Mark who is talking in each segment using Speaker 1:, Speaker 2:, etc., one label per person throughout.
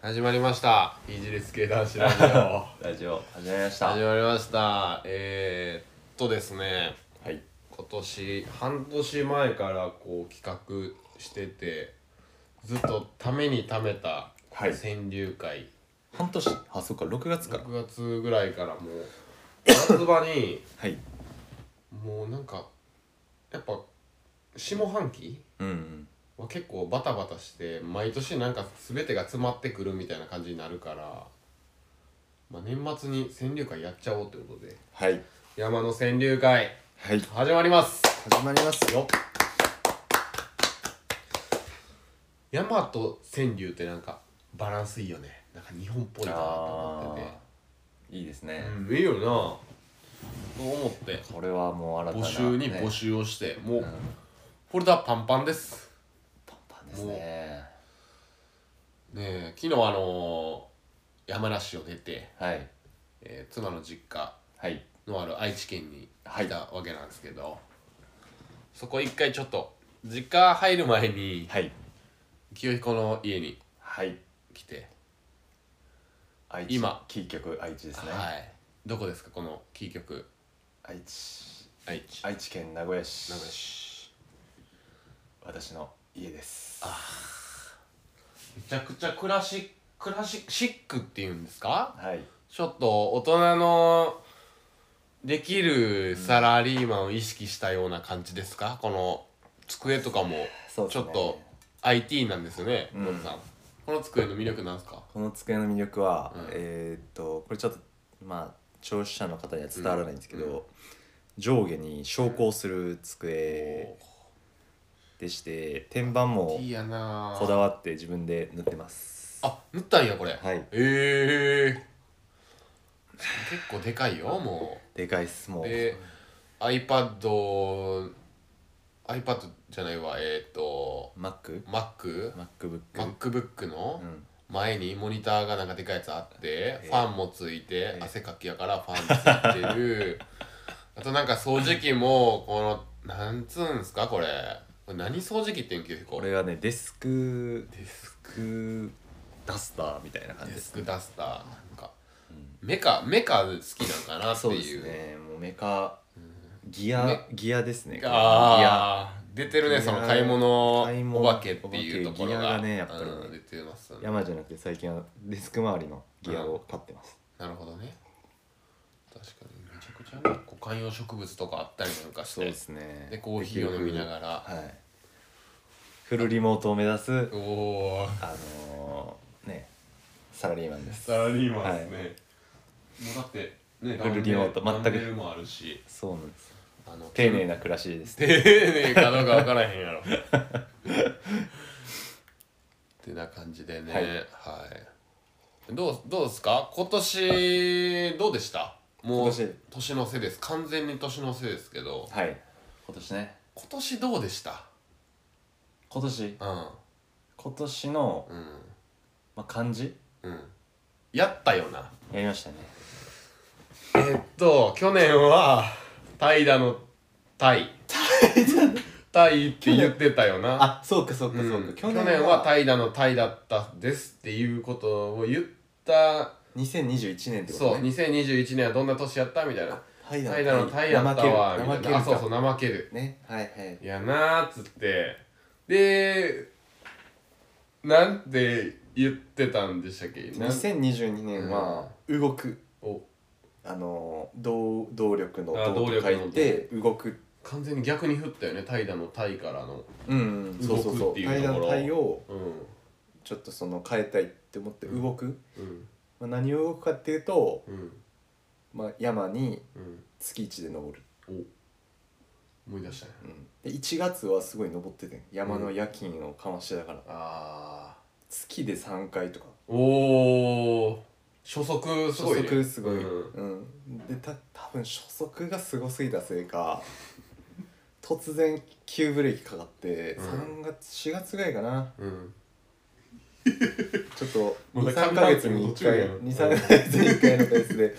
Speaker 1: 始まりましたイギリス系男子ラジオ
Speaker 2: ラジオ始まりました
Speaker 1: 始まりましたえー、っとですね
Speaker 2: はい
Speaker 1: 今年半年前からこう企画しててずっとためにためた
Speaker 2: はい
Speaker 1: 川柳会、
Speaker 2: 半年あそうか6月から
Speaker 1: 6月ぐらいからもう 夏場に
Speaker 2: はい
Speaker 1: もうなんかやっぱ下半期
Speaker 2: うんうん
Speaker 1: は結構バタバタして毎年なんか全てが詰まってくるみたいな感じになるから、まあ、年末に川柳会やっちゃおうということで
Speaker 2: はい
Speaker 1: 山の川柳会
Speaker 2: はい
Speaker 1: 始まります
Speaker 2: 始まりますよ
Speaker 1: 山と川柳ってなんかバランスいいよねなんか日本っぽいなと思ってて
Speaker 2: あーいいですね、
Speaker 1: うん、いいよなと思って
Speaker 2: これはもう新たな、
Speaker 1: 募集
Speaker 2: ね、
Speaker 1: に募集をして、も
Speaker 2: う
Speaker 1: うんフォルダパンパンです
Speaker 2: パンパンですね
Speaker 1: ねえ昨日あのー山梨を出て、
Speaker 2: はい
Speaker 1: えー妻の実家
Speaker 2: はい
Speaker 1: のある愛知県に
Speaker 2: はい
Speaker 1: 来たわけなんですけど、そこ一回ちょっと実家入る前に
Speaker 2: はい
Speaker 1: 清彦の家に
Speaker 2: はい
Speaker 1: 来て、
Speaker 2: 愛知
Speaker 1: 今
Speaker 2: キー局愛知ですね、
Speaker 1: はいどこですかこのキー局
Speaker 2: 愛知
Speaker 1: 愛知
Speaker 2: 愛知県名古屋市
Speaker 1: 名古屋市
Speaker 2: 私の家です
Speaker 1: めちゃくちゃクラシッククラシックシックっていうんですか
Speaker 2: はい
Speaker 1: ちょっと大人のできるサラリーマンを意識したような感じですか、この机とかも
Speaker 2: そうで
Speaker 1: ち
Speaker 2: す
Speaker 1: ょ
Speaker 2: ね
Speaker 1: っと IT なんですよね、
Speaker 2: うん
Speaker 1: ロブさんこの机の魅力なんですか
Speaker 2: この机の魅力は、
Speaker 1: うん
Speaker 2: えーっとこれちょっとまあ聴取者の方には伝わらないんですけど、
Speaker 1: うんうん
Speaker 2: 上下に昇降する机でして天板も
Speaker 1: いいやな
Speaker 2: こだわって自分で塗ってます
Speaker 1: あ塗ったんやこれ、
Speaker 2: はい
Speaker 1: ええ結構でかいよも
Speaker 2: でかいっすも
Speaker 1: う
Speaker 2: う、
Speaker 1: で iPadiPad じゃないわえっ、と MacMacBook
Speaker 2: MacMacBook、
Speaker 1: の
Speaker 2: うん、
Speaker 1: 前にモニターがなんかでかいやつあって
Speaker 2: え
Speaker 1: ファンもついて
Speaker 2: え
Speaker 1: 汗かきやからファンついて るあとなんか掃除機もこのなんつうんすかこれこれ何掃除機って言うんけ
Speaker 2: こ
Speaker 1: こ
Speaker 2: れはねデスク
Speaker 1: デス
Speaker 2: クダスターみたいな
Speaker 1: ク
Speaker 2: 感じ
Speaker 1: デ
Speaker 2: です
Speaker 1: スクダスターなんか
Speaker 2: うん
Speaker 1: メカメカ好きなんかなって
Speaker 2: そうで
Speaker 1: い
Speaker 2: す
Speaker 1: う
Speaker 2: ねもうメカギ
Speaker 1: ね
Speaker 2: アギアですねこれギア
Speaker 1: ああ出てるねその買い物
Speaker 2: 買い物
Speaker 1: お化けっていうところ
Speaker 2: お化けギ
Speaker 1: が
Speaker 2: アがねやっぱりね
Speaker 1: うん出てますね
Speaker 2: 山じゃなくて最近はデスク周りのギアを買ってます、
Speaker 1: なるほどね確かにめちゃくちゃねこう観葉植物とかあったりなんかし
Speaker 2: そう
Speaker 1: て
Speaker 2: ですね
Speaker 1: でコーヒーを飲みながら
Speaker 2: はいフルリモートを目指す
Speaker 1: おおー
Speaker 2: あのー、ねサラリーマンです
Speaker 1: サラリーマンですね、も
Speaker 2: は
Speaker 1: うだってね
Speaker 2: フルリモート
Speaker 1: ダンベル
Speaker 2: 全
Speaker 1: ダン
Speaker 2: く
Speaker 1: ベルもあるし
Speaker 2: そうなんです
Speaker 1: あの
Speaker 2: 丁寧な暮らしです
Speaker 1: 丁寧かどうか分からへんや ろってな感じでねは、
Speaker 2: はいい
Speaker 1: どうどうですか今年どうでしたもう
Speaker 2: 今年
Speaker 1: 年のせいです完全に年のせいですけど
Speaker 2: はい今年ね
Speaker 1: 今年どうでした
Speaker 2: 今年
Speaker 1: うん
Speaker 2: 今年の、
Speaker 1: うん
Speaker 2: まあ、漢字
Speaker 1: うんやったよな
Speaker 2: やりましたね
Speaker 1: えっと去年は怠惰の怠怠惰って言ってたよな
Speaker 2: あそうかそうかそうか、
Speaker 1: うん去年は怠惰の怠だったですっていうことを言った、
Speaker 2: 2021年ってこと
Speaker 1: そう
Speaker 2: ね
Speaker 1: 2021年はどんな年やったみたいな
Speaker 2: タイ
Speaker 1: 怠惰の怠やったわみた
Speaker 2: 怠
Speaker 1: い
Speaker 2: け
Speaker 1: な
Speaker 2: る
Speaker 1: あそうそう
Speaker 2: 怠ける
Speaker 1: 怠ける
Speaker 2: かねはいはい
Speaker 1: いやなーっつってでなんて言ってたんでしたっけなん
Speaker 2: 2022年は動く、
Speaker 1: お
Speaker 2: あの動動力の
Speaker 1: あ動
Speaker 2: 動と
Speaker 1: 力
Speaker 2: 書
Speaker 1: の動
Speaker 2: いて動く
Speaker 1: 完全に逆に振ったよね怠惰の怠からの
Speaker 2: うん、うん、そうそうそ
Speaker 1: 動くって
Speaker 2: う
Speaker 1: いう
Speaker 2: 対
Speaker 1: ところ
Speaker 2: 談対を
Speaker 1: うん
Speaker 2: ちょっとその変えたいって思って動く、
Speaker 1: うん
Speaker 2: まあ、何を動くかっていうと、
Speaker 1: うん
Speaker 2: まあ、山に
Speaker 1: うん
Speaker 2: 月1で登る、
Speaker 1: 思い出したね
Speaker 2: うん、で1月はすごい登ってて山の夜勤をかましてたから、
Speaker 1: あ
Speaker 2: 月で3回とか
Speaker 1: ーおお初速すご
Speaker 2: 初
Speaker 1: い、ね、
Speaker 2: 速すごい、
Speaker 1: うん
Speaker 2: うんでた多分初速がすごすぎたせいか 突然急ブレーキかかって
Speaker 1: うん
Speaker 2: 3月4月ぐらいかな
Speaker 1: うん
Speaker 2: ちょっと
Speaker 1: もうだ
Speaker 2: 23
Speaker 1: から
Speaker 2: ヶ月に1回
Speaker 1: 寒暖差の途中やん
Speaker 2: 23ヶ月に1回のペースで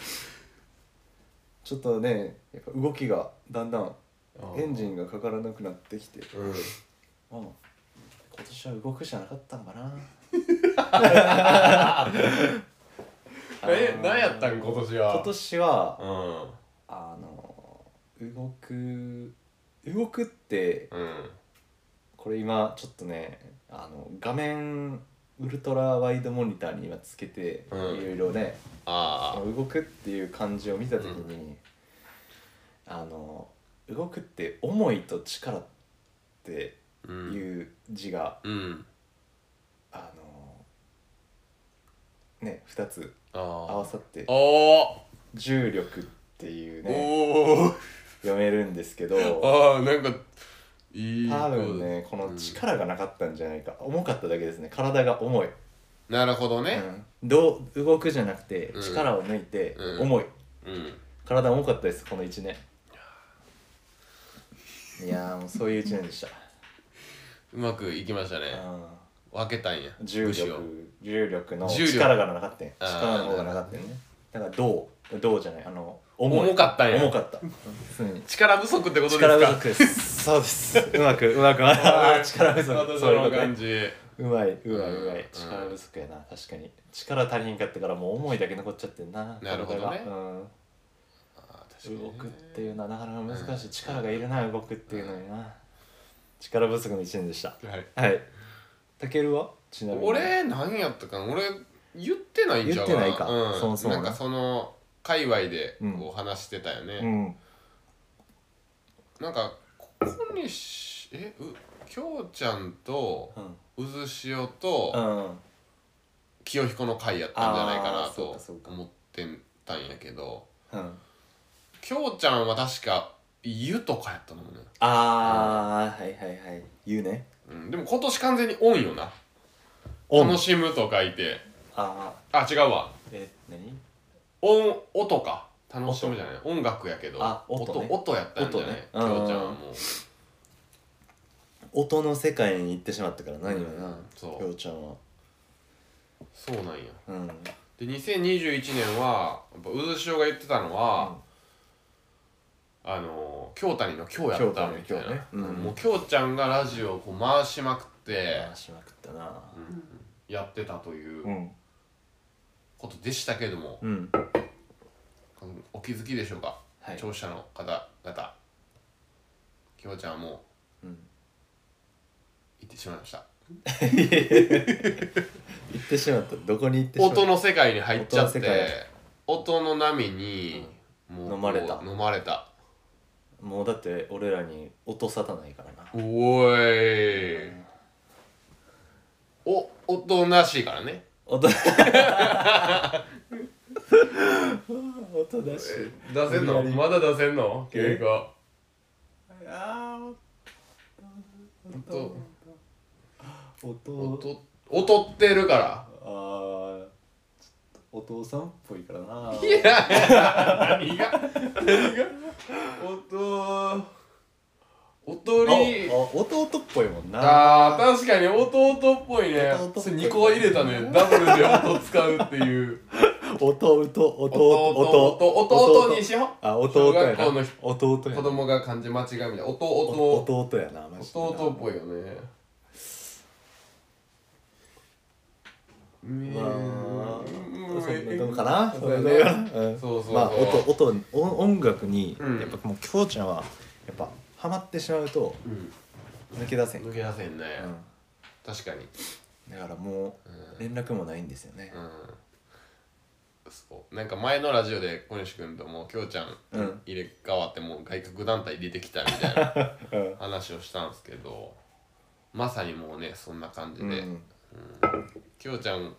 Speaker 2: ちょっとねやっぱ動きがだんだんエンジンがかからなくなってきて
Speaker 1: うん
Speaker 2: あ今年は動くしかなかったんかな
Speaker 1: え何やったん今年は
Speaker 2: 今年は
Speaker 1: うん
Speaker 2: あの動く動くって
Speaker 1: うん
Speaker 2: これ今ちょっとねあの画面ウルトラワイドモニターに今つけてい
Speaker 1: うん
Speaker 2: ろいろね、
Speaker 1: あ
Speaker 2: 動くっていう漢字を見た時に、あの動くって思いと力って
Speaker 1: あうん
Speaker 2: いう字が、
Speaker 1: うん
Speaker 2: あのね2つ
Speaker 1: あ
Speaker 2: 合わ
Speaker 1: あ
Speaker 2: さって
Speaker 1: おお
Speaker 2: 重力っていうね
Speaker 1: おー
Speaker 2: 読めるんですけど
Speaker 1: ああなんかいい
Speaker 2: 多分ねこの力がなかったんじゃないか、重かっただけですね体が重い。
Speaker 1: なるほどね
Speaker 2: うん、どう動くじゃなくて
Speaker 1: うん
Speaker 2: 力を抜いて
Speaker 1: うん
Speaker 2: 重い、
Speaker 1: うん
Speaker 2: 体重かったですこの1年いやーもうそういう1年でした
Speaker 1: うまくいきましたね
Speaker 2: う
Speaker 1: 分けたんや
Speaker 2: ん重
Speaker 1: 武士を
Speaker 2: 力重力の
Speaker 1: 重力
Speaker 2: 力がなかったん
Speaker 1: あー
Speaker 2: 力の方がなかったよねだからどうどうじゃないあの重い
Speaker 1: 重かったんや
Speaker 2: 重かった常に
Speaker 1: 力不足ってことですか
Speaker 2: 力不 足ですそうですうまくうまくあー力不足
Speaker 1: 私
Speaker 2: そういうこ
Speaker 1: の
Speaker 2: とね
Speaker 1: 感じ
Speaker 2: うまいうまい
Speaker 1: うん
Speaker 2: うまい力不足やな確かに力足りんかったからもう重いだけ残っちゃってんな
Speaker 1: なるほどね
Speaker 2: 体がうん
Speaker 1: あー確かにね
Speaker 2: 動くっていうのはなかなか難しい、力がいるな動くっていうのにな力不足の一年でした
Speaker 1: はい
Speaker 2: はいたけるはちなみに
Speaker 1: 俺何やったかな俺言ってないんちゃうかな
Speaker 2: 言ってないか
Speaker 1: うん、
Speaker 2: そもそも
Speaker 1: な
Speaker 2: なん
Speaker 1: かその界隈で
Speaker 2: うん
Speaker 1: こう話してたよね、
Speaker 2: うん
Speaker 1: なんかここにしえうきょうちゃんと
Speaker 2: うん
Speaker 1: 渦潮と、
Speaker 2: うん
Speaker 1: 清彦の会やったんじゃないかな
Speaker 2: あーそう
Speaker 1: と
Speaker 2: かそうか
Speaker 1: 思ってたんやけど
Speaker 2: うん
Speaker 1: きょうちゃんは確か湯とかやったのもね、
Speaker 2: あーはいはいはい言うね
Speaker 1: うん、でも今年完全にオンよな
Speaker 2: オン
Speaker 1: 楽しむと書いて
Speaker 2: あ
Speaker 1: あ違うわ
Speaker 2: ーえ何
Speaker 1: 音音か楽しむじゃない音楽やけど
Speaker 2: あ音ね
Speaker 1: 音音やったんじゃない、き
Speaker 2: 音ね
Speaker 1: ょうちゃんはもう
Speaker 2: 音の世界に行ってしまったから何よ
Speaker 1: う
Speaker 2: なんよ
Speaker 1: そう
Speaker 2: うちゃんは
Speaker 1: そうなんや
Speaker 2: うん
Speaker 1: で2021年はやっぱ渦潮が言ってたのは、あのー京谷の京や
Speaker 2: 京
Speaker 1: った
Speaker 2: 谷の
Speaker 1: みたいな、
Speaker 2: 京ねうん
Speaker 1: もう京ちゃんがラジオをこう回しまくって
Speaker 2: 回しまくったな
Speaker 1: やってたといううんことでしたけども、
Speaker 2: うん
Speaker 1: お気づきでしょうか、
Speaker 2: はい
Speaker 1: 聴取者の方々京ちゃんはもう
Speaker 2: うん
Speaker 1: 行ってしまいました
Speaker 2: 行ってしまったどこに行ってしまった
Speaker 1: 音の世界に入っちゃって
Speaker 2: 音の
Speaker 1: 音の
Speaker 2: 世界
Speaker 1: 波にもこ
Speaker 2: 飲まれた
Speaker 1: 飲まれた
Speaker 2: もうだって俺らに音沙汰ないからな
Speaker 1: おーい、お音なしからね
Speaker 2: 音音だし
Speaker 1: 出せんの
Speaker 2: 無理やり
Speaker 1: まだ出せんの稽古
Speaker 2: あ
Speaker 1: 音
Speaker 2: ー音
Speaker 1: 音音ってるから
Speaker 2: あーちょっとお父さんっぽいからな
Speaker 1: 何が
Speaker 2: 音
Speaker 1: 音に
Speaker 2: 弟っぽいもんな
Speaker 1: あー確かに弟っぽいね
Speaker 2: 弟っぽい
Speaker 1: それ2個入れたねダブルで音使うっていう
Speaker 2: 弟弟弟
Speaker 1: 弟弟弟にしよう
Speaker 2: あ弟や
Speaker 1: 小学校の
Speaker 2: な弟や
Speaker 1: 子
Speaker 2: な
Speaker 1: 供が漢字間違いみたいな弟
Speaker 2: お
Speaker 1: 弟
Speaker 2: 弟やなマジでな
Speaker 1: 弟っぽいよねうん
Speaker 2: まあ
Speaker 1: うん
Speaker 2: そんなとこかな
Speaker 1: そ
Speaker 2: そう
Speaker 1: や
Speaker 2: れ
Speaker 1: な
Speaker 2: ぐらいかなうん
Speaker 1: そうそうそう
Speaker 2: まあ音音音音楽に
Speaker 1: うん
Speaker 2: やっぱもうきょうちゃんはやっぱハマってしまうと
Speaker 1: うん
Speaker 2: 抜け出せん、うん、
Speaker 1: 抜け出せんね確かに
Speaker 2: だからもう連絡もないんですよね
Speaker 1: うんそうなんか前のラジオで小西君ともうきょうちゃん
Speaker 2: うん
Speaker 1: 入れ替わってもう外国団体出てきたみたいな
Speaker 2: うん、
Speaker 1: 話をしたんですけどまさにもうねそんな感じ
Speaker 2: うん
Speaker 1: できょうちゃん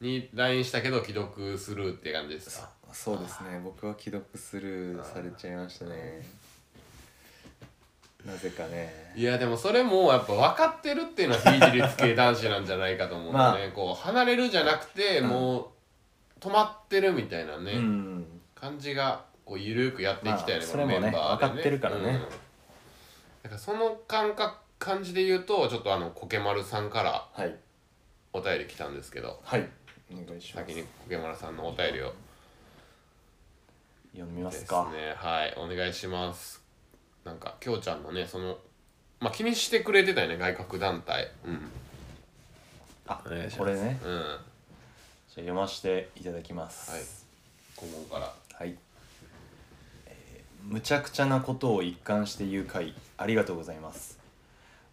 Speaker 1: に LINE したけど既読スルーって感じですか
Speaker 2: そうですね僕は既読スルーされちゃいましたねなぜかね
Speaker 1: いやでもそれもやっぱ分かってるっていうのは非自立系男子なんじゃないかと思うんでね、
Speaker 2: まあ
Speaker 1: こう離れるじゃなくて
Speaker 2: うん
Speaker 1: もう止まってるみたいなね、
Speaker 2: うん
Speaker 1: 感じがこう緩くやっていきたい
Speaker 2: まあ
Speaker 1: ね、
Speaker 2: それもね
Speaker 1: このメンバーで
Speaker 2: 分かってるからね
Speaker 1: うんだからその感覚感じで言うとちょっとあのコケマルさんから
Speaker 2: はい
Speaker 1: お便り来たんですけど
Speaker 2: はいお願いします
Speaker 1: 先にコケマルさんのお便りを
Speaker 2: 読みま
Speaker 1: ですす
Speaker 2: か
Speaker 1: ねはいお願いしますなんかきょうちゃんのねそのまあ気にしてくれてたよね外郭団体うん
Speaker 2: あ
Speaker 3: お願いします
Speaker 2: これね
Speaker 1: うんは
Speaker 2: じゃあ読ませていただきます
Speaker 1: い顧問から
Speaker 2: はい、えーむちゃくちゃなことを一貫して誘拐ありがとうございます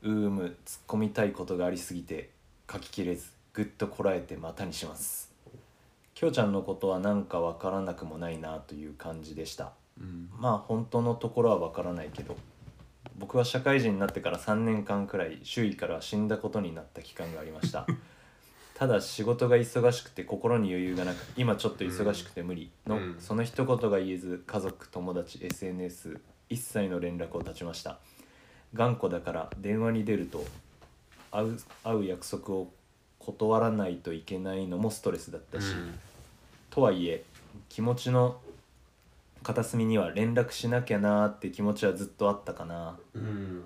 Speaker 2: うーむ突っ込みたいことがありすぎて書ききれずぐっとこらえてまたにしますきょうちゃんのことはなんかわからなくもないなという感じでした
Speaker 1: うん
Speaker 2: まあ本当のところはわからないけど僕は社会人になってから3年間くらい周囲からは死んだことになった期間がありま したただ仕事が忙しくて心に余裕がなく今ちょっと忙しくて無理の、
Speaker 1: うん
Speaker 2: その一言が言えず家族友達 SNS 一切の連絡を断ちました頑固だから電話に出ると会う会う約束を断らないといけないのもストレスだったし、とはいえ気持ちの片隅には連絡しなきゃなーって気持ちはずっとあったかな
Speaker 1: うん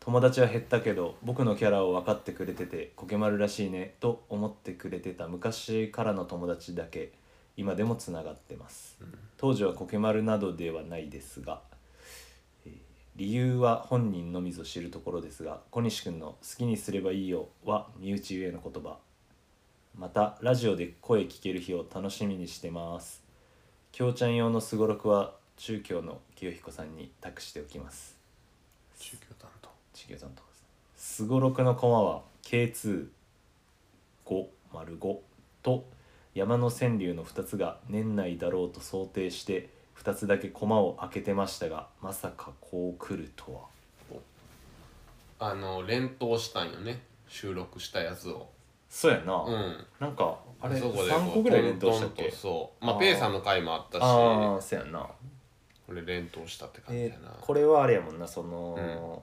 Speaker 2: 友達は減ったけど僕のキャラを分かってくれててコケマルらしいねと思ってくれてた昔からの友達だけ今でもつながってます、当時はコケマルなどではないですが、えー理由は本人のみぞ知るところですが小西くんの「好きにすればいいよ」は身内ゆえの言葉またラジオで声聞ける日を楽しみにしてます京ちゃん用のすごろくは中京の清彦さんに託しておきます
Speaker 3: 宗教担当
Speaker 2: ちぎさんとかですすごろくの駒は K2505 と山の川柳の2つが年内だろうと想定して2つだけ駒を開けてましたがまさかこう来るとは
Speaker 1: あの連投したんよね収録したやつを
Speaker 2: そうやな、
Speaker 1: うん
Speaker 2: なんかあれ
Speaker 1: そこで
Speaker 2: 3個ぐらい連投したっ
Speaker 1: トントン
Speaker 2: け
Speaker 1: とそうま
Speaker 2: あ
Speaker 1: あ
Speaker 2: ー
Speaker 1: ペイさんの回もあったし
Speaker 2: ああそうやんな
Speaker 1: これ連投したって感じや
Speaker 2: え
Speaker 1: な、
Speaker 2: ーこれはあれやもんなその、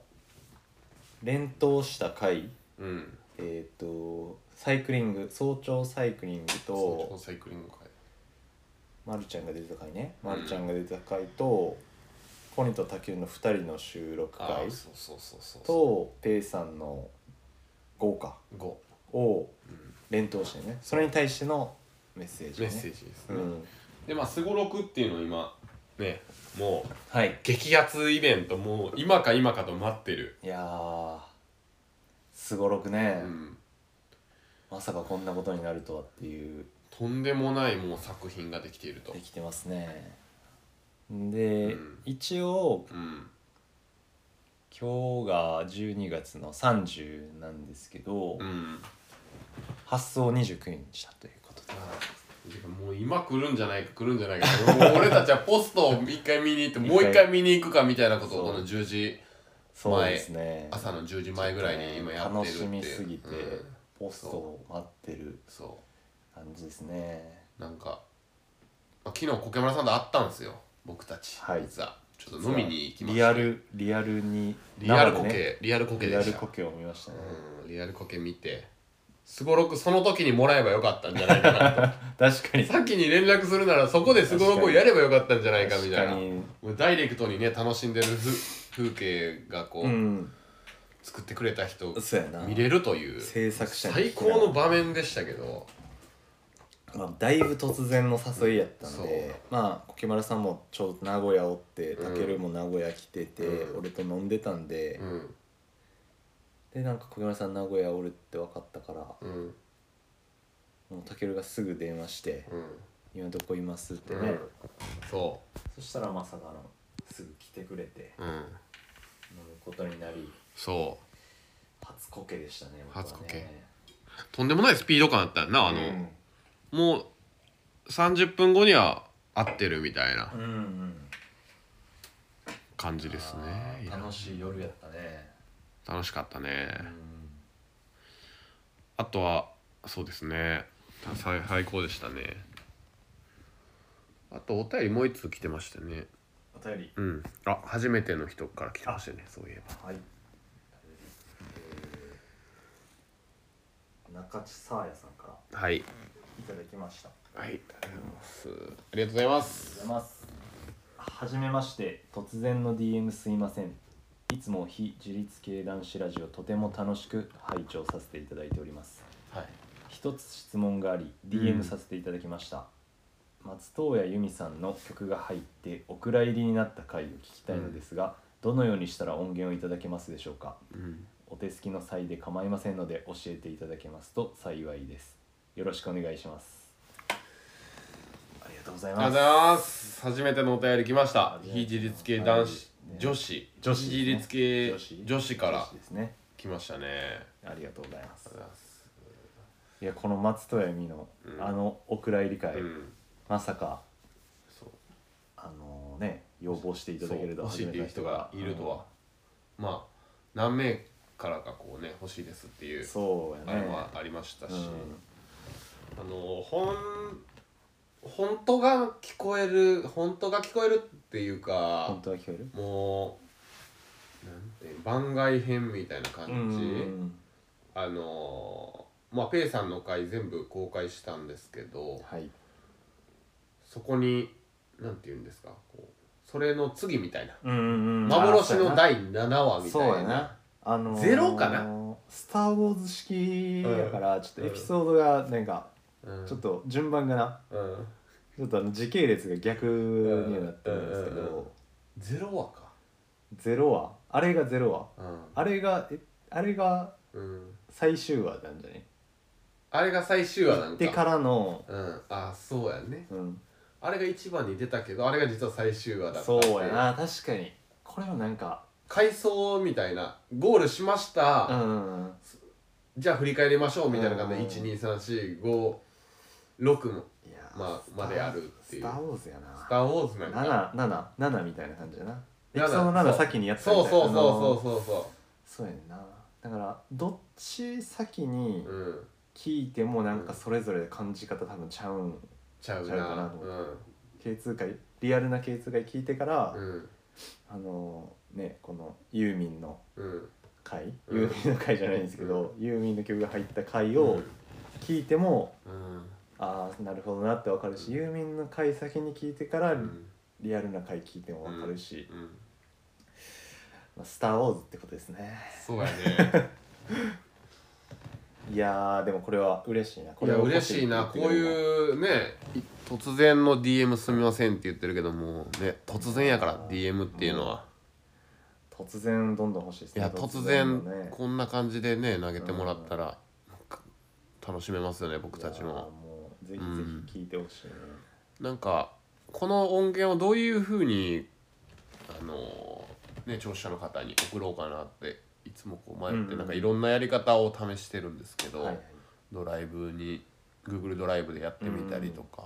Speaker 2: 連投した回
Speaker 1: うん
Speaker 2: えっ、とサイクリング早朝サイクリング
Speaker 1: そう
Speaker 2: と
Speaker 1: このサイクリング会
Speaker 2: まるちゃんが出てた回ね、
Speaker 1: うん
Speaker 2: まるちゃんが出てた回とポニーとタキュンの2人の収録
Speaker 1: あ
Speaker 2: 回
Speaker 1: あそうそうそうそうそ
Speaker 2: とペイさんの豪華
Speaker 1: う5、
Speaker 2: を
Speaker 1: うん、
Speaker 2: 連投してねそれに対してのメッセージ、
Speaker 1: メ
Speaker 2: ね、
Speaker 1: ッセージです
Speaker 2: う
Speaker 1: ね、
Speaker 2: ん、
Speaker 1: でまあすごろくっていうのを今ねもう
Speaker 2: はい
Speaker 1: 激アツイベントもう今か今かと待ってる、
Speaker 2: いやーすごろく
Speaker 1: う
Speaker 2: ね、
Speaker 1: ん、
Speaker 2: まさかこんなことになるとはっていう
Speaker 1: とんでもないもう作品ができていると
Speaker 2: できてますねで、
Speaker 1: うん
Speaker 2: 一応
Speaker 1: うん
Speaker 2: 今日が12月の30なんですけど、
Speaker 1: うん
Speaker 2: 発送29日だということで
Speaker 1: もう今来るんじゃないか来るんじゃないかもう俺たちはポストを一回見に行ってもう一回見に行くかみたいなことをこの10時
Speaker 2: そうですね
Speaker 1: 朝の10時前ぐらいに今やってるって
Speaker 2: 楽しみすぎて、
Speaker 1: うん
Speaker 2: ポストを待ってる
Speaker 1: そ
Speaker 2: 感じですね
Speaker 1: うなんか、まあ、昨日コケマラさんと会ったんですよ僕たち
Speaker 2: はい
Speaker 1: 実はちょっと飲みに行きまし
Speaker 2: リ
Speaker 1: た
Speaker 2: アルリアルに
Speaker 1: リアルコ
Speaker 2: 生
Speaker 1: ケ、
Speaker 2: でね
Speaker 1: リアルコケ
Speaker 2: リア
Speaker 1: で
Speaker 2: ル
Speaker 1: した
Speaker 2: コケを見ましたね、
Speaker 1: うんリアルコケ見てすごろくその時にもらえばよかったんじゃないか なと
Speaker 2: 確かに
Speaker 1: 先に連絡するならそこですごろくをやればよかったんじゃないかみ
Speaker 2: 確
Speaker 1: たい
Speaker 2: か
Speaker 1: なも
Speaker 2: に
Speaker 1: うダイレクトにね楽しんでる風風景がこう、
Speaker 2: うん
Speaker 1: 作ってくれた人
Speaker 2: そうやな
Speaker 1: 見れるという
Speaker 2: 制作者に
Speaker 1: 最高の場面でしたけど
Speaker 2: まあ、だいぶ突然の誘いやったん
Speaker 1: そう
Speaker 2: でまあコケマラさんもちょうど名古屋おって
Speaker 1: う
Speaker 2: た
Speaker 1: ん
Speaker 2: けるも名古屋来てて、
Speaker 1: うん
Speaker 2: 俺と飲んでたんで
Speaker 1: う、ん
Speaker 2: でなんかコケマラさん名古屋おるって分かったから
Speaker 1: うん
Speaker 2: もうたけるがすぐ電話して
Speaker 1: うん
Speaker 2: 「今どこいます?」って
Speaker 1: う
Speaker 2: ね、
Speaker 1: んそ
Speaker 2: そしたらまさかのすぐ来てくれて
Speaker 1: ううん
Speaker 2: 飲むことになり
Speaker 1: そ
Speaker 2: 初コケでしたね僕はね
Speaker 1: 初コケうとんでもないスピード感だったよなあの、もう30分後には合ってるみたいな
Speaker 2: うんうん
Speaker 1: 感じです
Speaker 2: あ
Speaker 1: ね
Speaker 2: ー楽しい夜やったね
Speaker 1: 楽しかったね、
Speaker 2: うん
Speaker 1: あとはそうですね最最高でしたねあとお便りもう一通来てましたね
Speaker 2: お便り
Speaker 1: うんあ初めての人から来てましたねそういえば
Speaker 2: はい、えー、中地さあやさんから
Speaker 1: はい
Speaker 2: いただきましたあ
Speaker 1: はいありがとうございますありがとうございます
Speaker 2: りがとうございますはじめまして突然の DM すいませんいつも非自立系男子ラジオとても楽しく拝聴させていただいております
Speaker 1: はい
Speaker 2: 一つ質問があり
Speaker 1: う
Speaker 2: DM
Speaker 1: ん
Speaker 2: させていただきました、松任谷由実さんの曲が入ってお蔵入りになった回を聞きたいのですが、どのようにしたら音源をいただけますでしょうか
Speaker 1: うん
Speaker 2: おお手すきの際で構いませんので教えていただけますと幸いですよろしくお願いしますありがとうござい
Speaker 1: ありがとう
Speaker 2: ま
Speaker 1: ござ
Speaker 2: す
Speaker 1: います初めてのお便り来ました非自立系男子、
Speaker 2: ね
Speaker 1: 女子
Speaker 2: 女子ですね
Speaker 1: 非自立系女
Speaker 2: 女
Speaker 1: 子
Speaker 2: 子
Speaker 1: から
Speaker 2: ですね
Speaker 1: 来ましたね
Speaker 2: ありがとうございま
Speaker 1: あり
Speaker 2: す
Speaker 1: がとうございます
Speaker 2: いやこの松任谷由実の、
Speaker 1: うん
Speaker 2: あのお蔵入り会、
Speaker 1: うん
Speaker 2: まさか
Speaker 1: そう
Speaker 2: あのね要望していただけると
Speaker 1: そう欲しいっていう人がいるとは、まあ何名からかこうね欲しいですっていう
Speaker 2: うんそう
Speaker 1: あ
Speaker 2: や
Speaker 1: れ
Speaker 2: ね
Speaker 1: もありましたし、
Speaker 2: うん
Speaker 1: あの本本当が聞こえる本当が聞こえるっていうか
Speaker 2: 本当は聞こえる
Speaker 1: もうなんて番外編みたいな感じ、
Speaker 2: うん
Speaker 1: あのまあペイさんの回全部公開したんですけど
Speaker 2: はい
Speaker 1: そこになんて言うんですかこうそれの次みたいな
Speaker 2: うんうんうん
Speaker 1: 幻
Speaker 2: あ
Speaker 1: の第7話み
Speaker 2: そう
Speaker 1: た
Speaker 2: やなそう
Speaker 1: い
Speaker 2: や
Speaker 1: な
Speaker 2: なあのー
Speaker 1: ゼロかな
Speaker 2: スター・ウォーズ式やから、ちょっとエピソードがなんか、
Speaker 1: うん
Speaker 2: ちょっと順番がな
Speaker 1: うん
Speaker 2: ちょっとあの時系列が逆にはなってるんですけど、
Speaker 1: うんうんうんゼロ話か
Speaker 2: ゼロ話あれがゼロ話あれがえあれが
Speaker 1: うん、うん、
Speaker 2: 最終話なんじゃね
Speaker 1: あれが最終話なん
Speaker 2: でか
Speaker 1: から
Speaker 2: の、
Speaker 1: うんあそうやね
Speaker 2: うん、
Speaker 1: あれが一番に出たけどあれが実は最終話だったって
Speaker 2: そ
Speaker 1: いう
Speaker 2: やな確かにこれはなんか
Speaker 1: 回想みたいなゴールしました、
Speaker 2: うんうんうん
Speaker 1: じゃあ振り返りましょうみたいな感
Speaker 2: うん
Speaker 1: じで12345 6も
Speaker 2: いや
Speaker 1: まあ
Speaker 2: スター
Speaker 1: まであるっていう
Speaker 2: スター・ウォーズや
Speaker 1: 「ス
Speaker 2: な
Speaker 1: ター・ウォーズ」なんか
Speaker 2: 777みたいな感じやなエ
Speaker 1: 7
Speaker 2: ピソード7
Speaker 1: そう
Speaker 2: 先にやったみた
Speaker 1: そ
Speaker 2: いう
Speaker 1: そうそう
Speaker 2: なあ
Speaker 1: そ
Speaker 2: の
Speaker 1: うそうそ
Speaker 2: そうやんなだからどっち先に
Speaker 1: ううん
Speaker 2: 聞いてもなんかそれぞれ感じ方多分ちゃうん
Speaker 1: ちゃう
Speaker 2: ちゃうか
Speaker 1: な
Speaker 2: なと
Speaker 1: うん、
Speaker 2: K2 回リアルな K2 回聞いてから、
Speaker 1: うん
Speaker 2: あのねこのユーミンの
Speaker 1: うん、
Speaker 2: 回、
Speaker 1: うん
Speaker 2: ユーミンの回じゃないんですけど、ユーミンの曲が入った回を聞いても、
Speaker 1: うん
Speaker 2: ああなるほどなってわかるし、ユーミンの回先に聞いてから、
Speaker 1: うん
Speaker 2: リアルな回聞いてもわかるし、
Speaker 1: うん、
Speaker 2: まあ、スター・ウォーズってことですね
Speaker 1: そうやね
Speaker 2: いやーでもこれは嬉しいなこ
Speaker 1: い
Speaker 2: れ
Speaker 1: や
Speaker 2: は
Speaker 1: 嬉しいなこう
Speaker 2: う
Speaker 1: いうねい突然の DM すみませんって言ってるけどもうね突然やから DM っていうのは。
Speaker 2: 突然どんどん欲しいです
Speaker 1: いや突然こんな感じでね投げてもらったら楽しめますよね僕
Speaker 2: 僕
Speaker 1: たちも
Speaker 2: もうぜひぜひ聞いてほしいね、
Speaker 1: なんかこの音源をどういうふうにあのね聴取者の方に送ろうかなっていつもこう迷
Speaker 2: う
Speaker 1: っ
Speaker 2: ん
Speaker 1: て
Speaker 2: うん
Speaker 1: なんかいろんなやり方を試してるんですけど
Speaker 2: はいはい
Speaker 1: ドライブに Google ドライブでやってみたりとか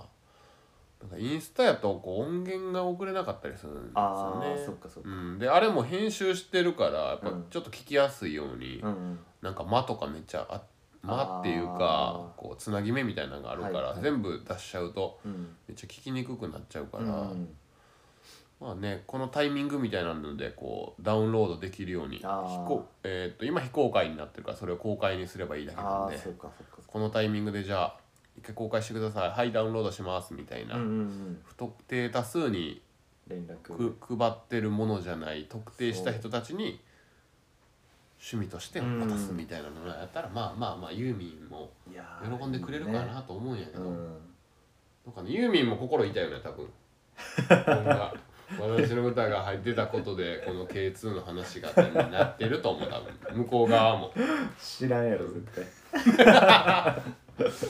Speaker 1: なんかインスタやとこう音源が送れなかったりするんですよ
Speaker 2: あ
Speaker 1: ね
Speaker 2: ーそっかそっか
Speaker 1: うん、であれも編集してるからやっぱ
Speaker 2: うん
Speaker 1: ちょっと聞きやすいように、
Speaker 2: うんうん
Speaker 1: なんか間とかめっちゃあ間っていうか
Speaker 2: あー
Speaker 1: こうつなぎ目みたいなのがあるから、
Speaker 2: はいはい
Speaker 1: 全部出しちゃうと
Speaker 2: うん
Speaker 1: めっちゃ聞きにくくなっちゃうから、
Speaker 2: うん
Speaker 1: まあねこのタイミングみたいなのでこうダウンロードできるように非
Speaker 2: あー
Speaker 1: 公、えー、と今非公開になってるからそれを公開にすればいいだけな
Speaker 2: あ
Speaker 1: ん
Speaker 2: あ
Speaker 1: で
Speaker 2: そうかそうかそ
Speaker 1: このタイミングでじゃあ一回公開してくださいはいダウンロードしますみたいうな、
Speaker 2: かうんうんうん
Speaker 1: 不特定多数に
Speaker 2: 連絡
Speaker 1: く配ってるものじゃない特定した人たちに趣味として渡すみたいなのをやったら、まあまあまあユーミンも
Speaker 2: いやー
Speaker 1: 喜んでくれるか
Speaker 2: いいね
Speaker 1: なと思うんやけ
Speaker 2: う
Speaker 1: ど、
Speaker 2: ん
Speaker 1: なんかねユーミンも心痛いよね多 分こんな私の歌が入ってたことでこの K2 の話がになってると思う多分向こう側も
Speaker 2: 知らんやろ絶対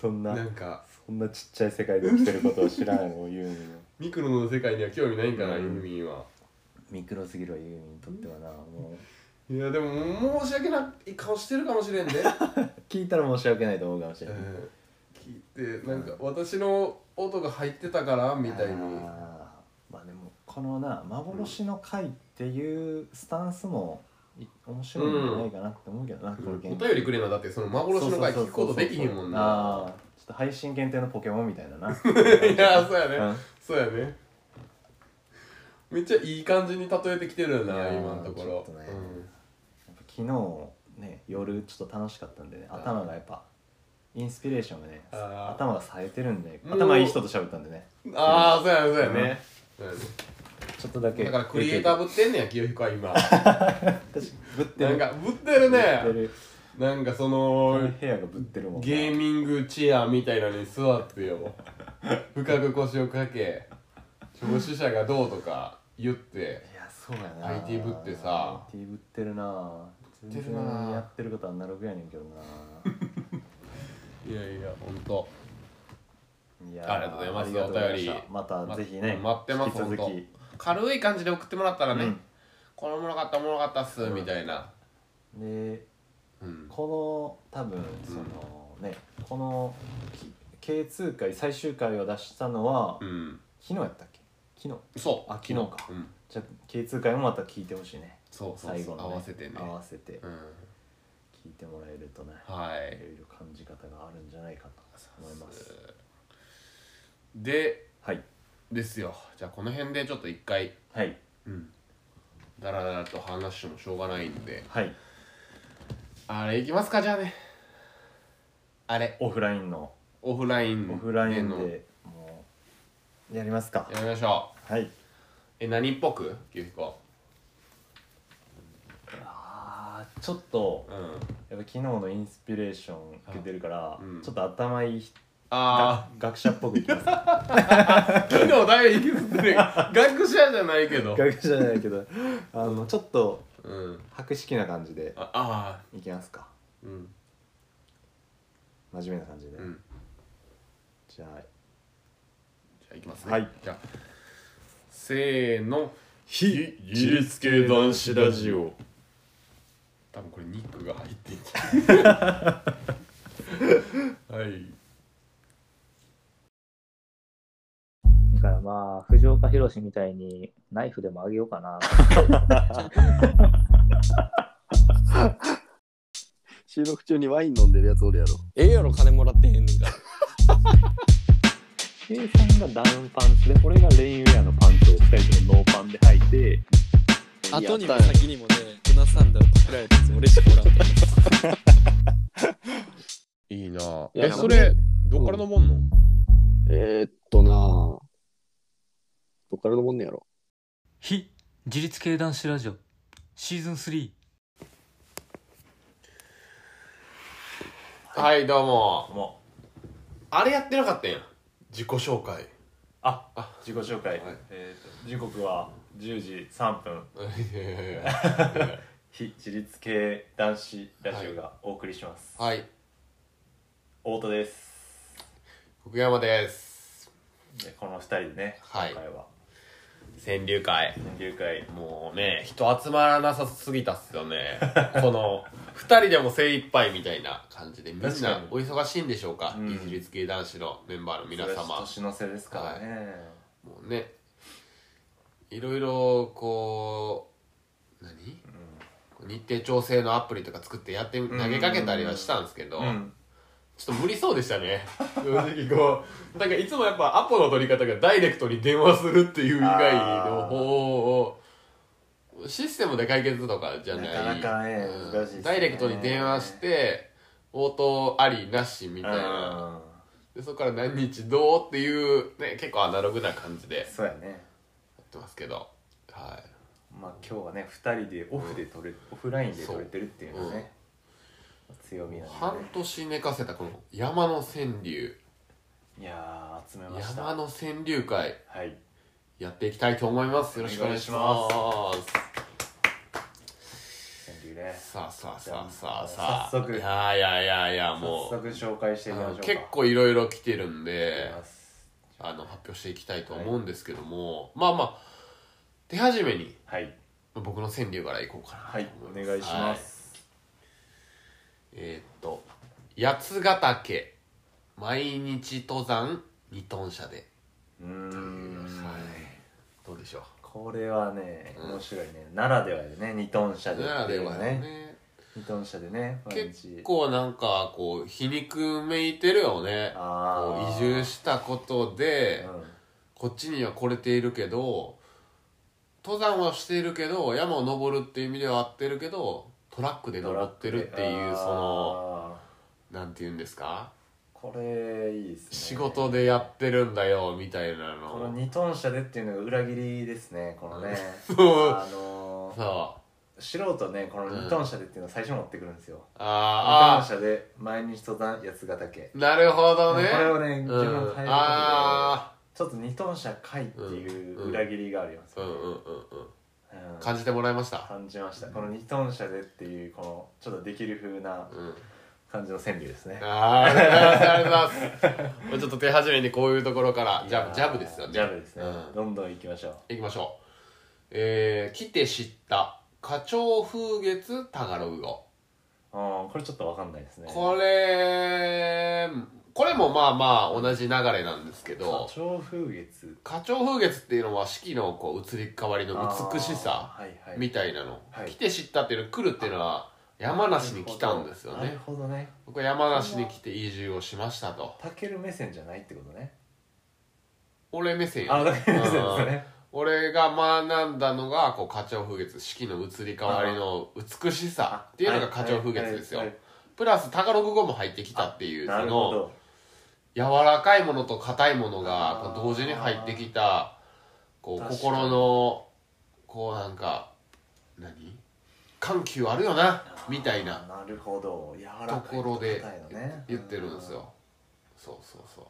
Speaker 2: そんな
Speaker 1: なんか
Speaker 2: そんなちっちゃい世界で起きてることを知らんやろユーミンは
Speaker 1: ミクロの世界には興味ないんかな、
Speaker 2: うん
Speaker 1: ユーミンは
Speaker 2: ミクロすぎるわユーミンにとってはなもう
Speaker 1: いやでも申し訳ない顔してるかもしれん で、
Speaker 2: 聞いたら申し訳ないと思うかもしれない、
Speaker 1: うん聞いてなんか私の音が入ってたからみたいに
Speaker 2: あーまあでもこのな幻の回っていうスタンスもい面白いんじゃないかなって思うけどな、こ
Speaker 1: お
Speaker 2: れ
Speaker 1: 便りくれなだってその幻の回聞くことできひんもん
Speaker 2: ああ
Speaker 1: な
Speaker 2: ちょっと配信限定のポケモンみたいな ない
Speaker 1: いやそうやね、
Speaker 2: うん
Speaker 1: そうやねめっちゃいい感じに例えてきてるよ
Speaker 2: いや
Speaker 1: な
Speaker 2: ー
Speaker 1: 今のとこ
Speaker 2: ちょ
Speaker 1: ろ
Speaker 2: っとねやっぱ昨日ね夜ちょっと楽しかったんでね頭がやっぱインスピレーションがね
Speaker 1: あー
Speaker 2: 頭が冴えてるんで
Speaker 1: もう
Speaker 2: 頭いい人と喋ったんでね
Speaker 1: うんああそうやねそうやね、
Speaker 2: ちょっとだ
Speaker 1: そう
Speaker 2: け
Speaker 1: やねだからクリエイターぶってんねや清彦は今
Speaker 2: 私ぶって
Speaker 1: な
Speaker 2: る
Speaker 1: んかぶってるね
Speaker 2: ぶってる
Speaker 1: なんかそ
Speaker 2: こ
Speaker 1: の
Speaker 2: の部屋がぶってるもんな
Speaker 1: ゲーミングチェアみたいなのに座ってよ深く腰をかけ聴取者がどうとか言って
Speaker 2: いやそそうやな
Speaker 1: IT ぶってさ
Speaker 2: IT ぶってるな
Speaker 1: ぶってるな
Speaker 2: 全然やってることアナログやねんけ どな
Speaker 1: いやいや本当
Speaker 2: いやー
Speaker 1: ありがとうございます
Speaker 2: あがとうございました
Speaker 1: お便り
Speaker 2: またぜひね、
Speaker 1: ま待ってます
Speaker 2: 引き続
Speaker 1: 本
Speaker 2: き
Speaker 1: 当軽い感じで送ってもらったらね、
Speaker 2: うん
Speaker 1: これおもろかったおもろかったっす、みたいな、
Speaker 2: で
Speaker 1: うん、
Speaker 2: この多分そのねこのき K2 回最終回を出したのは、
Speaker 1: うん、
Speaker 2: 昨日やったっけ昨日
Speaker 1: そう
Speaker 2: あ昨日か
Speaker 1: うん、
Speaker 2: じゃあ K2 回もまた聞いてほしいね
Speaker 1: そうそうそう
Speaker 2: 最後の、ね、
Speaker 1: 合わせてね
Speaker 2: 合わせて
Speaker 1: うん
Speaker 2: 聞いてもらえるとね、
Speaker 1: はい
Speaker 2: いろいろ感じ方があるんじゃないかと思います
Speaker 1: で
Speaker 2: はい
Speaker 1: ですよじゃあこの辺でちょっと一回
Speaker 2: はい
Speaker 1: うんだらだらと話してもしょうがないんで
Speaker 2: はい
Speaker 1: あれいきますかじゃあねあれ
Speaker 2: オフラインの
Speaker 1: オフライン
Speaker 2: オフライン
Speaker 1: のや
Speaker 2: でもうやりますか
Speaker 1: りましょう
Speaker 2: はい
Speaker 1: え何っぽくゆきこ
Speaker 2: あーちょっと
Speaker 1: うん
Speaker 2: やっぱ昨日のインスピレーション受けてるから、
Speaker 1: あうん
Speaker 2: ちょっと頭いい人
Speaker 1: あ
Speaker 2: が学者っぽくいきます
Speaker 1: あ昨日大いです ね学者じゃないけど
Speaker 2: 学者じゃないけどあのちょっと
Speaker 1: うん
Speaker 2: 博識な感じで
Speaker 1: ああ
Speaker 2: いきますか
Speaker 1: ーうん
Speaker 2: 真面目な感じで、
Speaker 1: うん
Speaker 2: じゃあ
Speaker 1: じゃあいきますね
Speaker 2: はい
Speaker 1: じゃあせーの
Speaker 2: 非
Speaker 1: 自立系男子ラジオ多分これニックが入ってんじゃ んはい
Speaker 4: だからまあ、藤岡弘みたいにナイフでもあげようか な。
Speaker 5: 収録中にワイン飲んでるやつおるやろ
Speaker 6: え えやろ金もらってへんねんから
Speaker 4: 計算がダウンパンツで、俺がレインウェアのパンツを2人ともノーパンで履いて、
Speaker 6: 後に
Speaker 5: や
Speaker 6: も
Speaker 5: ったね
Speaker 6: 先にもね粉サンダルパクられたやつ俺しかおらんから
Speaker 1: いいなぁ
Speaker 5: いや
Speaker 1: えそれどっから飲もんの、
Speaker 5: えー、っとなあどっからのもんねやろ
Speaker 7: 非自立系男子ラジオシーズン3
Speaker 1: はいどうも
Speaker 2: も
Speaker 1: あれやってなかったんや自己紹介
Speaker 2: うあ自己紹介、
Speaker 1: はい
Speaker 2: えーと時刻は10時3分非自立系男子ラジオがお送りします、
Speaker 1: はい
Speaker 2: 太田です
Speaker 1: 福山です
Speaker 2: でこの2人でね、
Speaker 1: はい
Speaker 2: 今回は
Speaker 1: 川柳会
Speaker 2: 研究会
Speaker 1: もうね人集まらなさすぎたっすよねこの2人でも精一杯みたいな感じでみんな
Speaker 2: 確かに
Speaker 1: お忙しいんでしょうか、
Speaker 2: うん
Speaker 1: 自立系男子のメンバーの皆様
Speaker 2: 年の瀬ですからね、
Speaker 1: もうねいろいろこう何、こう日程調整のアプリとか作ってやってみ
Speaker 2: んうん
Speaker 1: 投げかけたりはしたんですけど、
Speaker 2: うん
Speaker 1: ちょっと無理そうでしたね正直こうなんかいつもやっぱアポの取り方がダイレクトに電話するっていう以外の方をシステムで解決とかじゃない
Speaker 2: なかなかね
Speaker 1: うん
Speaker 2: 難しいっすね
Speaker 1: ダイレクトに電話して応答ありなしみたいな
Speaker 2: うん
Speaker 1: でそこから何日どうっていう、ね、結構アナログな感じで
Speaker 2: そうやね
Speaker 1: やってますけどは
Speaker 2: まあ今日はね2人でオフで撮れ、オフラインで撮れてるっていうのはね、強み
Speaker 1: い
Speaker 2: なんで、
Speaker 1: 半年寝かせたこの山の川柳
Speaker 2: いやー集めました
Speaker 1: 山の川柳会
Speaker 2: はい
Speaker 1: やっていきたいと思いますよろしくお願いします
Speaker 2: 川柳ね
Speaker 1: さあさあさあさあさあ
Speaker 2: 早速
Speaker 1: いやいやいやいや
Speaker 2: 早
Speaker 1: もう
Speaker 2: 速紹介していきましょうか
Speaker 1: 結構いろいろ来てるんで
Speaker 2: います
Speaker 1: あの発表していきたいと思うんですけども、まあまあ手始めに
Speaker 2: はい
Speaker 1: 僕の川柳からいこうかな
Speaker 2: はい
Speaker 1: と思
Speaker 2: お願いしま、す
Speaker 1: はいえーっと八ヶ岳毎日登山二トン車で
Speaker 2: うーん
Speaker 1: はいどうでしょう
Speaker 2: これはね
Speaker 1: うん
Speaker 2: 面白いねならではやね二トン車で
Speaker 1: なら
Speaker 2: ってい
Speaker 1: で
Speaker 2: うの
Speaker 1: は
Speaker 2: は
Speaker 1: ね
Speaker 2: ね二トン車でね毎
Speaker 1: 結
Speaker 2: 日
Speaker 1: 構なんかこう皮肉めいてるよねこ
Speaker 2: あ
Speaker 1: う
Speaker 2: ー
Speaker 1: 移住したことで、
Speaker 2: うん
Speaker 1: こっちには来れているけど登山はしているけど山を登るっていう意味では合ってるけどトラックで登ってるっていうその
Speaker 2: あ
Speaker 1: なんて言うんですか
Speaker 2: ーこれいいですね
Speaker 1: 仕事でやってるんだよみたいな
Speaker 2: この
Speaker 1: の
Speaker 2: 二トン車でっていうのが裏切りですねこのね
Speaker 1: そう
Speaker 2: あのー
Speaker 1: さあ
Speaker 2: 素人ねこの二トン車でっていうのを最初持ってくるんですよ二トン
Speaker 1: あーあ
Speaker 2: 車で毎日登山八ヶ岳
Speaker 1: ーなるほ
Speaker 2: こ
Speaker 1: どね
Speaker 2: れをね
Speaker 1: う
Speaker 2: 自分の
Speaker 1: ん
Speaker 2: 変えることで
Speaker 1: あ
Speaker 2: ちょっと二トン車かいっていう裏切りがあります
Speaker 1: あうんうんうんうん
Speaker 2: うん
Speaker 1: 感じてもらいました
Speaker 2: 感じましたこの二トン車でっていうこのちょっとできる風な
Speaker 1: うん
Speaker 2: 感じの川柳ですね
Speaker 1: あーありがとうございますありがとうございますも うちょっと手始めにこういうところからジャブジャブですよね
Speaker 2: ジャブですね、
Speaker 1: うん
Speaker 2: どんどん行きましょう
Speaker 1: いきましょうえー、来て知った花鳥風月タガログ語
Speaker 2: うんこれちょっとわかんないですね
Speaker 1: これこれもまあまあ同じ流れなんですけど
Speaker 2: 花鳥風月
Speaker 1: 花鳥風月っていうのは四季のこう移り変わりの美しさ
Speaker 2: あーはいはい
Speaker 1: みたいなの、
Speaker 2: はい
Speaker 1: 来て知ったっていうの来るっていうのは山梨に来たんですよ
Speaker 2: な
Speaker 1: ね
Speaker 2: るほどね
Speaker 1: 僕は山梨に来て移住をしましたと
Speaker 2: タケル目線じゃないってことね
Speaker 1: 俺目線
Speaker 2: あ
Speaker 1: よ
Speaker 2: タケル目線ですね
Speaker 1: 俺が学んだのがこう花鳥風月四季の移り変わりの美しさっていうのが花鳥風月ですよ
Speaker 2: はいはい
Speaker 1: プラスタガログ語も入ってきたっていう
Speaker 2: はいな
Speaker 1: そ
Speaker 2: る
Speaker 1: の
Speaker 2: ほど
Speaker 1: 柔らかいものと硬いものがこ
Speaker 2: あー
Speaker 1: う同時に入ってきたこう
Speaker 2: 確かに
Speaker 1: 心のこうなんか何緩急あるよなみたいな
Speaker 2: なるほど柔らかい
Speaker 1: ところで
Speaker 2: 硬いのね
Speaker 1: 言ってるんですよそうそうそう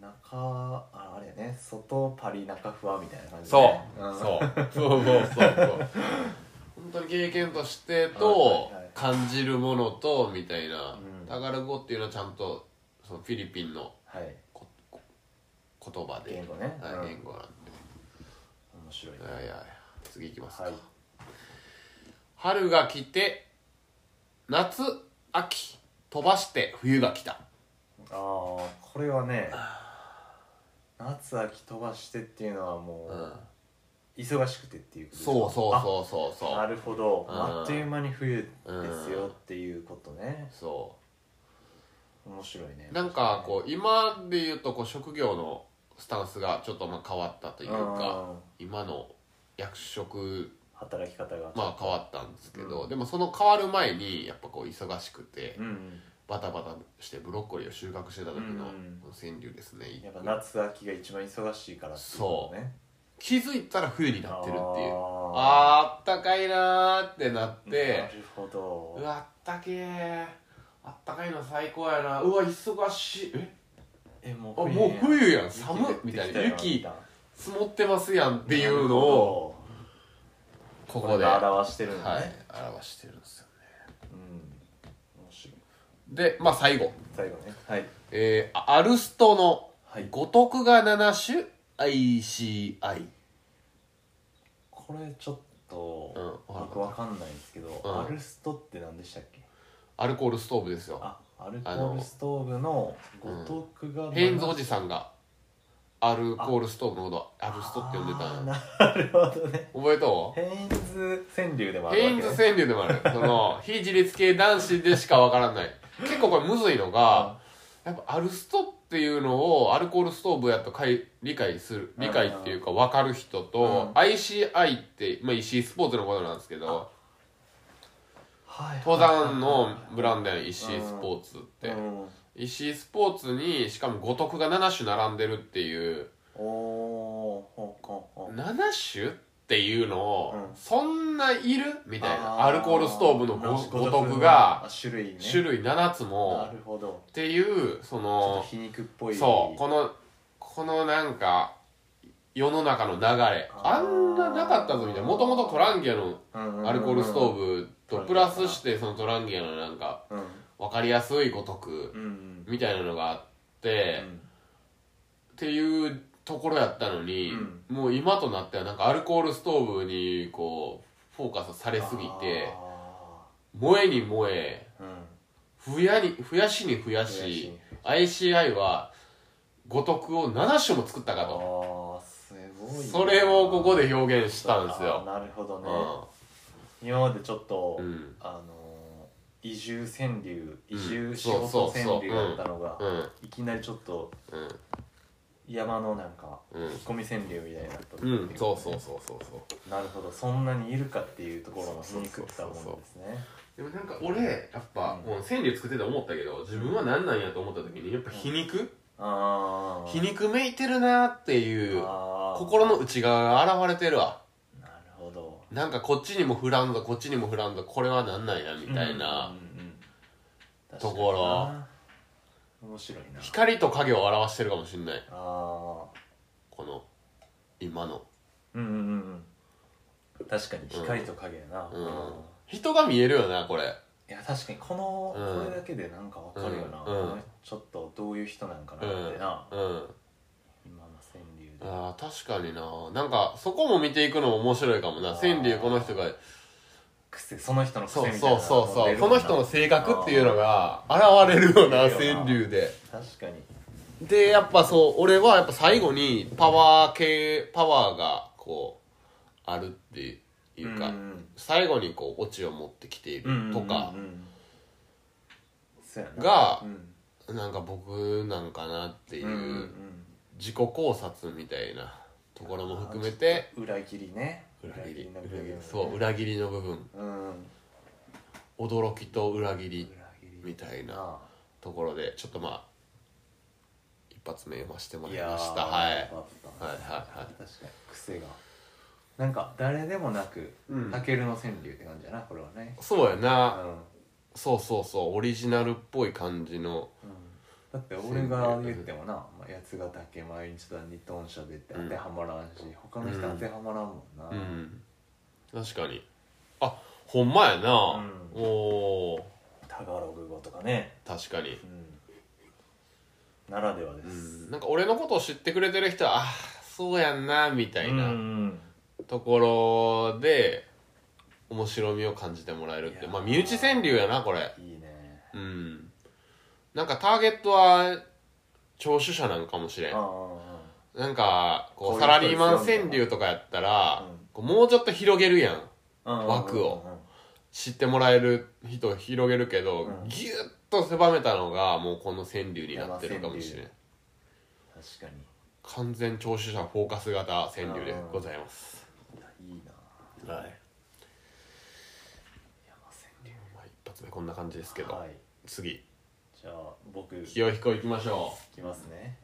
Speaker 2: 中ああれやね外パリ中ふわみたいな感じ、ね、
Speaker 1: そう、
Speaker 2: ん
Speaker 1: そうそうそうそうそう本当に経験としてと
Speaker 2: はいはいはい
Speaker 1: 感じるものとみたいな
Speaker 2: うん
Speaker 1: タガル語っていうのはちゃんとそのフィリピンの
Speaker 2: はい
Speaker 1: ここ言葉で
Speaker 2: 言語ね
Speaker 1: はい
Speaker 2: うん
Speaker 1: 言語なんで
Speaker 2: 面白い
Speaker 1: い
Speaker 2: ね
Speaker 1: やいや次いきますか、
Speaker 2: はい
Speaker 1: 春が来て夏秋飛ばして冬が来た
Speaker 2: ああこれはね夏秋飛ばしてっていうのはも
Speaker 1: う
Speaker 2: う、
Speaker 1: ん
Speaker 2: 忙しくてっていうことですか
Speaker 1: そうそう
Speaker 2: あ
Speaker 1: そうそうそう
Speaker 2: なるほど、
Speaker 1: うん
Speaker 2: あっという間に冬ですよっていうことね、
Speaker 1: そ
Speaker 2: 面白いね
Speaker 1: うなんかこう今で言うとこう職業のスタンスがちょっとまあ変わったと
Speaker 2: う
Speaker 1: いうんか今の役職
Speaker 2: 働き方が
Speaker 1: まあ変わったんですけど、
Speaker 2: うん
Speaker 1: でもその変わる前にやっぱこう忙しくて
Speaker 2: うん
Speaker 1: バタバタしてブロッコリーを収穫してた時の
Speaker 2: う
Speaker 1: こ
Speaker 2: ん
Speaker 1: の川柳ですね、
Speaker 2: やっぱ夏秋が一番忙しいからっていうことね
Speaker 1: 気づいたら冬になってるっていう
Speaker 2: あ
Speaker 1: あーあったかいなーってなっ
Speaker 2: ーな
Speaker 1: て
Speaker 2: るほ
Speaker 1: う
Speaker 2: ど
Speaker 1: わあったけーあったかいの最高やなうわ忙しいえ
Speaker 2: えも
Speaker 1: あもう冬やん
Speaker 2: 雪
Speaker 1: 寒っ
Speaker 2: 降
Speaker 1: み
Speaker 2: って
Speaker 1: た
Speaker 2: き
Speaker 1: い
Speaker 2: た
Speaker 1: な
Speaker 2: よ
Speaker 1: 雪積もってますやんっていうのを
Speaker 2: を
Speaker 1: ここ
Speaker 2: ここ
Speaker 1: で
Speaker 2: で表してるんだ
Speaker 1: は
Speaker 2: ね
Speaker 1: い表してるんですよね
Speaker 2: うん面白い
Speaker 1: でまあ最後
Speaker 2: 最後ねはい
Speaker 1: えー、アルストの
Speaker 2: はい
Speaker 1: 五徳が7種 ICI
Speaker 2: これちょっ
Speaker 1: うん
Speaker 2: と
Speaker 1: わかんない
Speaker 2: 僕わかんないんですけど
Speaker 1: うん
Speaker 2: アルストって何でしたっけ
Speaker 1: アルコールストーブですよ
Speaker 2: あアルコールストーブの五徳が
Speaker 1: ヘンズおじさんがアルコールストーブのことをアルストって呼んでたんや
Speaker 2: あーなるほどね
Speaker 1: 覚えとう
Speaker 2: ヘンズ川柳でもあるわ
Speaker 1: ヘイ
Speaker 2: け、
Speaker 1: ン
Speaker 2: ね、
Speaker 1: ズ川柳で もある。その、非自立系男子でしかわからない。結構これむずいのが、やっぱアルストっていうのをアルコールストーブやとかい理解する、理解っていうか分かる人と、
Speaker 2: う
Speaker 1: ICI って、まあ、石井スポーツのことなんですけど、
Speaker 2: はい
Speaker 1: 登山のブランドやん、石井スポーツって。
Speaker 2: うん
Speaker 1: 石井スポーツに、しかも五徳が7種並んでるっていう、
Speaker 2: おおほんほんほん
Speaker 1: 7種っていうのを、
Speaker 2: うん
Speaker 1: そんないるみたいな。
Speaker 2: あ
Speaker 1: アルコールストーブの
Speaker 2: なる
Speaker 1: 五
Speaker 2: ほど
Speaker 1: 五徳が、
Speaker 2: あ種類ね
Speaker 1: 種類7つも
Speaker 2: なるほど
Speaker 1: っていうそ
Speaker 2: ちょっ
Speaker 1: の
Speaker 2: と皮肉っぽい
Speaker 1: そうこのこのなんか世の中の流れあ
Speaker 2: あー
Speaker 1: んななかったぞみたいなもともとトランギアの
Speaker 2: うんうんうん
Speaker 1: アルコールストーブと
Speaker 2: うん
Speaker 1: プラスしてそのトランギアのなんか
Speaker 2: うん
Speaker 1: 分かりやすいごとく
Speaker 2: うんうん
Speaker 1: みたいなのがあっ
Speaker 2: う
Speaker 1: て
Speaker 2: ん
Speaker 1: っていうところやったのに
Speaker 2: うん
Speaker 1: もう今となってはなんかアルコールストーブにこうフォーカスされすぎて
Speaker 2: あ
Speaker 1: 燃えに燃え
Speaker 2: ーうん
Speaker 1: 増やに増やしに増や
Speaker 2: 悔
Speaker 1: し
Speaker 2: い
Speaker 1: ICI は五徳を7種も作ったか
Speaker 2: あ
Speaker 1: と
Speaker 2: ーすごいな
Speaker 1: それをここで表現したんです
Speaker 2: あー
Speaker 1: よ、
Speaker 2: なるほどね
Speaker 1: う
Speaker 2: 今までちょっと
Speaker 1: んうん
Speaker 2: あのー移住川柳
Speaker 1: うん
Speaker 2: 移住仕
Speaker 1: そう
Speaker 2: 事
Speaker 1: そうそう
Speaker 2: 川柳だったのが
Speaker 1: うん
Speaker 2: いきなりちょっと
Speaker 1: うん
Speaker 2: 山のなんか
Speaker 1: うん
Speaker 2: 引っ込み川柳みたいになったってい
Speaker 1: うん
Speaker 2: ね
Speaker 1: そうそうそうそうそう
Speaker 2: なるほどそんなにいるかっていうところの皮肉ったもんですね
Speaker 1: でもなんか俺やっぱ
Speaker 2: うん
Speaker 1: この川柳作ってて思ったけど自分は何なんやと思った時にやっぱ皮肉
Speaker 2: ああ
Speaker 1: 皮肉めいてるなっていう
Speaker 2: あー
Speaker 1: 心の内側が現れてるわ
Speaker 2: なるほど
Speaker 1: なんかこっちにも振らんぞこっちにも振らんぞこれは何なんやみたいな、
Speaker 2: うんうんうん確か
Speaker 1: と
Speaker 2: にな
Speaker 1: ころ
Speaker 2: 面白いな
Speaker 1: 光と影を表してるかもしんない
Speaker 2: ああ
Speaker 1: この今の
Speaker 2: うんうんうん確かに光と影やな、
Speaker 1: うん
Speaker 2: い
Speaker 1: 人が見えるよなこれ
Speaker 2: や確かにこの、
Speaker 1: うん
Speaker 2: これだけでなんかわかるよな、
Speaker 1: うん
Speaker 2: このちょっとどういう人なんかなってな、
Speaker 1: うん
Speaker 2: 今の川柳で、
Speaker 1: あー確かにななんかそこも見ていくのも面白いかもな
Speaker 2: あー
Speaker 1: 川柳この人が
Speaker 2: 癖その人の癖
Speaker 1: そう
Speaker 2: みたいな
Speaker 1: そうそう
Speaker 2: のが
Speaker 1: そ
Speaker 2: 出
Speaker 1: う
Speaker 2: る
Speaker 1: こ
Speaker 2: もんな
Speaker 1: の人の性格っていうのが現れるような
Speaker 2: 出るよな
Speaker 1: 川柳で
Speaker 2: 確かに
Speaker 1: でやっぱそう俺はやっぱ最後にパワー系パワーがこうあるっていうか、
Speaker 2: ん
Speaker 1: 最後にこうオチを持ってきてい
Speaker 2: うん
Speaker 1: るとか
Speaker 2: うんうんうんそうやな
Speaker 1: が
Speaker 2: うん
Speaker 1: なんか僕なんかなっていう
Speaker 2: うんうん
Speaker 1: う自己考察みたいなところも含めて
Speaker 2: うん裏切りね
Speaker 1: 裏切り
Speaker 2: の部分
Speaker 1: そう裏切りの部分
Speaker 2: うん
Speaker 1: 驚きと裏切り
Speaker 2: 裏切り
Speaker 1: みたいな
Speaker 2: な
Speaker 1: ところでちょっとまあ一発目読ませてもらい
Speaker 2: や
Speaker 1: ました
Speaker 2: ー
Speaker 1: はい
Speaker 2: よかった
Speaker 1: はいはいはい
Speaker 2: 確かに癖がなんか誰でもなく
Speaker 1: うん
Speaker 2: たけるの川柳って感じだなこれはね
Speaker 1: そうや
Speaker 2: う
Speaker 1: な、
Speaker 2: ん
Speaker 1: そうそうそうオリジナルっぽい感じの
Speaker 2: だって俺が言ってもな、まあ、八ヶ岳毎日だ二トンしゃべって当てはまらんし、他の人当てはまらんもんな、
Speaker 1: うん確かにあほんまやな、
Speaker 2: うん
Speaker 1: おー
Speaker 2: タガログ語とかね、
Speaker 1: 確かに、
Speaker 2: うん、ならではで
Speaker 1: う
Speaker 2: す
Speaker 1: ん、なんか俺のことを知ってくれてる人はあーそうやんなみた
Speaker 2: う
Speaker 1: いなところで面白みを感じてもらえるっ
Speaker 2: い
Speaker 1: て
Speaker 2: やー
Speaker 1: まあ身内川柳やなこれ
Speaker 2: いいね
Speaker 1: うんなんかターゲットは聴取者なんかもしれん
Speaker 2: あ
Speaker 1: なんかこう
Speaker 2: こういう
Speaker 1: サ
Speaker 2: 人
Speaker 1: ラリーマン川柳とかやったら、
Speaker 2: うん
Speaker 1: こうもうちょっと広げるやん
Speaker 2: あ
Speaker 1: 枠を知ってもらえる人を広げるけど、
Speaker 2: うん
Speaker 1: ギュッと狭めたのがもうこの川柳になってるかもしれない
Speaker 2: 確か
Speaker 1: 完全聴取者フォーカス型川柳でございます
Speaker 2: にいいな
Speaker 1: はい
Speaker 2: 山川柳
Speaker 1: まあ、一発目こんな感じですけど、
Speaker 2: はい
Speaker 1: 次
Speaker 2: じゃあ僕い
Speaker 1: 気を引こういきましょう
Speaker 2: きますね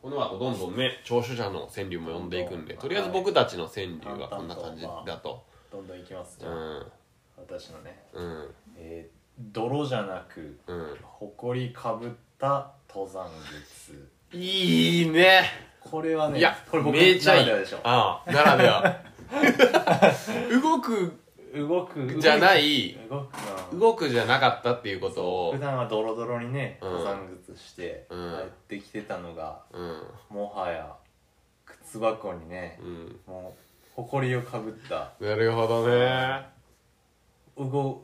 Speaker 1: この後どんどんね聴取者の川柳も読んでいくんで
Speaker 2: はい
Speaker 1: とりあえず僕たちの川柳はこんな感じだと
Speaker 2: どんどんいきますじ
Speaker 1: う
Speaker 2: ゃあ、
Speaker 1: ん
Speaker 2: 私のね、
Speaker 1: うん
Speaker 2: えー、泥じゃなく
Speaker 1: うん
Speaker 2: 埃かぶった登山靴
Speaker 1: いいね
Speaker 2: これはね
Speaker 1: いや
Speaker 2: これ僕
Speaker 1: めちゃいい
Speaker 2: ならではでしょ
Speaker 1: ああならでは 動く
Speaker 2: 動く
Speaker 1: じゃないい
Speaker 2: 動くな
Speaker 1: 動くじゃなかったっていうことを
Speaker 2: 普段はドロドロにね
Speaker 1: うん
Speaker 2: 登山靴して
Speaker 1: うん
Speaker 2: 帰ってきてたのが、
Speaker 1: うん
Speaker 2: もはや靴箱にね、
Speaker 1: うん
Speaker 2: もう埃をかぶった
Speaker 1: なるほどね
Speaker 2: 動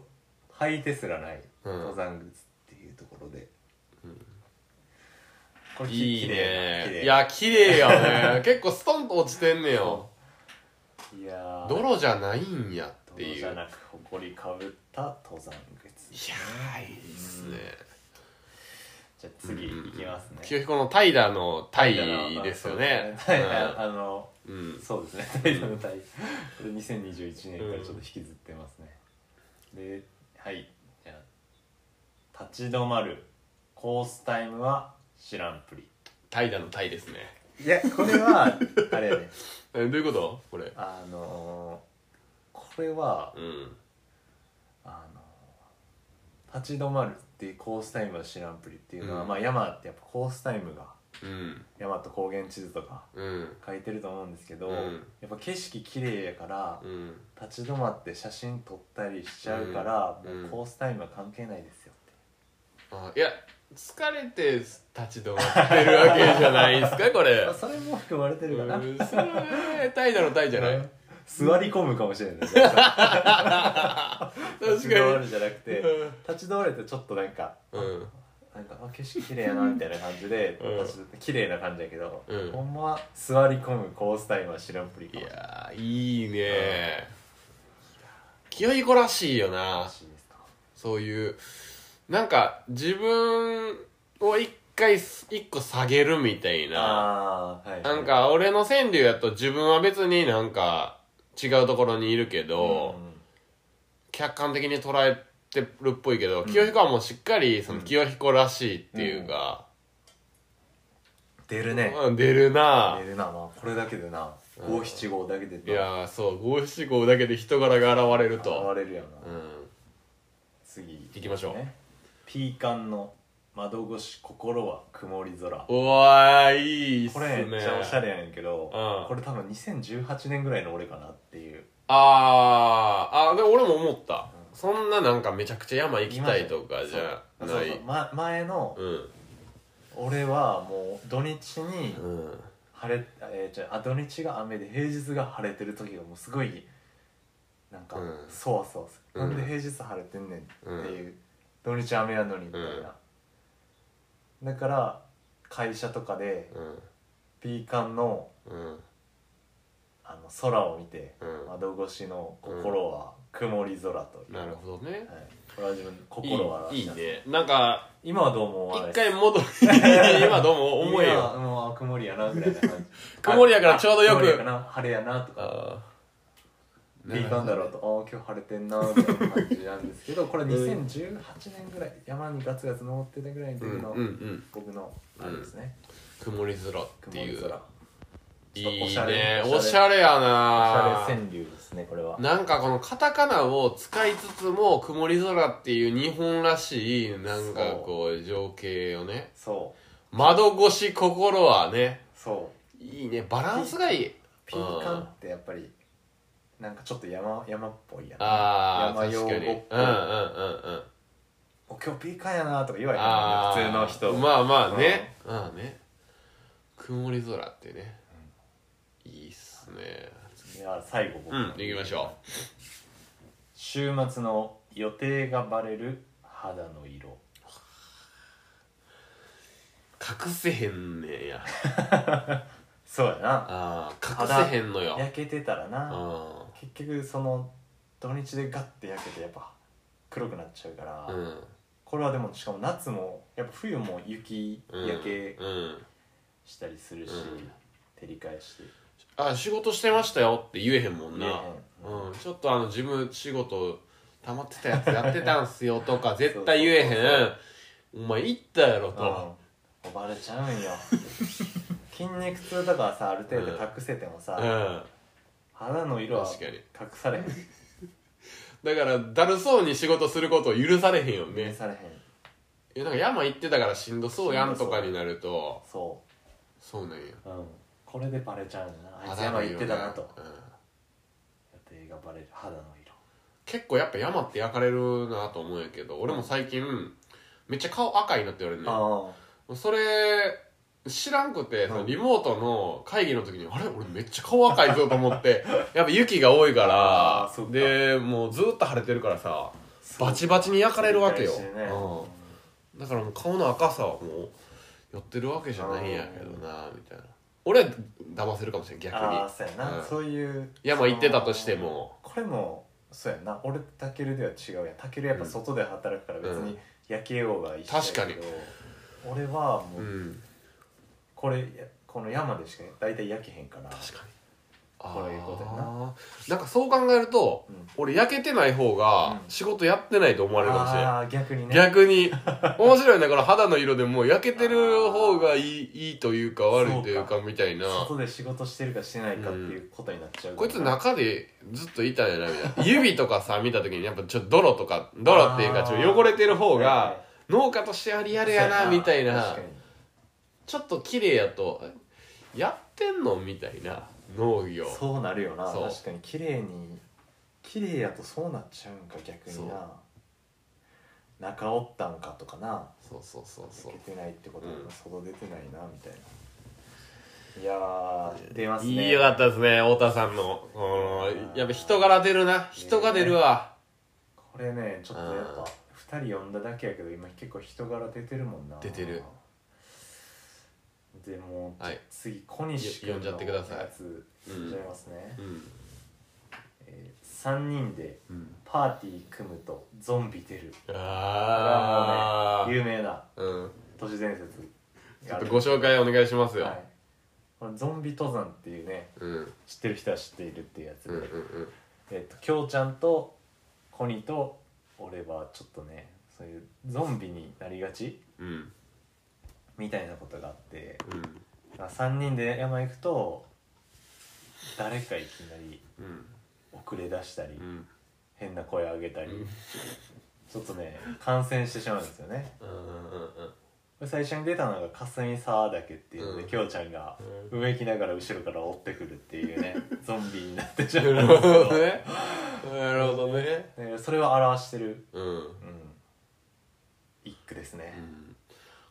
Speaker 2: 履いてすらない
Speaker 1: うん
Speaker 2: 登山靴っていうところで、これ
Speaker 1: いい
Speaker 2: 綺麗な綺
Speaker 1: ね
Speaker 2: 麗
Speaker 1: いや綺麗やね結構ストンと落ちてんねよ
Speaker 2: いやー
Speaker 1: 泥じゃないんやって
Speaker 2: 泥
Speaker 1: いうい
Speaker 2: じ
Speaker 1: や
Speaker 2: ゃなく埃かぶった登山靴
Speaker 1: ーいいっすね
Speaker 2: じゃあ次いきますね、
Speaker 1: 清彦のタイダのタイ
Speaker 2: だから
Speaker 1: ですよね
Speaker 2: そうですねはいあの
Speaker 1: うんうん
Speaker 2: そうですね大の大これ2021年からちょっと引きずってますね、ではいじゃあ立ち止まるコースタイムは知らんぷり
Speaker 1: タイダのタイですね
Speaker 2: いやこれはあれやね
Speaker 1: えどういうことこれ
Speaker 2: あのーこれは
Speaker 1: うん
Speaker 2: あのー立ち止まるっていうコースタイムは知らんぷりっていうのは、
Speaker 1: うん
Speaker 2: まあ山ってやっぱコースタイムが
Speaker 1: うん
Speaker 2: 山と高原地図とか
Speaker 1: うん
Speaker 2: 書いてると思うんですけど、
Speaker 1: うん
Speaker 2: やっぱ景色綺麗やから、
Speaker 1: うん
Speaker 2: 立ち止まって写真撮ったりしちゃうから、
Speaker 1: うん
Speaker 2: もうコースタイムは関係ないですよって
Speaker 1: あいや疲れて立ち止まってるわけじゃないです かこれ
Speaker 2: あそれも含まれてるかな、
Speaker 1: うんそれタイだのタイじゃない
Speaker 2: 座り込むかもしれない 確か
Speaker 1: 確か
Speaker 2: 立ち止まる
Speaker 1: に
Speaker 2: じゃなくて立ち止まるとちょっとなんか
Speaker 1: うん
Speaker 2: なんかあ景色綺麗やなみたいな感じで、
Speaker 1: うん
Speaker 2: 立ち止まって綺麗な感じやけど、
Speaker 1: うん
Speaker 2: ほんまは座り込むコースタイムは知らんぷりか
Speaker 1: い
Speaker 2: もしれない
Speaker 1: やーいいねー清彦らしいよ
Speaker 2: ら
Speaker 1: な
Speaker 2: しいですか
Speaker 1: そういうなんか自分を一回す一個下げるみたいな
Speaker 2: ああはい
Speaker 1: なんか俺の川柳やと自分は別になんか違うところにいるけど、客観的に捉えてるっぽいけど、清彦はもうしっかりその清彦らしいっていうか、
Speaker 2: 出るね
Speaker 1: うん出るな
Speaker 2: 出るなまあこれだけでな
Speaker 1: うん
Speaker 2: 五七五だけで
Speaker 1: いやーそう五七五だけで人柄が現れる
Speaker 2: 現
Speaker 1: と、
Speaker 2: れるよな、
Speaker 1: うん、
Speaker 2: 次
Speaker 1: 行きましょう
Speaker 2: ピーカンの窓越し心は曇り空
Speaker 1: うわーいいっす
Speaker 2: こ
Speaker 1: ね
Speaker 2: れめっちゃおしゃれやねんけど、
Speaker 1: うん
Speaker 2: これ多分2018年ぐらいの俺かなっていう
Speaker 1: ああーあーでも俺も思った、そんななんかめちゃくちゃ山行きたいとかじゃ
Speaker 2: そう
Speaker 1: な
Speaker 2: そうそう
Speaker 1: い
Speaker 2: ま、前の
Speaker 1: うん
Speaker 2: 俺はもう土日に
Speaker 1: うん
Speaker 2: 晴れ、えー、じゃああ土日が雨で平日が晴れてる時がもうすごいなんか
Speaker 1: うん
Speaker 2: そわそわする、
Speaker 1: うん
Speaker 2: なんで平日晴れてんねんって
Speaker 1: うん
Speaker 2: いう、土日雨やのにみたいな、だから会社とかで
Speaker 1: うん
Speaker 2: ピーカンの
Speaker 1: うん
Speaker 2: あの空を見て、
Speaker 1: うん
Speaker 2: 窓越しの心は曇り空という、
Speaker 1: なるほどね
Speaker 2: はい、これは自分の
Speaker 1: いい
Speaker 2: 心は
Speaker 1: いいねなんか
Speaker 2: 今はどうも思わない
Speaker 1: 一
Speaker 2: です
Speaker 1: 回戻る 今どうも思え
Speaker 2: 今
Speaker 1: よ
Speaker 2: はもう曇りやなぐらいな感じ
Speaker 1: 曇りやからちょうどよく
Speaker 2: あ曇りやかな晴れやなとか
Speaker 1: あ
Speaker 2: ピーカンだろうとああ今日晴れてんなみたいな感じなんで すけどこれ2018年ぐらい山にガツガツ登ってたぐらいの
Speaker 1: ーう
Speaker 2: 時
Speaker 1: ん
Speaker 2: の、
Speaker 1: うんうん
Speaker 2: 僕のあれですね、
Speaker 1: 曇り空って
Speaker 2: 曇
Speaker 1: い
Speaker 2: り
Speaker 1: う
Speaker 2: 空
Speaker 1: い
Speaker 2: お
Speaker 1: い
Speaker 2: しゃれ
Speaker 1: ねおしゃれや
Speaker 2: お
Speaker 1: な
Speaker 2: しゃれ川柳ですねこれは
Speaker 1: なんかこのカタカナを使いつつも曇り空っていう日本らしいなんかこう情景をね
Speaker 2: そう
Speaker 1: 窓越し心はね
Speaker 2: そう
Speaker 1: いいねバランスがいい
Speaker 2: ピーカンってやっぱりなんかちょっと山山っぽいやん
Speaker 1: ああ確
Speaker 2: 山用
Speaker 1: か
Speaker 2: 語っぽい
Speaker 1: にうんうんうんうん
Speaker 2: お今日ピーカンやなとか言わへんもんね
Speaker 1: あー
Speaker 2: 普通の人
Speaker 1: まあまあねまあね曇り空ってねいいっすね
Speaker 2: では最後僕
Speaker 1: うん行きましょ
Speaker 2: 週末の予定がバレる肌の色
Speaker 1: う隠せへんねんや
Speaker 2: そうやな
Speaker 1: ああ隠せへんのよ
Speaker 2: 焼けてたら
Speaker 1: う
Speaker 2: なん結局その土日でガッて焼けてやっぱ黒くなっちゃうから、
Speaker 1: うん
Speaker 2: これはでもしかも夏もやっぱ冬も雪
Speaker 1: うん
Speaker 2: 焼け
Speaker 1: うん
Speaker 2: したりするし、
Speaker 1: うん
Speaker 2: 照り返して
Speaker 1: あ仕事してましたよって言えへんもんな、
Speaker 2: 言えへん
Speaker 1: うん、ちょっとあの事務仕事溜まってたやつやってたんすよとか絶対言えへん
Speaker 2: そうそう
Speaker 1: お前行ったやろ
Speaker 2: うん
Speaker 1: と、
Speaker 2: もうバレちゃうん よ筋肉痛とかはさある程度隠せてもさ、
Speaker 1: うん
Speaker 2: 肌の色は
Speaker 1: 確かに
Speaker 2: 隠されへん
Speaker 1: だからだるそうに仕事することを許されへんよ
Speaker 2: 隠
Speaker 1: ね
Speaker 2: されへん
Speaker 1: えなんか山行ってたからしんどそうやんとかになると
Speaker 2: そう
Speaker 1: そうなんや
Speaker 2: うん、これでバレちゃうんだなあいつ山行ってたなと
Speaker 1: うん
Speaker 2: 予定がバレる肌の色
Speaker 1: 結構やっぱ山って焼かれるなと思うんやけど俺も最近めっちゃ顔赤いなって言われるねん
Speaker 2: あ
Speaker 1: それ知らんくて、その
Speaker 2: うん
Speaker 1: リモートの会議の時にあれ俺めっちゃ顔赤いぞと思って やっぱ雪が多い
Speaker 2: あ
Speaker 1: か
Speaker 2: ーそ
Speaker 1: ら
Speaker 2: っか
Speaker 1: でもうずっと晴れてるからさ
Speaker 2: あ
Speaker 1: バチバチに焼かれるわけよ、
Speaker 2: 繰り返してね
Speaker 1: うん、だからもう顔の赤さはもう寄ってるわけじゃないんやけどなみたいな俺は騙せるかもしれん逆に
Speaker 2: ああそうやな、
Speaker 1: うん
Speaker 2: そういう
Speaker 1: 山行ってたとしても
Speaker 2: そのこれもそうやな俺とタケルでは違うやんタケルやっぱ外で働くから別
Speaker 1: うん
Speaker 2: に焼けようが一緒やけど、
Speaker 1: 確か
Speaker 2: 俺はも
Speaker 1: う
Speaker 2: うんこれ、この山でしか大体焼けへんから
Speaker 1: 確かに
Speaker 2: これいうことやな
Speaker 1: あーなんかそう考えると、
Speaker 2: うん
Speaker 1: 俺焼けてない方が
Speaker 2: うん
Speaker 1: 仕事やってないと思われるかもしれん
Speaker 2: ああ逆にね
Speaker 1: 逆に 面白いねこの肌の色でもう焼けてる方がいいいいというか悪いというかみたいな
Speaker 2: 外で仕事してるかしてないかっていうことになっちゃうか
Speaker 1: こい
Speaker 2: ら
Speaker 1: つ中でずっといたんやなみ たいな指とかさ見た時にやっぱちょっと泥とか泥っていうかちょっと汚れてる方が農家としてはリアルやなみたいな
Speaker 2: 確かに
Speaker 1: ちょっと綺麗やとえやってんのみたいな農業
Speaker 2: そうなるよな
Speaker 1: そう
Speaker 2: 確かに綺麗に綺麗やとそうなっちゃうんか逆にな中おったんかとかな
Speaker 1: そうそうそう
Speaker 2: 受
Speaker 1: そう
Speaker 2: けてないってことは
Speaker 1: うん
Speaker 2: 外出てないなみたいないやー出ます
Speaker 1: い
Speaker 2: ね
Speaker 1: いよかったですね太田さんのこのやっぱ人柄出るな人が出るわ、
Speaker 2: これねちょっとやっ
Speaker 1: あ
Speaker 2: ぱ2人呼んだだけやけど今結構人柄出てるもんな
Speaker 1: 出てる
Speaker 2: でもう、
Speaker 1: はい
Speaker 2: 次小西君
Speaker 1: よ呼んじゃってください
Speaker 2: のやつ
Speaker 1: う
Speaker 2: 呼ん
Speaker 1: ん
Speaker 2: じゃいますね、
Speaker 1: うん
Speaker 2: えー、3人で
Speaker 1: うん
Speaker 2: パーティー組むとゾンビ出る
Speaker 1: ああ、
Speaker 2: 有名な
Speaker 1: うん、
Speaker 2: 都市伝説
Speaker 1: ちょっとご紹介お願いしますよ、
Speaker 2: はいこれゾンビ登山っていうね
Speaker 1: うんうん
Speaker 2: 知ってる人は知っているっていうやつで、
Speaker 1: うんうん
Speaker 2: えっと京ちゃんとコニと俺はちょっとねそういうゾンビになりがち
Speaker 1: うん
Speaker 2: みたいなことがあって
Speaker 1: うん
Speaker 2: 3人で山行くと誰かいきなり
Speaker 1: うん
Speaker 2: 遅れ出したり、
Speaker 1: うん
Speaker 2: 変な声上げたり、
Speaker 1: うん
Speaker 2: ちょっとね感染してしまうんですよね
Speaker 1: うんうんうん
Speaker 2: 最初に出たのが霞沢岳っていうので、
Speaker 1: うん
Speaker 2: きょうちゃんが
Speaker 1: う
Speaker 2: うめきながら後ろから追ってくるっていう ねゾンビになってちゃう
Speaker 1: なるほどねなるほどね
Speaker 2: ねそれを表してる、
Speaker 1: うん
Speaker 2: うん、一句ですね、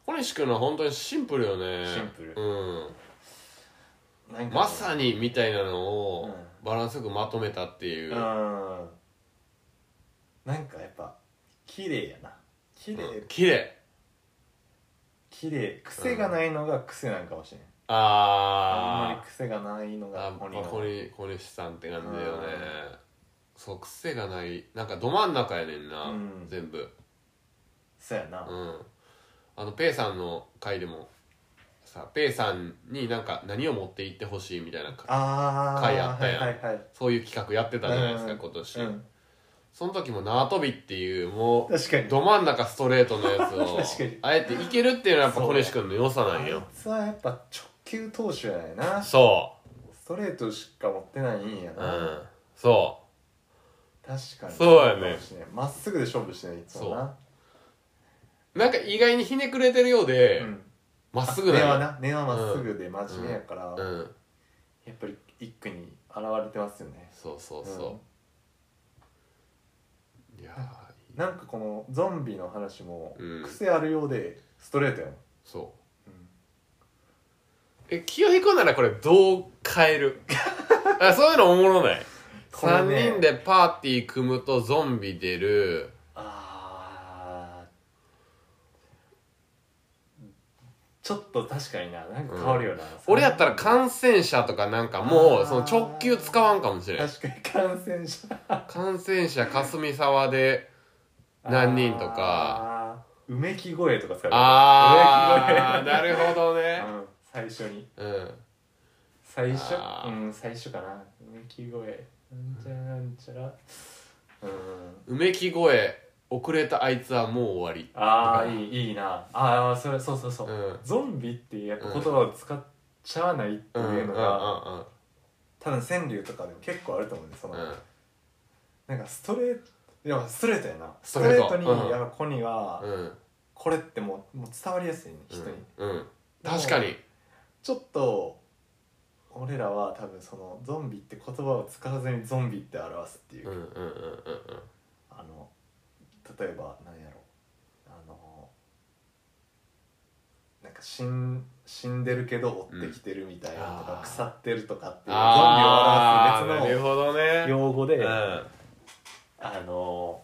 Speaker 1: 小西君のは本当にシンプルよね
Speaker 2: シンプル
Speaker 1: うん
Speaker 2: なんか
Speaker 1: まさにみたいなの
Speaker 2: う
Speaker 1: を
Speaker 2: ん
Speaker 1: バランスよくまとめたっていうう、
Speaker 2: んなんかやっぱ綺麗やな綺麗、
Speaker 1: うん綺麗
Speaker 2: 綺麗癖がないのが癖なんかもしれん、あんま
Speaker 1: あ
Speaker 2: り癖がないの
Speaker 1: あ
Speaker 2: が
Speaker 1: あ
Speaker 2: こ
Speaker 1: やっ
Speaker 2: こに
Speaker 1: ぱ小西小西さんって感じだよね
Speaker 2: う
Speaker 1: そう癖がないなんかど真ん中やねんな、
Speaker 2: うん
Speaker 1: 全部
Speaker 2: そうやな、
Speaker 1: うんあのペイさんの回でもさペイさんになんか何を持って行ってほしいみたいなか
Speaker 2: ああ
Speaker 1: 回あったやん
Speaker 2: はいはいはい
Speaker 1: そういう企画やってたじゃないですか、
Speaker 2: うん
Speaker 1: 今年、
Speaker 2: うん、
Speaker 1: その時も縄跳びっていうもう
Speaker 2: 確かに
Speaker 1: ど真ん中ストレートのやつ
Speaker 2: 確か
Speaker 1: を
Speaker 2: に
Speaker 1: あえていけるっていうのはやっぱ小西君の良さなんよ
Speaker 2: あいつはやっぱ直球投手やなス
Speaker 1: そ
Speaker 2: トレートしか持ってないんや
Speaker 1: うう
Speaker 2: な、
Speaker 1: んそ
Speaker 2: 確かに
Speaker 1: そうやね
Speaker 2: まっすぐで勝負してないいつもな
Speaker 1: うなんか意外にひねくれてるようで
Speaker 2: うん
Speaker 1: ま、っすぐ
Speaker 2: 根
Speaker 1: な
Speaker 2: は
Speaker 1: の
Speaker 2: な根はまっすぐで真面目やから、
Speaker 1: う
Speaker 2: や
Speaker 1: ん
Speaker 2: っぱり一句に現れてますよね
Speaker 1: そうそうそう、いやー
Speaker 2: なんかこのゾンビの話も
Speaker 1: うん
Speaker 2: 癖あるようでストレートやもん、
Speaker 1: そう、え気を引くならこれどう変える あそういうのおもろない、
Speaker 2: これ
Speaker 1: 三
Speaker 2: ね
Speaker 1: 3人でパーティー組むとゾンビ出る
Speaker 2: あーちょっと確かにななんか変わるよな、
Speaker 1: 俺やったら感染者とかなんかも
Speaker 2: あ
Speaker 1: う
Speaker 2: ー
Speaker 1: その直球使わんかもしれない
Speaker 2: 確かに感染者
Speaker 1: 感染者霞沢で何人とか
Speaker 2: かうめき声とか使う
Speaker 1: ああ
Speaker 2: うめき声
Speaker 1: なるほどね
Speaker 2: うん最初に
Speaker 1: うん
Speaker 2: 最初
Speaker 1: あ
Speaker 2: う
Speaker 1: ー
Speaker 2: ん最初かなうめき声なんちゃらなんちゃらうん
Speaker 1: うめき声遅れたあいつはもう終わり
Speaker 2: ああいいいいなああそれそうそうそう、
Speaker 1: うん
Speaker 2: ゾンビっていうやっぱ言葉を使っちゃわないって
Speaker 1: うんうんう
Speaker 2: い
Speaker 1: ん
Speaker 2: う
Speaker 1: う
Speaker 2: の
Speaker 1: ん
Speaker 2: が、多分川柳とかでも結構あると思うんでその、
Speaker 1: うん
Speaker 2: なんかストレートいやストレートやな
Speaker 1: ス
Speaker 2: ス
Speaker 1: ト
Speaker 2: ト
Speaker 1: レー
Speaker 2: レ
Speaker 1: ト
Speaker 2: ートに
Speaker 1: うん
Speaker 2: やっぱ子には、
Speaker 1: うん
Speaker 2: これってもうもう伝わりやすいね人に、
Speaker 1: うんうん確かに
Speaker 2: ちょっと俺らは多分そのゾンビって言葉を使わずにゾンビって表すっていう、
Speaker 1: うんうんうんうんうん
Speaker 2: あの例えば何やろあのなんか死ん死んでるけど追ってきてるみたいなとか、
Speaker 1: うん
Speaker 2: 腐ってるとかっていうゾン
Speaker 1: ああ
Speaker 2: ビ
Speaker 1: なる
Speaker 2: を表す別
Speaker 1: ほ
Speaker 2: の
Speaker 1: どね
Speaker 2: 用語で、
Speaker 1: うん
Speaker 2: あの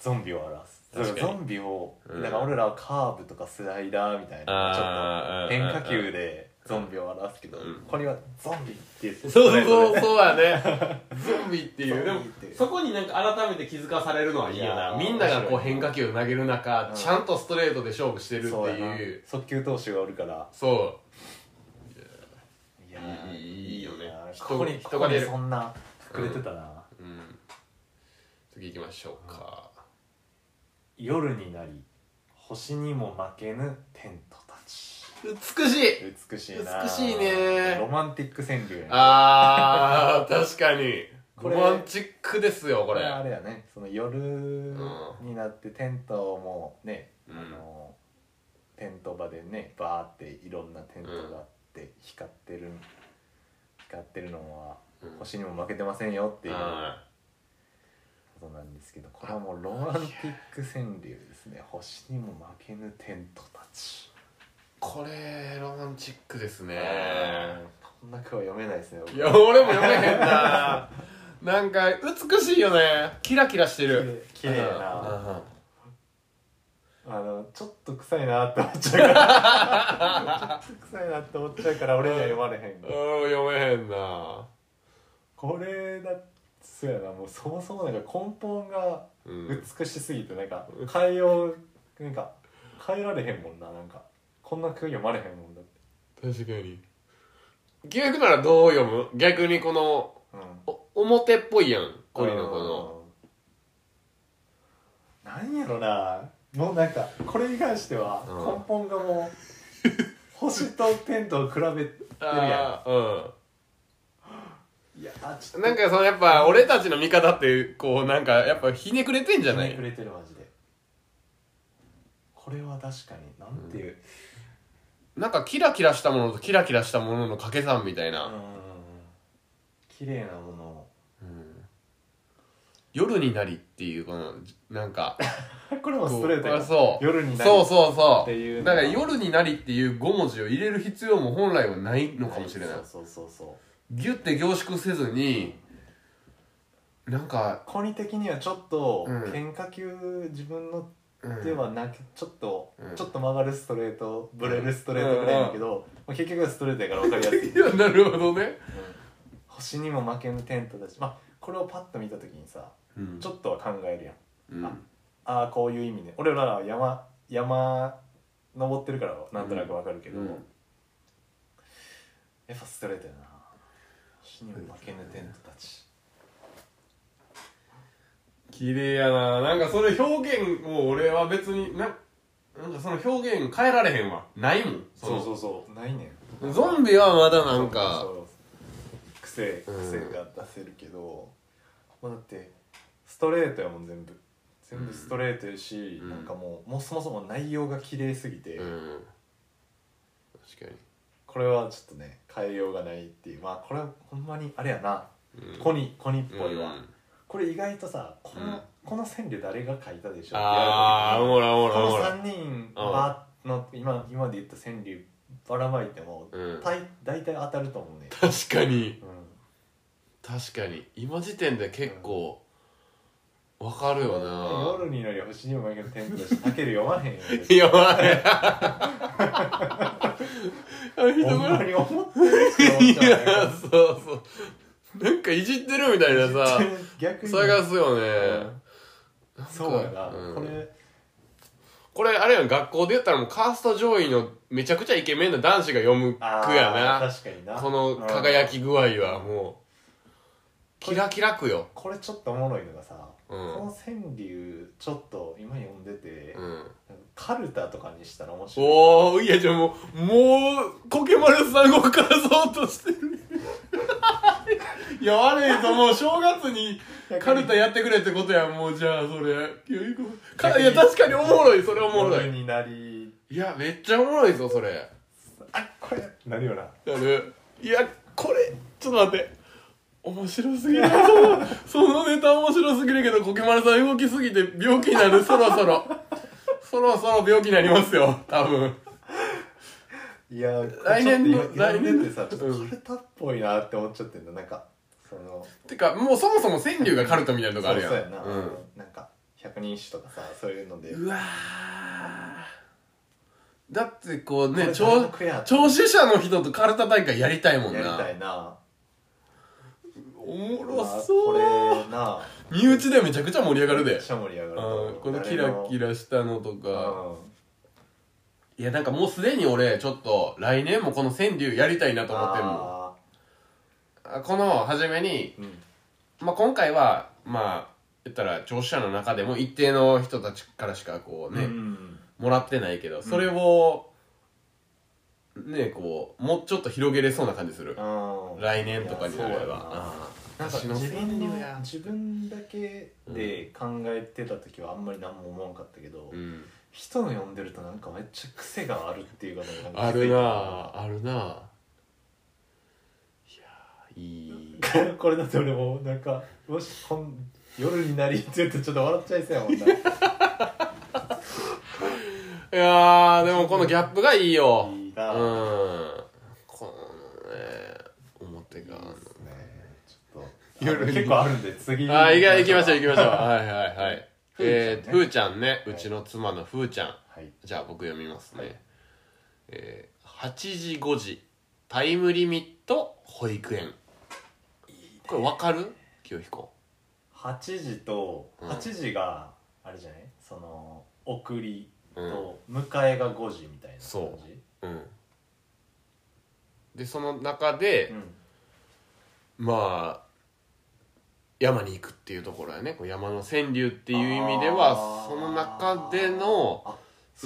Speaker 2: ゾンビを表すだから
Speaker 1: 確かに
Speaker 2: ゾンビを、
Speaker 1: うん
Speaker 2: だから俺らはカーブとかスライダーみたいな
Speaker 1: あー
Speaker 2: ちょっと変化球でゾンビを表すけど、
Speaker 1: うん
Speaker 2: これはゾンビって言って
Speaker 1: そうそう
Speaker 2: れ
Speaker 1: そ
Speaker 2: ぞ
Speaker 1: う
Speaker 2: れ
Speaker 1: そうやね ゾンビっていうで
Speaker 2: ゾ
Speaker 1: も
Speaker 2: ンビっていう
Speaker 1: そこになんか改めて気づかされるのはいいよ
Speaker 2: いや
Speaker 1: な
Speaker 2: ー
Speaker 1: みんながこう変化球投げる中、
Speaker 2: うん
Speaker 1: ちゃんとストレートで勝負してるって
Speaker 2: そうやな
Speaker 1: いう
Speaker 2: 速球投手がおるから
Speaker 1: そ
Speaker 2: いや
Speaker 1: いいいいよね
Speaker 2: や
Speaker 1: 人
Speaker 2: ここに
Speaker 1: 人
Speaker 2: 人
Speaker 1: が
Speaker 2: が
Speaker 1: 出
Speaker 2: 出
Speaker 1: る
Speaker 2: るそんな隠れてたな、
Speaker 1: う、うん、次行きましょうか、
Speaker 2: 夜になり星にも負けぬテントたち
Speaker 1: 美しい
Speaker 2: 美しいな
Speaker 1: 美しいね
Speaker 2: ロマンティック川柳やね
Speaker 1: あー確かに
Speaker 2: これ
Speaker 1: ロマンチックですよこ
Speaker 2: こ
Speaker 1: れ
Speaker 2: れあれやねその夜になってテントもね、
Speaker 1: うん
Speaker 2: あのテント場でねバーっていろんなテントがあって、光ってる光ってるのは
Speaker 1: うん
Speaker 2: 星にも負けてませんよっていうこ
Speaker 1: あ
Speaker 2: となんですけどこれはもうロマンティック川柳ですね星にも負けぬテントたち、
Speaker 1: ーこれロマンチックですね
Speaker 2: こんな句は読めないですね僕
Speaker 1: いや俺も読めへん ななんか美しいよねキラキラしてる
Speaker 2: 綺麗綺麗やな
Speaker 1: うんうんうん
Speaker 2: あのちょっと臭いなって思っちゃうからちょっと臭いなって思っちゃうから俺には読まれへんが
Speaker 1: うん読めへんな
Speaker 2: これだそうやなもうそもそもなんか根本が
Speaker 1: うん
Speaker 2: 美しすぎてなんか変えようなんか変えられへんもんななんかこんな句読まれへんもんだって
Speaker 1: 確かに逆ならどう読む逆にこの
Speaker 2: うん
Speaker 1: お表っぽいやんコリのこの
Speaker 2: うんなんやろなもうなんかこれに関しては
Speaker 1: う
Speaker 2: 根
Speaker 1: ん
Speaker 2: 本がもう星とテントを比べてるや
Speaker 1: あー
Speaker 2: んいやあち
Speaker 1: う
Speaker 2: ょ
Speaker 1: ん
Speaker 2: っ
Speaker 1: なんかそのやっぱ俺たちの味方ってこうなんかやっぱひねくれてんじ
Speaker 2: と
Speaker 1: ゃな
Speaker 2: ひねく
Speaker 1: い
Speaker 2: れてるマジでこれは確かになんていう、
Speaker 1: なんかキラキラしたものとキラキラしたものの掛け算みたいな、
Speaker 2: うん綺麗なもの を
Speaker 1: 夜になりっていうこのなんか
Speaker 2: これも ストレー
Speaker 1: こ
Speaker 2: トや
Speaker 1: うそう
Speaker 2: 夜になり
Speaker 1: そうそうそう
Speaker 2: っていうの
Speaker 1: だ
Speaker 2: が
Speaker 1: から夜になりっていう5文字を入れる必要も本来はないのかもしれない
Speaker 2: そうそうそうそう
Speaker 1: ギュッて凝縮せずになんか、
Speaker 2: コニ的にはちょっと
Speaker 1: うん
Speaker 2: 喧嘩球自分の
Speaker 1: うん
Speaker 2: ではなくちょっと、
Speaker 1: うん
Speaker 2: ちょっと曲がるストレートブレるストレートぐらいだけど、まあ、結局はストレートやから分かりやすい
Speaker 1: いやなるほどね、
Speaker 2: 星にも負けぬテントだしまあこれをパッと見た時にさ
Speaker 1: うん
Speaker 2: ちょっとは考えるやん
Speaker 1: うん
Speaker 2: ああこういう意味ね俺らは山山登ってるからなんとなくわかるけど、
Speaker 1: うん
Speaker 2: やっぱストレートやな死にも負けぬテントたち
Speaker 1: 綺麗やななんかそれ表現を俺は別にななんかその表現変えられへんわないもん
Speaker 2: そう
Speaker 1: う
Speaker 2: そうそうないねん
Speaker 1: ゾンビはまだなんか
Speaker 2: そうそう癖
Speaker 1: うん
Speaker 2: 癖が出せるけど、まあだってストレートやもん全部全部ストレートやし、
Speaker 1: うん
Speaker 2: なんかもうもうそもそも内容が綺麗すぎて、
Speaker 1: うん確か
Speaker 2: これはちょっとね変えようがないっていうまあこれはほんまにあれやな、
Speaker 1: に、うん
Speaker 2: コニコニっぽいわ、
Speaker 1: うん
Speaker 2: これ意外とさこの,、
Speaker 1: うん
Speaker 2: この線で誰が書いたでしょって言
Speaker 1: ああお
Speaker 2: わ
Speaker 1: もろいおも
Speaker 2: れた時に
Speaker 1: ろいおもろい
Speaker 2: この3人ばの今今で言った川柳ばらまいても、
Speaker 1: うん
Speaker 2: 大大体当たると思うね、
Speaker 1: 確かに
Speaker 2: う
Speaker 1: 確かに今時点で結構わかるよ
Speaker 2: ん、
Speaker 1: な
Speaker 2: 夜になり星にも負ける天気 だしタケル読まへんよ
Speaker 1: いやばい
Speaker 2: ほんまに思ってるしか思っ
Speaker 1: い
Speaker 2: てない
Speaker 1: やそうそうなんかいじってるみたいなさ
Speaker 2: 逆に
Speaker 1: 探すよね、
Speaker 2: うんそうやな、
Speaker 1: うん
Speaker 2: これ
Speaker 1: これあれやん学校で言ったらもうカースト上位のめちゃくちゃイケメンな男子が読む句
Speaker 2: あー
Speaker 1: やな
Speaker 2: 確かにな
Speaker 1: この輝き具合はもうキラキラ句よ
Speaker 2: これちょっとおもろいのがさ、
Speaker 1: うん
Speaker 2: この川柳ちょっと今読んでて、
Speaker 1: うん
Speaker 2: カルタとかにしたら面白い
Speaker 1: おーいやじゃあもうもうコケマルさんをからそうとしてるいや悪いともう正月にカルタやってくれってことやもうじゃあそれいやいこうかいや確かにおもろいそれおもろ
Speaker 2: 夜
Speaker 1: い
Speaker 2: になり
Speaker 1: いやめっちゃおもろいぞそれ
Speaker 2: あこれなるよな
Speaker 1: なるいやこれちょっと待って面白すぎるそのそのネタ面白すぎるけどコケマルさん動きすぎて病気になるそろそろそろそろ病気になりますよ多分
Speaker 2: いや
Speaker 1: 来年の
Speaker 2: 来
Speaker 1: 来年
Speaker 2: 年
Speaker 1: の
Speaker 2: ってさちょっとカルタっぽいなって思っちゃってんだなんかその
Speaker 1: てかもうそもそも川柳がカルトみたいなとこあるやん
Speaker 2: そうそうやな、
Speaker 1: うん
Speaker 2: なんか百人一首とかさそういうので
Speaker 1: うわーだってこうね
Speaker 2: これ
Speaker 1: 聴
Speaker 2: クエア
Speaker 1: 聴取者の人とカルタ大会やりたいもん
Speaker 2: やりた
Speaker 1: ない
Speaker 2: な
Speaker 1: おもろ
Speaker 2: こ
Speaker 1: そう
Speaker 2: れな
Speaker 1: 身内でめちゃくちゃ盛り上がる
Speaker 2: め
Speaker 1: で
Speaker 2: っちゃ盛り上が
Speaker 1: う
Speaker 2: る
Speaker 1: ん
Speaker 2: と思う
Speaker 1: このキラキラしたのと
Speaker 2: 誰
Speaker 1: か
Speaker 2: も
Speaker 1: いやなんかもうすでに俺ちょっと来年もこの川柳やりたいな
Speaker 2: うん
Speaker 1: と思ってるもん
Speaker 2: あ
Speaker 1: あこの初めに、
Speaker 2: ーうん
Speaker 1: まあ、今回はまあ言ったら聴取者の中でも一定の人たちからしかこうね、
Speaker 2: うん
Speaker 1: もらってないけどそれを、ねこうもうちょっと広げれそうな感じする、
Speaker 2: うん
Speaker 1: 来年とかになれ
Speaker 2: いやそうや
Speaker 1: ば
Speaker 2: なんか
Speaker 1: 私の
Speaker 2: 自分
Speaker 1: 川
Speaker 2: の
Speaker 1: 柳や
Speaker 2: 自分だけで考えてた時はあんまり何も思わんかったけど、
Speaker 1: うん
Speaker 2: 人の読んでるとなんかめっちゃ癖があるっていうかなんか
Speaker 1: あるなああるなあいやーいい
Speaker 2: これだって俺もなんかもしこん夜になりって言ってちょっと笑っちゃいそうや もんな
Speaker 1: いやーでもこのギャップがいいよ
Speaker 2: いいうな、い
Speaker 1: ん
Speaker 2: い
Speaker 1: このね表
Speaker 2: で
Speaker 1: が
Speaker 2: すねちょっと
Speaker 1: 夜に
Speaker 2: あの結構あるんで次
Speaker 1: あーいや行きましょう
Speaker 2: 行
Speaker 1: 行きましょう はいはいはい
Speaker 2: ふーちゃんね
Speaker 1: えーふーちゃんねうちの妻のふーちゃん
Speaker 2: はい
Speaker 1: じゃあ僕読みますね、えー8時5時タイムリミット保育園これわかる清彦
Speaker 2: 8時と
Speaker 1: うん
Speaker 2: 8時があれじゃないその送り
Speaker 1: うん、
Speaker 2: と迎えが5時みたいな
Speaker 1: そう
Speaker 2: 感じ
Speaker 1: うん、でその中で、
Speaker 2: ん
Speaker 1: まあ山に行くっていうところやねこう山の川柳っていう意味では
Speaker 2: あー
Speaker 1: その中での
Speaker 2: あ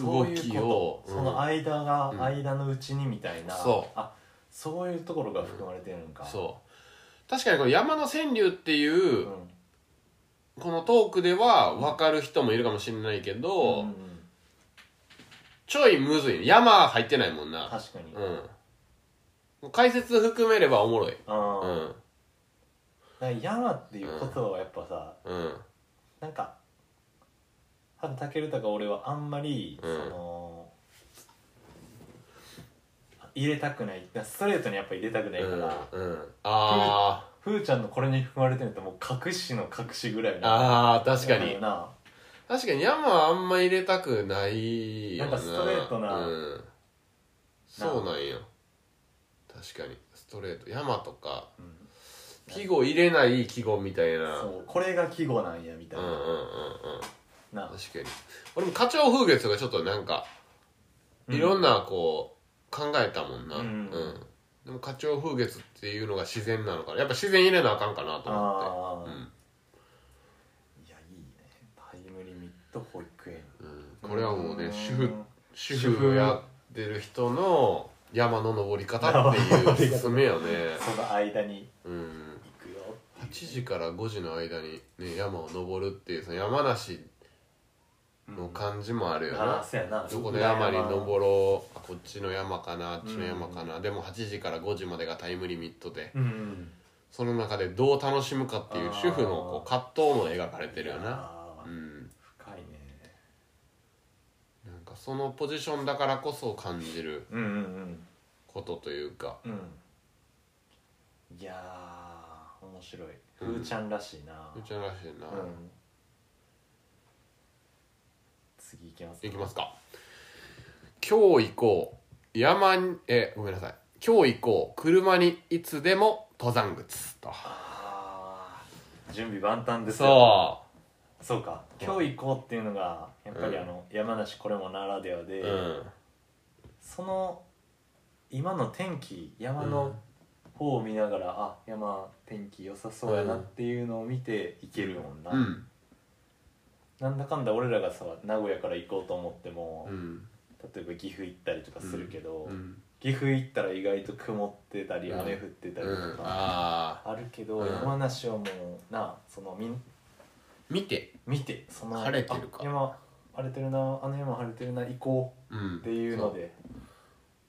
Speaker 1: 動きを
Speaker 2: そういうことその間が、
Speaker 1: うん
Speaker 2: 間のうちにみたいな
Speaker 1: そう
Speaker 2: あそういうところが含まれてるのか
Speaker 1: そう確かにこの山の川柳っていう、
Speaker 2: ん
Speaker 1: このトークでは分かる人もいるかもしれないけど、
Speaker 2: うん
Speaker 1: ちょいむずいね山入ってないもんな
Speaker 8: 確かに、
Speaker 1: うん解説含めればおもろい
Speaker 8: あ
Speaker 1: う
Speaker 8: ー
Speaker 1: ん
Speaker 2: なんか山っていう言葉はやっぱさ、
Speaker 1: うん
Speaker 2: なんか多分たけるとか俺はあんまり、
Speaker 1: うん
Speaker 2: その入れたくないストレートにやっぱ入れたくないか
Speaker 1: うん
Speaker 2: ら、
Speaker 1: うんあ
Speaker 2: ふーちゃんのこれに含まれてるってもう隠しの隠しぐらい
Speaker 1: ー
Speaker 2: な
Speaker 1: あー確かに
Speaker 2: な
Speaker 1: 確かに山はあんま入れたくないよ
Speaker 2: なんかストレートな
Speaker 1: うん、そうなんよ確かにストレート山とか
Speaker 2: うん
Speaker 1: 季語入れない季語みたいな
Speaker 2: そうこれが季語なんやみた
Speaker 1: う
Speaker 2: い
Speaker 1: ん
Speaker 2: な、
Speaker 1: うんうんうん
Speaker 2: な
Speaker 1: 確かに俺も花鳥風月とかちょっとなんかいろんなこう考えたもんな、
Speaker 2: うん
Speaker 1: でも花鳥風月っていうのが自然なのかなやっぱ自然入れなあかんかなと思
Speaker 2: あ
Speaker 1: って
Speaker 2: あ、いやいいねタイムリミット保育園
Speaker 1: うん、うん、これはもうね
Speaker 2: ん
Speaker 1: 主婦主婦をやってる人の山の登り方っていうおすすめよね、
Speaker 2: その間に
Speaker 1: うん、
Speaker 2: 行くよ
Speaker 1: 8時から5時の間に、ね、山を登るっていうその山梨の感じもあるよ
Speaker 2: ああ
Speaker 1: な、
Speaker 2: そうやな
Speaker 1: どこの山に登ろうあこっちの山かなあっちの山かな、でも8時から5時までがタイムリミットで
Speaker 2: うんうん
Speaker 1: その中でどう楽しむかっていう主婦のこう葛藤も描かれてるよ
Speaker 2: いや
Speaker 1: なう
Speaker 2: ー
Speaker 1: ん
Speaker 2: 深いね
Speaker 1: なんかそのポジションだからこそ感じる
Speaker 2: うんうん
Speaker 1: ことというか
Speaker 2: うんうんいやー面白いふーちゃんらしいな
Speaker 1: うちらしいな、
Speaker 2: うん次行きます
Speaker 1: いきますか今日行こう山にえごめんなさい今日行こう車にいつでも登山靴と
Speaker 2: あー準備万端ですよ
Speaker 1: そ
Speaker 2: そうか今日行こうっていうのがやっぱり
Speaker 1: うん
Speaker 2: あの、山梨これもならではで、
Speaker 1: う、うん
Speaker 2: その今の天気山の方を見ながら、あ山天気良さそうやなっていうのを見て行けるもんな、
Speaker 1: うん
Speaker 2: なんだかんだ俺らがさ名古屋から行こうと思っても、
Speaker 1: うん
Speaker 2: 例えば岐阜行ったりとかするけど、
Speaker 1: うん
Speaker 2: 岐阜行ったら意外と曇ってたり
Speaker 1: うん
Speaker 2: 雨降ってたりと
Speaker 1: うん
Speaker 2: か、
Speaker 1: ああ
Speaker 2: あるけど、
Speaker 1: うん
Speaker 2: 山梨はもうなそのみん
Speaker 1: 見て
Speaker 2: 見てその
Speaker 1: 晴れてるか
Speaker 2: あ山晴れてるなあの山晴れてるな行こ
Speaker 1: うん
Speaker 2: うっていうので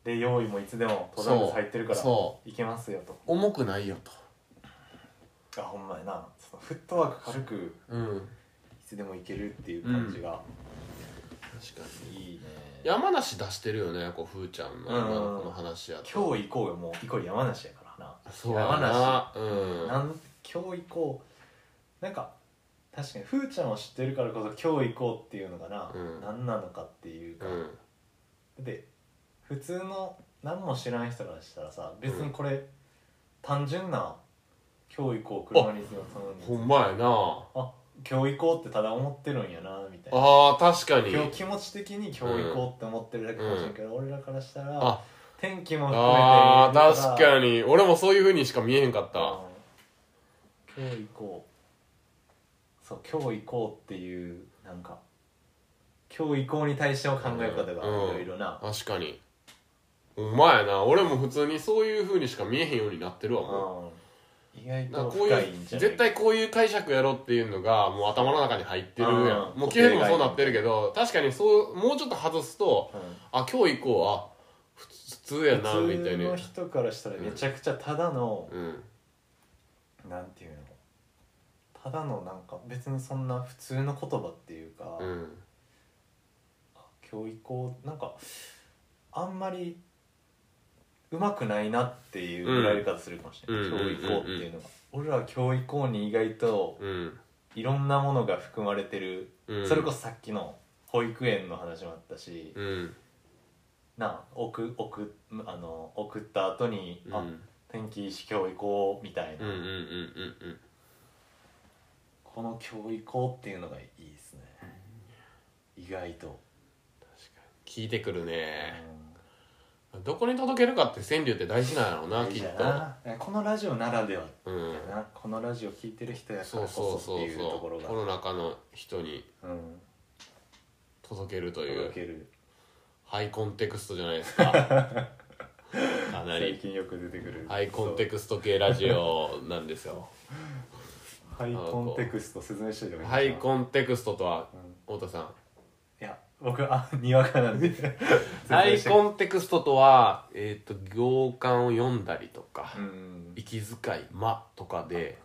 Speaker 2: で用意もいつでも登山靴入ってるから行
Speaker 1: そう
Speaker 2: けますよと
Speaker 1: 重くないよと
Speaker 2: あほんまやなそのフットワーク軽く
Speaker 1: うん
Speaker 2: いつでも行けるっていう感じが、
Speaker 1: 確かに
Speaker 2: いいね
Speaker 1: 山梨出してるよねこうふーちゃんの
Speaker 2: うん
Speaker 1: 今のこの話やと
Speaker 2: 今日行こうよもう行こう山梨やからな
Speaker 1: そうやなうん
Speaker 2: なん今日行こうなんか確かにふーちゃんを知ってるからこそ今日行こうっていうのがな、
Speaker 1: うん
Speaker 2: 何なのかっていうか、
Speaker 1: うん
Speaker 2: で普通の何も知らん人からしたらさ別にこれ、単純な今日行こう車に行くよその
Speaker 1: ほん
Speaker 2: に
Speaker 1: まやな
Speaker 2: あ今日行こうってただ思ってるんやなみたいな
Speaker 1: あー確かに
Speaker 2: 今日気持ち的に今日行こうって思ってるだけかもしれんけど、俺らからしたら
Speaker 1: あ
Speaker 2: 天気も含めて
Speaker 1: あ
Speaker 2: 見
Speaker 1: あ
Speaker 2: るら
Speaker 1: 確かに俺もそういうふうにしか見えへんかった
Speaker 2: うん今日行こうそう今日行こうっていうなんか今日行こうに対しての考え方がいろいろな、
Speaker 1: 確かにお前やな俺も普通にそういうふうにしか見えへんようになってるわも
Speaker 2: うん意外
Speaker 1: うなん
Speaker 2: と
Speaker 1: かこう
Speaker 2: 深い
Speaker 1: いうん
Speaker 2: じゃない
Speaker 1: 絶対こういう解釈やろっていうのがもう頭の中に入ってるやん
Speaker 2: うん
Speaker 1: もう経験もそうなってるけど確かにそうもうちょっと外すとあ今日行こうあふ普通やな
Speaker 2: うん
Speaker 1: み
Speaker 2: 普
Speaker 1: たい
Speaker 2: 通
Speaker 1: な
Speaker 2: の人からしたらめちゃくちゃただの、
Speaker 1: うん
Speaker 2: なんていうのただのなんか別にそんな普通の言葉っていうか、
Speaker 1: うん
Speaker 2: 今日行こうなんかあんまりうまくないなっていう
Speaker 1: うん
Speaker 2: 見られ方するかもしれない、
Speaker 1: うん
Speaker 2: 今日行こうっていうのが、俺らは今日行こうに意外と
Speaker 1: うん
Speaker 2: いろんなものが含まれてる、
Speaker 1: うん
Speaker 2: それこそさっきの保育園の話もあったし、
Speaker 1: うん
Speaker 2: な送送あの送った後に、
Speaker 1: うんう
Speaker 2: あ
Speaker 1: ん
Speaker 2: 天気いいし今日行こうみたい
Speaker 1: うんうん
Speaker 2: な、
Speaker 1: うんうん
Speaker 2: この今日行こうっていうのがいいですね、意外と、
Speaker 1: 聞いてくる
Speaker 2: うん
Speaker 1: ねどこに届けるかって川柳って大事なんやろうなき
Speaker 2: い
Speaker 1: っ
Speaker 2: い
Speaker 1: と
Speaker 2: なこのラジオならでは
Speaker 1: うん
Speaker 2: やなこのラジオ聞いてる人やか
Speaker 1: そ
Speaker 2: ら
Speaker 1: う
Speaker 2: こ
Speaker 1: そう
Speaker 2: そっ
Speaker 1: そ
Speaker 2: て
Speaker 1: う
Speaker 2: いうとこ
Speaker 1: そ
Speaker 2: ろ
Speaker 1: う
Speaker 2: が
Speaker 1: コロナ禍の人に
Speaker 2: うん
Speaker 1: 届けるという
Speaker 2: 届ける
Speaker 1: ハイコンテクストじゃないです かかな
Speaker 2: 最
Speaker 1: り
Speaker 2: 近よく出てくる
Speaker 1: ハイコンテクスト系ラジオなんですよ
Speaker 2: そうハイコンテクスト説明しといてもいい
Speaker 1: ハイ
Speaker 2: ン
Speaker 1: コンテクストとは
Speaker 2: うん
Speaker 1: 太田さん
Speaker 2: いや僕あにわ かなんで
Speaker 1: アイ
Speaker 2: ン
Speaker 1: コンテクストとは、えっ、と、行間を読んだりとか、
Speaker 2: うん
Speaker 1: 息遣い、間とかで、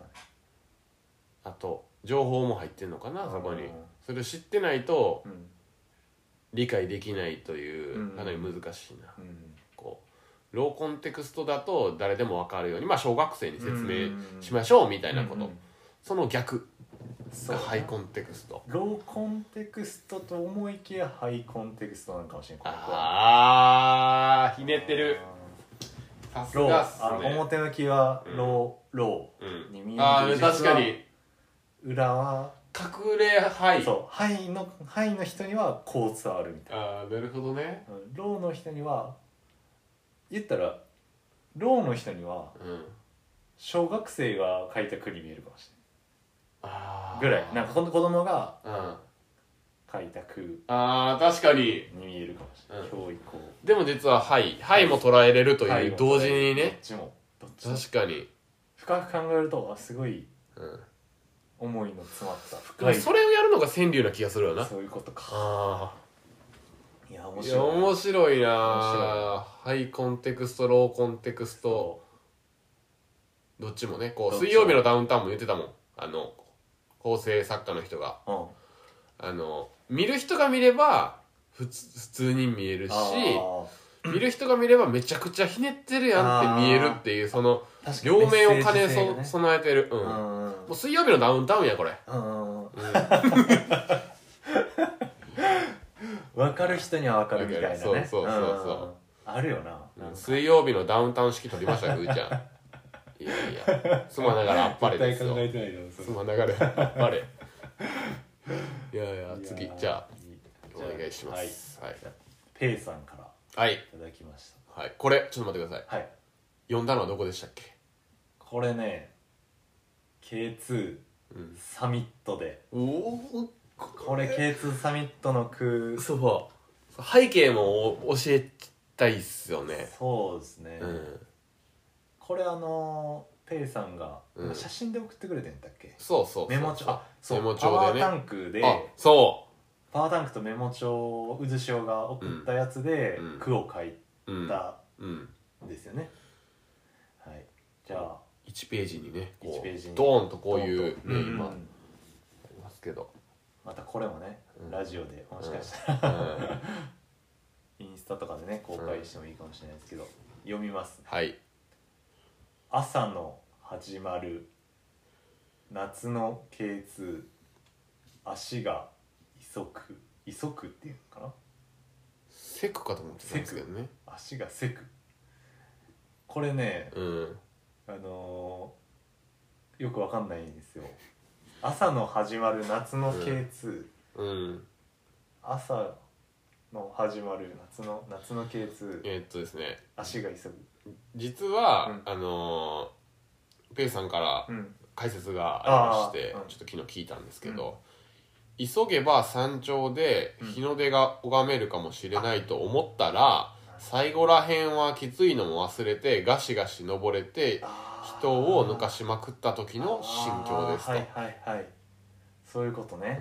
Speaker 1: あと、情報も入ってんのかな、そこに
Speaker 2: うん。
Speaker 1: それを知ってないと
Speaker 2: う、ん
Speaker 1: 理解できないというう、
Speaker 2: ん
Speaker 1: かなり難しいな。
Speaker 2: うん
Speaker 1: こう、ローコンテクストだと誰でもわかるように、まあ、小学生に説明
Speaker 2: うん
Speaker 1: しましょうみたいなこ
Speaker 2: う
Speaker 1: と
Speaker 2: ん。
Speaker 1: その逆
Speaker 2: そう
Speaker 1: がハイコンテクスト。
Speaker 2: ローコンテクストと思いきやハイコンテクストなのかもしれないこの子は
Speaker 1: あー、ひねってる。さす
Speaker 2: ロ
Speaker 1: がっ
Speaker 2: ー
Speaker 1: す
Speaker 2: あの
Speaker 1: ね。
Speaker 2: 表向きはロー、ロ
Speaker 1: うん
Speaker 2: に見える
Speaker 1: あー
Speaker 2: 実は
Speaker 1: 確かに
Speaker 2: ー裏は、
Speaker 1: 隠れはい
Speaker 2: そうハイのハイの人にはこう伝わるみたい
Speaker 1: ああなるほどね
Speaker 2: なうんローの人には言ったらローの人には
Speaker 1: うん
Speaker 2: 小学生が書いた句に見えるかもし
Speaker 1: あ
Speaker 2: れな
Speaker 1: あ
Speaker 2: いぐらいなんかほんと子供が
Speaker 1: うんあ
Speaker 2: 書いた句
Speaker 1: あー確かに
Speaker 2: に見えるかもしれない、
Speaker 1: うん
Speaker 2: 教育を
Speaker 1: でも実ははいはいも捉えれると
Speaker 2: ハ
Speaker 1: い
Speaker 2: イ
Speaker 1: う
Speaker 2: も
Speaker 1: 同時に
Speaker 2: どっ
Speaker 1: ね
Speaker 2: ちもどっちも
Speaker 1: 確かに、
Speaker 2: 深く考えるとあすごい
Speaker 1: うん、
Speaker 2: 思いの詰まった深
Speaker 1: で
Speaker 2: い
Speaker 1: もそれをやるのが川柳な気がするよな
Speaker 2: そういうことか
Speaker 1: あ
Speaker 2: いや
Speaker 1: あ
Speaker 2: 面
Speaker 1: い
Speaker 2: 白い
Speaker 1: や面白いな
Speaker 2: 面
Speaker 1: ハイコンテクストローコンテクスト
Speaker 2: そ
Speaker 1: どっちもねこう
Speaker 2: どっちも
Speaker 1: 水曜日のダウンタウンも言ってたもんあの構成作家の人が
Speaker 2: ううん
Speaker 1: あの見る人が見れば普通普通に見えるし
Speaker 2: あ
Speaker 1: 見る人が見ればめちゃくちゃひねってるやんって見えるっていうその
Speaker 2: ー確かに
Speaker 1: 両面を
Speaker 2: メ
Speaker 1: 兼
Speaker 2: ッ
Speaker 1: ね
Speaker 2: セージ性がね
Speaker 1: そ備えてる、うん、
Speaker 2: う
Speaker 1: も
Speaker 2: ん
Speaker 1: う水曜日のダウンタウンやこれ、
Speaker 2: うん
Speaker 1: うん、
Speaker 2: 分かる人には分かるみたいなね
Speaker 1: そうそうそうそう
Speaker 2: うんあるよななんか
Speaker 1: 水曜日のダウンタウン式取りましたよ ふーちゃんいやいやつまながらあっぱれですよ
Speaker 2: 絶対考えてないよ
Speaker 1: つまながらあっぱれいやいや次じゃあお
Speaker 2: じゃあ
Speaker 1: 願いしますはい
Speaker 2: ペイさんから
Speaker 1: はい、
Speaker 2: いただきまし
Speaker 1: はい、これちょっと待ってください
Speaker 2: たはい
Speaker 1: 呼んだのはどこでしたっけ
Speaker 2: これね K2
Speaker 1: うん
Speaker 2: サミットで
Speaker 1: おお
Speaker 2: これ K2 サミットの句
Speaker 1: そう背景も教えたいっすよね
Speaker 2: そうですね
Speaker 1: うん
Speaker 2: これあのペイさんが
Speaker 1: うん
Speaker 2: 写真で送ってくれてんだっけ
Speaker 1: そうそうそう
Speaker 2: メモ帳あそ
Speaker 1: メモ
Speaker 2: う
Speaker 1: 帳
Speaker 2: パ
Speaker 1: でね
Speaker 2: ワータンクで
Speaker 1: あそ
Speaker 2: パワータンクとメモ帳を渦潮が送ったやつで
Speaker 1: うん
Speaker 2: 句を書いう
Speaker 1: うん、
Speaker 2: た
Speaker 1: うん、
Speaker 2: んですよね、はいじゃあ
Speaker 1: 1ページにねこ
Speaker 2: 1
Speaker 1: う
Speaker 2: ページに
Speaker 1: ドーンとこういう
Speaker 2: ドーン
Speaker 1: ね
Speaker 2: と
Speaker 1: 今
Speaker 2: う
Speaker 1: あ
Speaker 2: ん
Speaker 1: りますけど、
Speaker 2: またこれもね
Speaker 1: うん
Speaker 2: ラジオでもしかした
Speaker 1: うん
Speaker 2: ら、
Speaker 1: は
Speaker 2: インスタとかでね公開してもいいかもしれないですけど、読みます
Speaker 1: い
Speaker 2: 「朝の始まる夏の K2 足が急く急く」っていうのかな
Speaker 1: セクかと思ってたんですけどね
Speaker 2: 足がせくこれね
Speaker 1: うん
Speaker 2: あのーよくわかんないんですよ朝の始まる夏の K2、
Speaker 1: うん
Speaker 2: 朝の始まる夏の夏の K2
Speaker 1: えーっとですね
Speaker 2: 足が急ぐ
Speaker 1: 実は、
Speaker 2: うん
Speaker 1: あのーペイさんから
Speaker 2: うん
Speaker 1: 解説がありまして、
Speaker 2: あーうん
Speaker 1: ちょっと昨日聞いたんですけど、急げば山頂で日の出が拝めるかもしれないと思ったら、最後らへんはきついのも忘れてガシガシ登れて人を抜かしまくった時の心境ですと、
Speaker 2: あーはいはいはいそういうことね、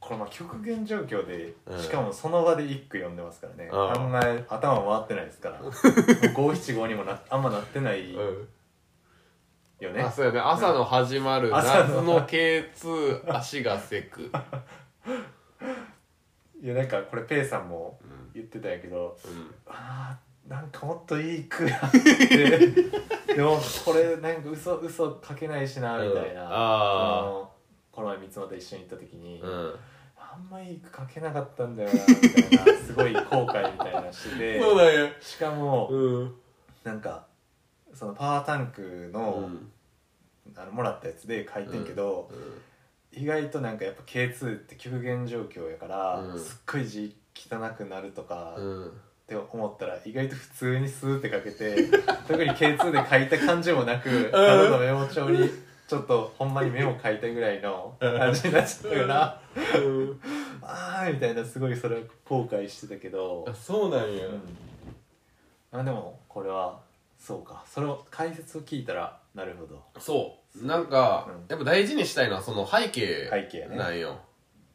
Speaker 2: これまあ極限状況で、
Speaker 1: うん
Speaker 2: しかもその場で一句読んでますからね、
Speaker 1: あー
Speaker 2: 考え頭回ってないですから 五七五にもなあんまなってない
Speaker 1: うん、う
Speaker 2: よ
Speaker 1: ん
Speaker 2: ね、
Speaker 1: あそうやね朝の始まる
Speaker 2: 朝
Speaker 1: 夏
Speaker 2: の
Speaker 1: の K2 足がせ く、
Speaker 2: いやなんかこれペイさんも
Speaker 1: う
Speaker 2: 言ってたんやけど
Speaker 1: んうん
Speaker 2: あーなんかもっといい句やってで もこれなんか嘘嘘書けないしなみたいな、
Speaker 1: うんあー
Speaker 2: そのこの前三つまた一緒に行った時に、
Speaker 1: うん、
Speaker 2: あんまいい句書けなかったんだよなみたいなすごい後悔みたいなして て
Speaker 1: そうだよ、
Speaker 2: しかも
Speaker 1: うん
Speaker 2: なんかそのパワータンクの,、あのもらったやつで書いてんけど、意外となんかやっぱ K2 って極限状況やから、
Speaker 1: うん
Speaker 2: すっごい字汚くなるとか、
Speaker 1: うん
Speaker 2: って思ったら意外と普通にスーって書 けて特に K2 で書いた感じもなくただのメモ帳にちょっとほんまにメモ書いたぐらいの感じになっちゃったから
Speaker 1: うん、
Speaker 2: あーみたいなすごいそれは後悔してたけど
Speaker 1: あ、そうなんや、
Speaker 2: うん、あでもこれはそうかそれを解説を聞いたらなるほど
Speaker 1: そうなんか、
Speaker 2: うん
Speaker 1: やっぱ大事にしたいのはその背景
Speaker 2: 背景ね
Speaker 1: なんよ、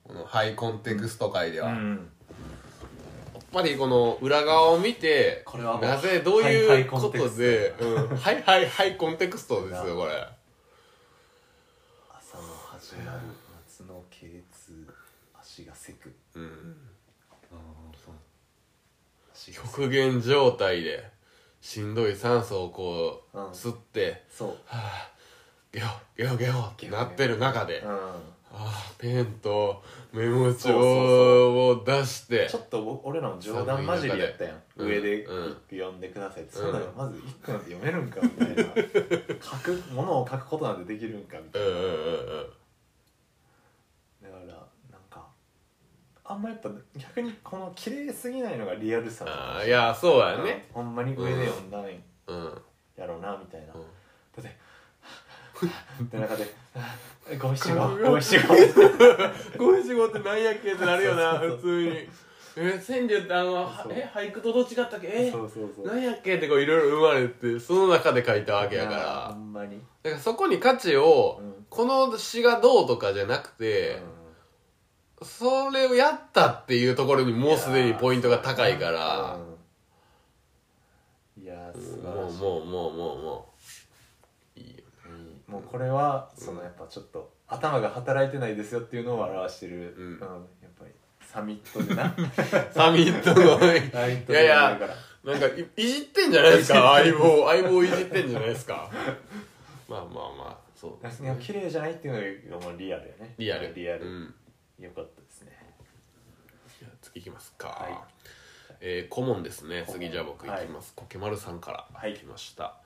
Speaker 1: このハイコンテクスト界では、
Speaker 8: う
Speaker 1: や
Speaker 8: ん
Speaker 1: っぱりこの裏側を見て
Speaker 2: これはもう
Speaker 1: なぜどう
Speaker 2: ハイハ
Speaker 1: いう
Speaker 2: イコ
Speaker 1: こ
Speaker 2: ンテク
Speaker 1: と
Speaker 2: スト
Speaker 1: でうんはいはいはいコンテクストですよこれ
Speaker 2: 朝の始まる夏の頸痛足がせく
Speaker 1: うん
Speaker 2: 足がせく
Speaker 1: 極限状態でしんどい酸素をこう
Speaker 2: うん
Speaker 1: 吸って
Speaker 2: そう
Speaker 1: ゲホゲホゲホってなってる中で
Speaker 2: う
Speaker 1: あーペンとメモ
Speaker 2: そうそう
Speaker 1: 帳を出して
Speaker 2: ん、ちょっとお俺らも冗談交じりやったやん、
Speaker 1: うん
Speaker 2: 上で
Speaker 1: うん
Speaker 2: 一句読んでくださいって、そんなのまず一句なんて読めるんかみたいな書くものを書くことなんてできるんかみた
Speaker 1: う
Speaker 2: い
Speaker 1: ん
Speaker 2: な、
Speaker 1: うんうん
Speaker 2: だからなんかあんまやっぱ逆にこの綺麗すぎないのがリアルさなの
Speaker 1: ああいやそうやね
Speaker 2: ほんまに上で読んだん
Speaker 1: うんうん
Speaker 2: やろうなみたいな、
Speaker 1: うん
Speaker 2: だって中で「ご七五ご七五
Speaker 1: 五七五って何やっけってなるよな
Speaker 2: そうそうそう
Speaker 1: 普通にえ川柳ってあのは
Speaker 2: そう
Speaker 1: え俳句とどっちがったっけ」 え
Speaker 2: そうそうそう
Speaker 1: 何やっけってこういろいろ生まれてその中で書いたわけやか
Speaker 2: いや
Speaker 1: ら
Speaker 2: ほんまに
Speaker 1: だからそこに価値を、
Speaker 2: うん
Speaker 1: この詩がどうとかじゃなくて、それをやったっていうところにもうすでにポイントが高いから、
Speaker 2: いやー素晴
Speaker 1: も
Speaker 2: ら
Speaker 1: う
Speaker 2: しい
Speaker 1: もうもうもうもういいよ
Speaker 2: もうこれはそのやっぱちょっと頭が働いてないですよっていうのを表してる、
Speaker 1: うん
Speaker 2: やっぱりサミッ トでな
Speaker 1: サミットの
Speaker 2: サミ
Speaker 1: い
Speaker 2: ットで
Speaker 1: やい
Speaker 2: や
Speaker 1: や
Speaker 2: るから
Speaker 1: なんかいいじってんじゃないですか相棒相棒いじってんじゃないですかまあまあまあそうです
Speaker 2: いや綺麗じゃないっていうのがもうリアルやね
Speaker 1: リアル
Speaker 2: リアル、
Speaker 1: うん、
Speaker 2: よかったですね
Speaker 1: じゃあ次いきますか、
Speaker 2: はい
Speaker 1: えー、顧問ですね
Speaker 2: 顧問
Speaker 1: 次じゃあ僕いきます、コケマルさんから
Speaker 2: はい
Speaker 1: いきました、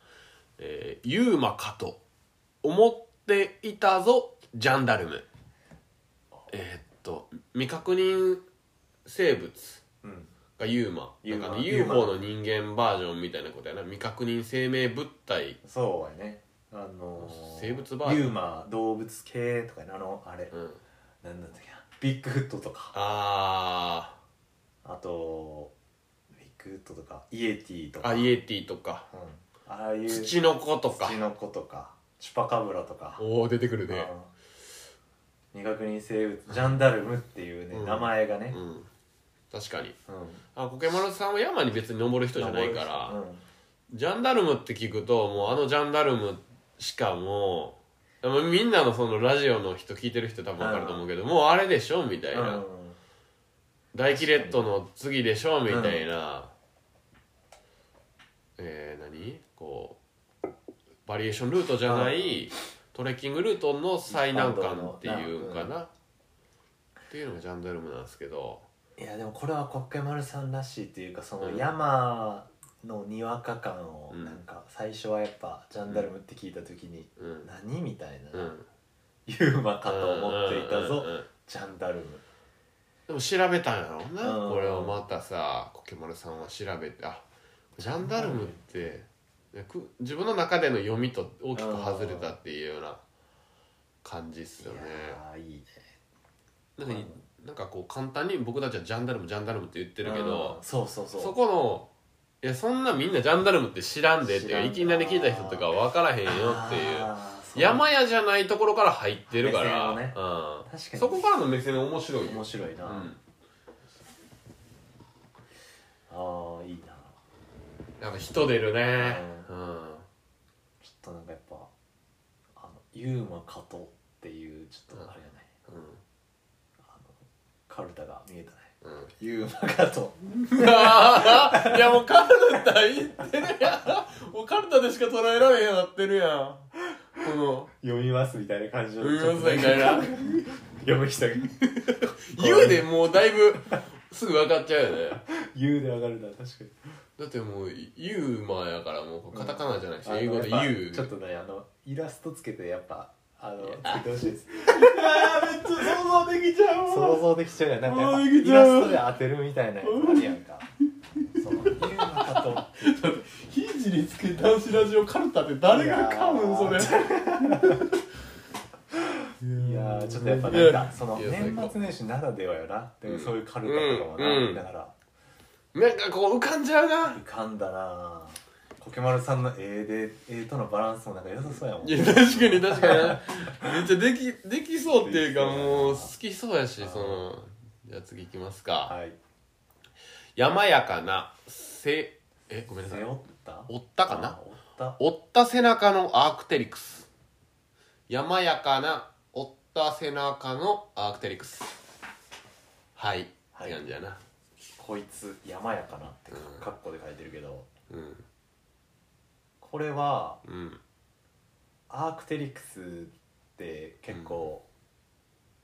Speaker 1: えー、ユーマかと思っていたぞジャンダルムえー、っと未確認生物
Speaker 2: うん
Speaker 1: がユーマ
Speaker 2: ユーマ
Speaker 1: なんか、
Speaker 2: ユーマ
Speaker 1: UFO の人間バージョンみたいなことやな未確認生命物体
Speaker 2: そうやねあのー、
Speaker 1: 生物バージョン
Speaker 2: ユーマ動物系とかねあのあれ、
Speaker 1: うん
Speaker 2: なんだったっけなビッグフットとか
Speaker 1: あ
Speaker 2: あとビッグフットとかイエティと
Speaker 1: ー
Speaker 2: か
Speaker 1: あイエティとか
Speaker 2: うん、ああいう
Speaker 1: 土の子とか
Speaker 2: 土の子とかチュパカブラとか、
Speaker 1: おお出てくるね
Speaker 2: うん未確認生物ジャンダルムっていうね、
Speaker 1: うん
Speaker 2: 名前がね
Speaker 1: う、ん確かに
Speaker 2: うん
Speaker 1: あポケモンさんは山に別に登る人じゃないから、
Speaker 2: うん
Speaker 1: ジャンダルムって聞くともうあのジャンダルムしかもうでもみんなのそのラジオの人聞いてる人多分分かると思うけど、もうあれでしょみたいな、
Speaker 2: うん
Speaker 1: 大キレットの次でしょみたいな、えー、何こうバリエーションルートじゃない、トレッキングルートの最難関っていうかな、
Speaker 2: 一般道の
Speaker 1: っていうのがジャンダルムなんですけど
Speaker 2: いやでもこれはコッケマルさんらしいっていうかその
Speaker 1: うん
Speaker 2: 山のにわか感を、
Speaker 1: うん
Speaker 2: なんか最初はやっぱジャンダルムって聞いた時に
Speaker 1: うん
Speaker 2: 「何?」みたいな、
Speaker 1: うん
Speaker 2: ユーマかと思っていたぞ、
Speaker 1: うんうんうん
Speaker 2: ジャンダルム
Speaker 1: でも調べたんやろうな、
Speaker 2: うん
Speaker 1: これをまたさコケモルさんは調べてあジャンダルムってく自分の中での読みと大きく外れたっていうような感じっすよね
Speaker 2: いやーいい
Speaker 1: な
Speaker 2: ね
Speaker 1: んかいなんかこう簡単に僕たちはジャンダルムジャンダルムって言ってるけど
Speaker 2: うん、そうそうそう
Speaker 1: そこのいやそんなみんなジャンダルムって知らんでって
Speaker 2: 知らん
Speaker 1: いきなり聞いた人とか分からへんよっていう
Speaker 2: あーそう
Speaker 1: 山屋じゃないところから入ってるか
Speaker 2: 目線
Speaker 1: ら、
Speaker 2: をね
Speaker 1: うん
Speaker 2: 確かに
Speaker 1: そこからの目線面白いよ
Speaker 2: 面白いな、
Speaker 1: うん
Speaker 2: ああいいな
Speaker 1: やっぱ人出るね
Speaker 2: う
Speaker 1: うん
Speaker 2: ちょっとなんかやっぱあのユーマ加藤っていうちょっとあれやね、あのカルタが見えたね、
Speaker 1: うん
Speaker 2: ユーマ加藤
Speaker 1: いやもうカルタ言ってるやんもうカルタでしか捉えられへんようになってるやんこ の
Speaker 2: 読みますみたいな感じの
Speaker 1: 読みますみたいな
Speaker 2: 読む人が
Speaker 1: 言うでもうだいぶすぐ分かっちゃうよね
Speaker 2: 言うで上がるな確かに
Speaker 1: だってもうユーマやからもうカタカナじゃないし
Speaker 2: あの
Speaker 1: 英語で
Speaker 2: やっぱ
Speaker 1: ユー
Speaker 2: ちょっとねあのイラストつけてやっぱあのつけてほしいです
Speaker 1: 想像できちゃ
Speaker 2: 想像できちゃうやんなんかやっぱ
Speaker 1: あーで
Speaker 2: イ
Speaker 1: きちゃ
Speaker 2: ラ
Speaker 1: う
Speaker 2: ストで当てるみたいなやつあるやんかそのユーマ加藤
Speaker 1: ひじりつけ男子ラジオカルタって誰が噛むんそれ
Speaker 2: いやーちょっとやっぱなん
Speaker 1: い
Speaker 2: か
Speaker 1: や
Speaker 2: その
Speaker 1: いや最高
Speaker 2: 年末年始ならではよなでもそういうカルタとかも
Speaker 1: うんう
Speaker 2: なんだから
Speaker 1: なんかこう浮かんじゃうな
Speaker 2: 浮かんだなポケマルさんの絵で絵とのバランスもなんか良さそうやもん
Speaker 1: いや確かに確かにめっちゃできできそうっていうかもう好きそうやしそのじゃあ次いきますか、
Speaker 2: はい
Speaker 1: 山やかなせえごめんなさい
Speaker 2: 背負った
Speaker 1: おったかな
Speaker 2: あ折った
Speaker 1: 追った背中のアークテリクス山やかな追った背中のアークテリクスはい、
Speaker 8: はい
Speaker 1: って感じやな
Speaker 2: こいつ山やかなってカッコで書いてるけど
Speaker 1: うん
Speaker 2: これは
Speaker 1: うん
Speaker 2: アークテリクスって結構、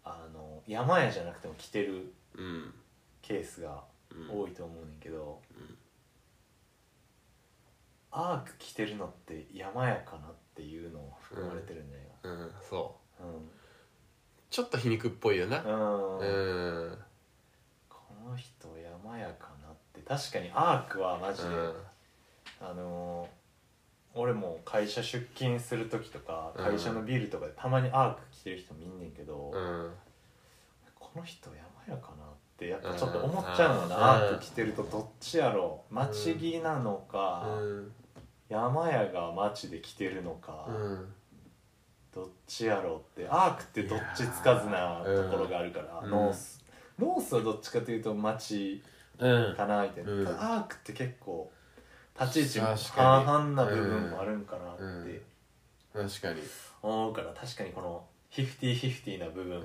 Speaker 2: あの山やじゃなくても着てる
Speaker 1: うん
Speaker 2: ケースが
Speaker 1: うん
Speaker 2: 多いと思うねんけど、
Speaker 1: ん
Speaker 2: アーク着てるのって山やかなっていうのも含まれてるんじゃないか
Speaker 1: うんそう
Speaker 2: な、うん
Speaker 1: ちょっと皮肉っぽいよな
Speaker 2: うん
Speaker 1: うん
Speaker 2: この人山やかなって確かにアークはマジで、
Speaker 1: う
Speaker 2: あのー俺も会社出勤する時とか
Speaker 1: うん
Speaker 2: 会社のビルとかでたまにアーク着てる人もいんねんけど、
Speaker 1: んうん
Speaker 2: この人山やかなってやっぱちょっと思っちゃうのな、ア
Speaker 1: うん
Speaker 2: ーク着てるとどっちやろう町着なのか、
Speaker 1: うん
Speaker 2: 山やが町で着てるのか、
Speaker 1: うん
Speaker 2: どっちやろうってアークってどっちつかずなところがあるから、
Speaker 1: うん
Speaker 2: ノース、ノースはどっちかというと町
Speaker 1: うん
Speaker 2: かなみたいな、
Speaker 1: うん
Speaker 2: ただアークって結構立ち位置
Speaker 1: 確かに
Speaker 2: 半々な部分もあるんかなって
Speaker 1: 確かに
Speaker 2: 思うから確かにこのフィフティフィフティな部分
Speaker 1: う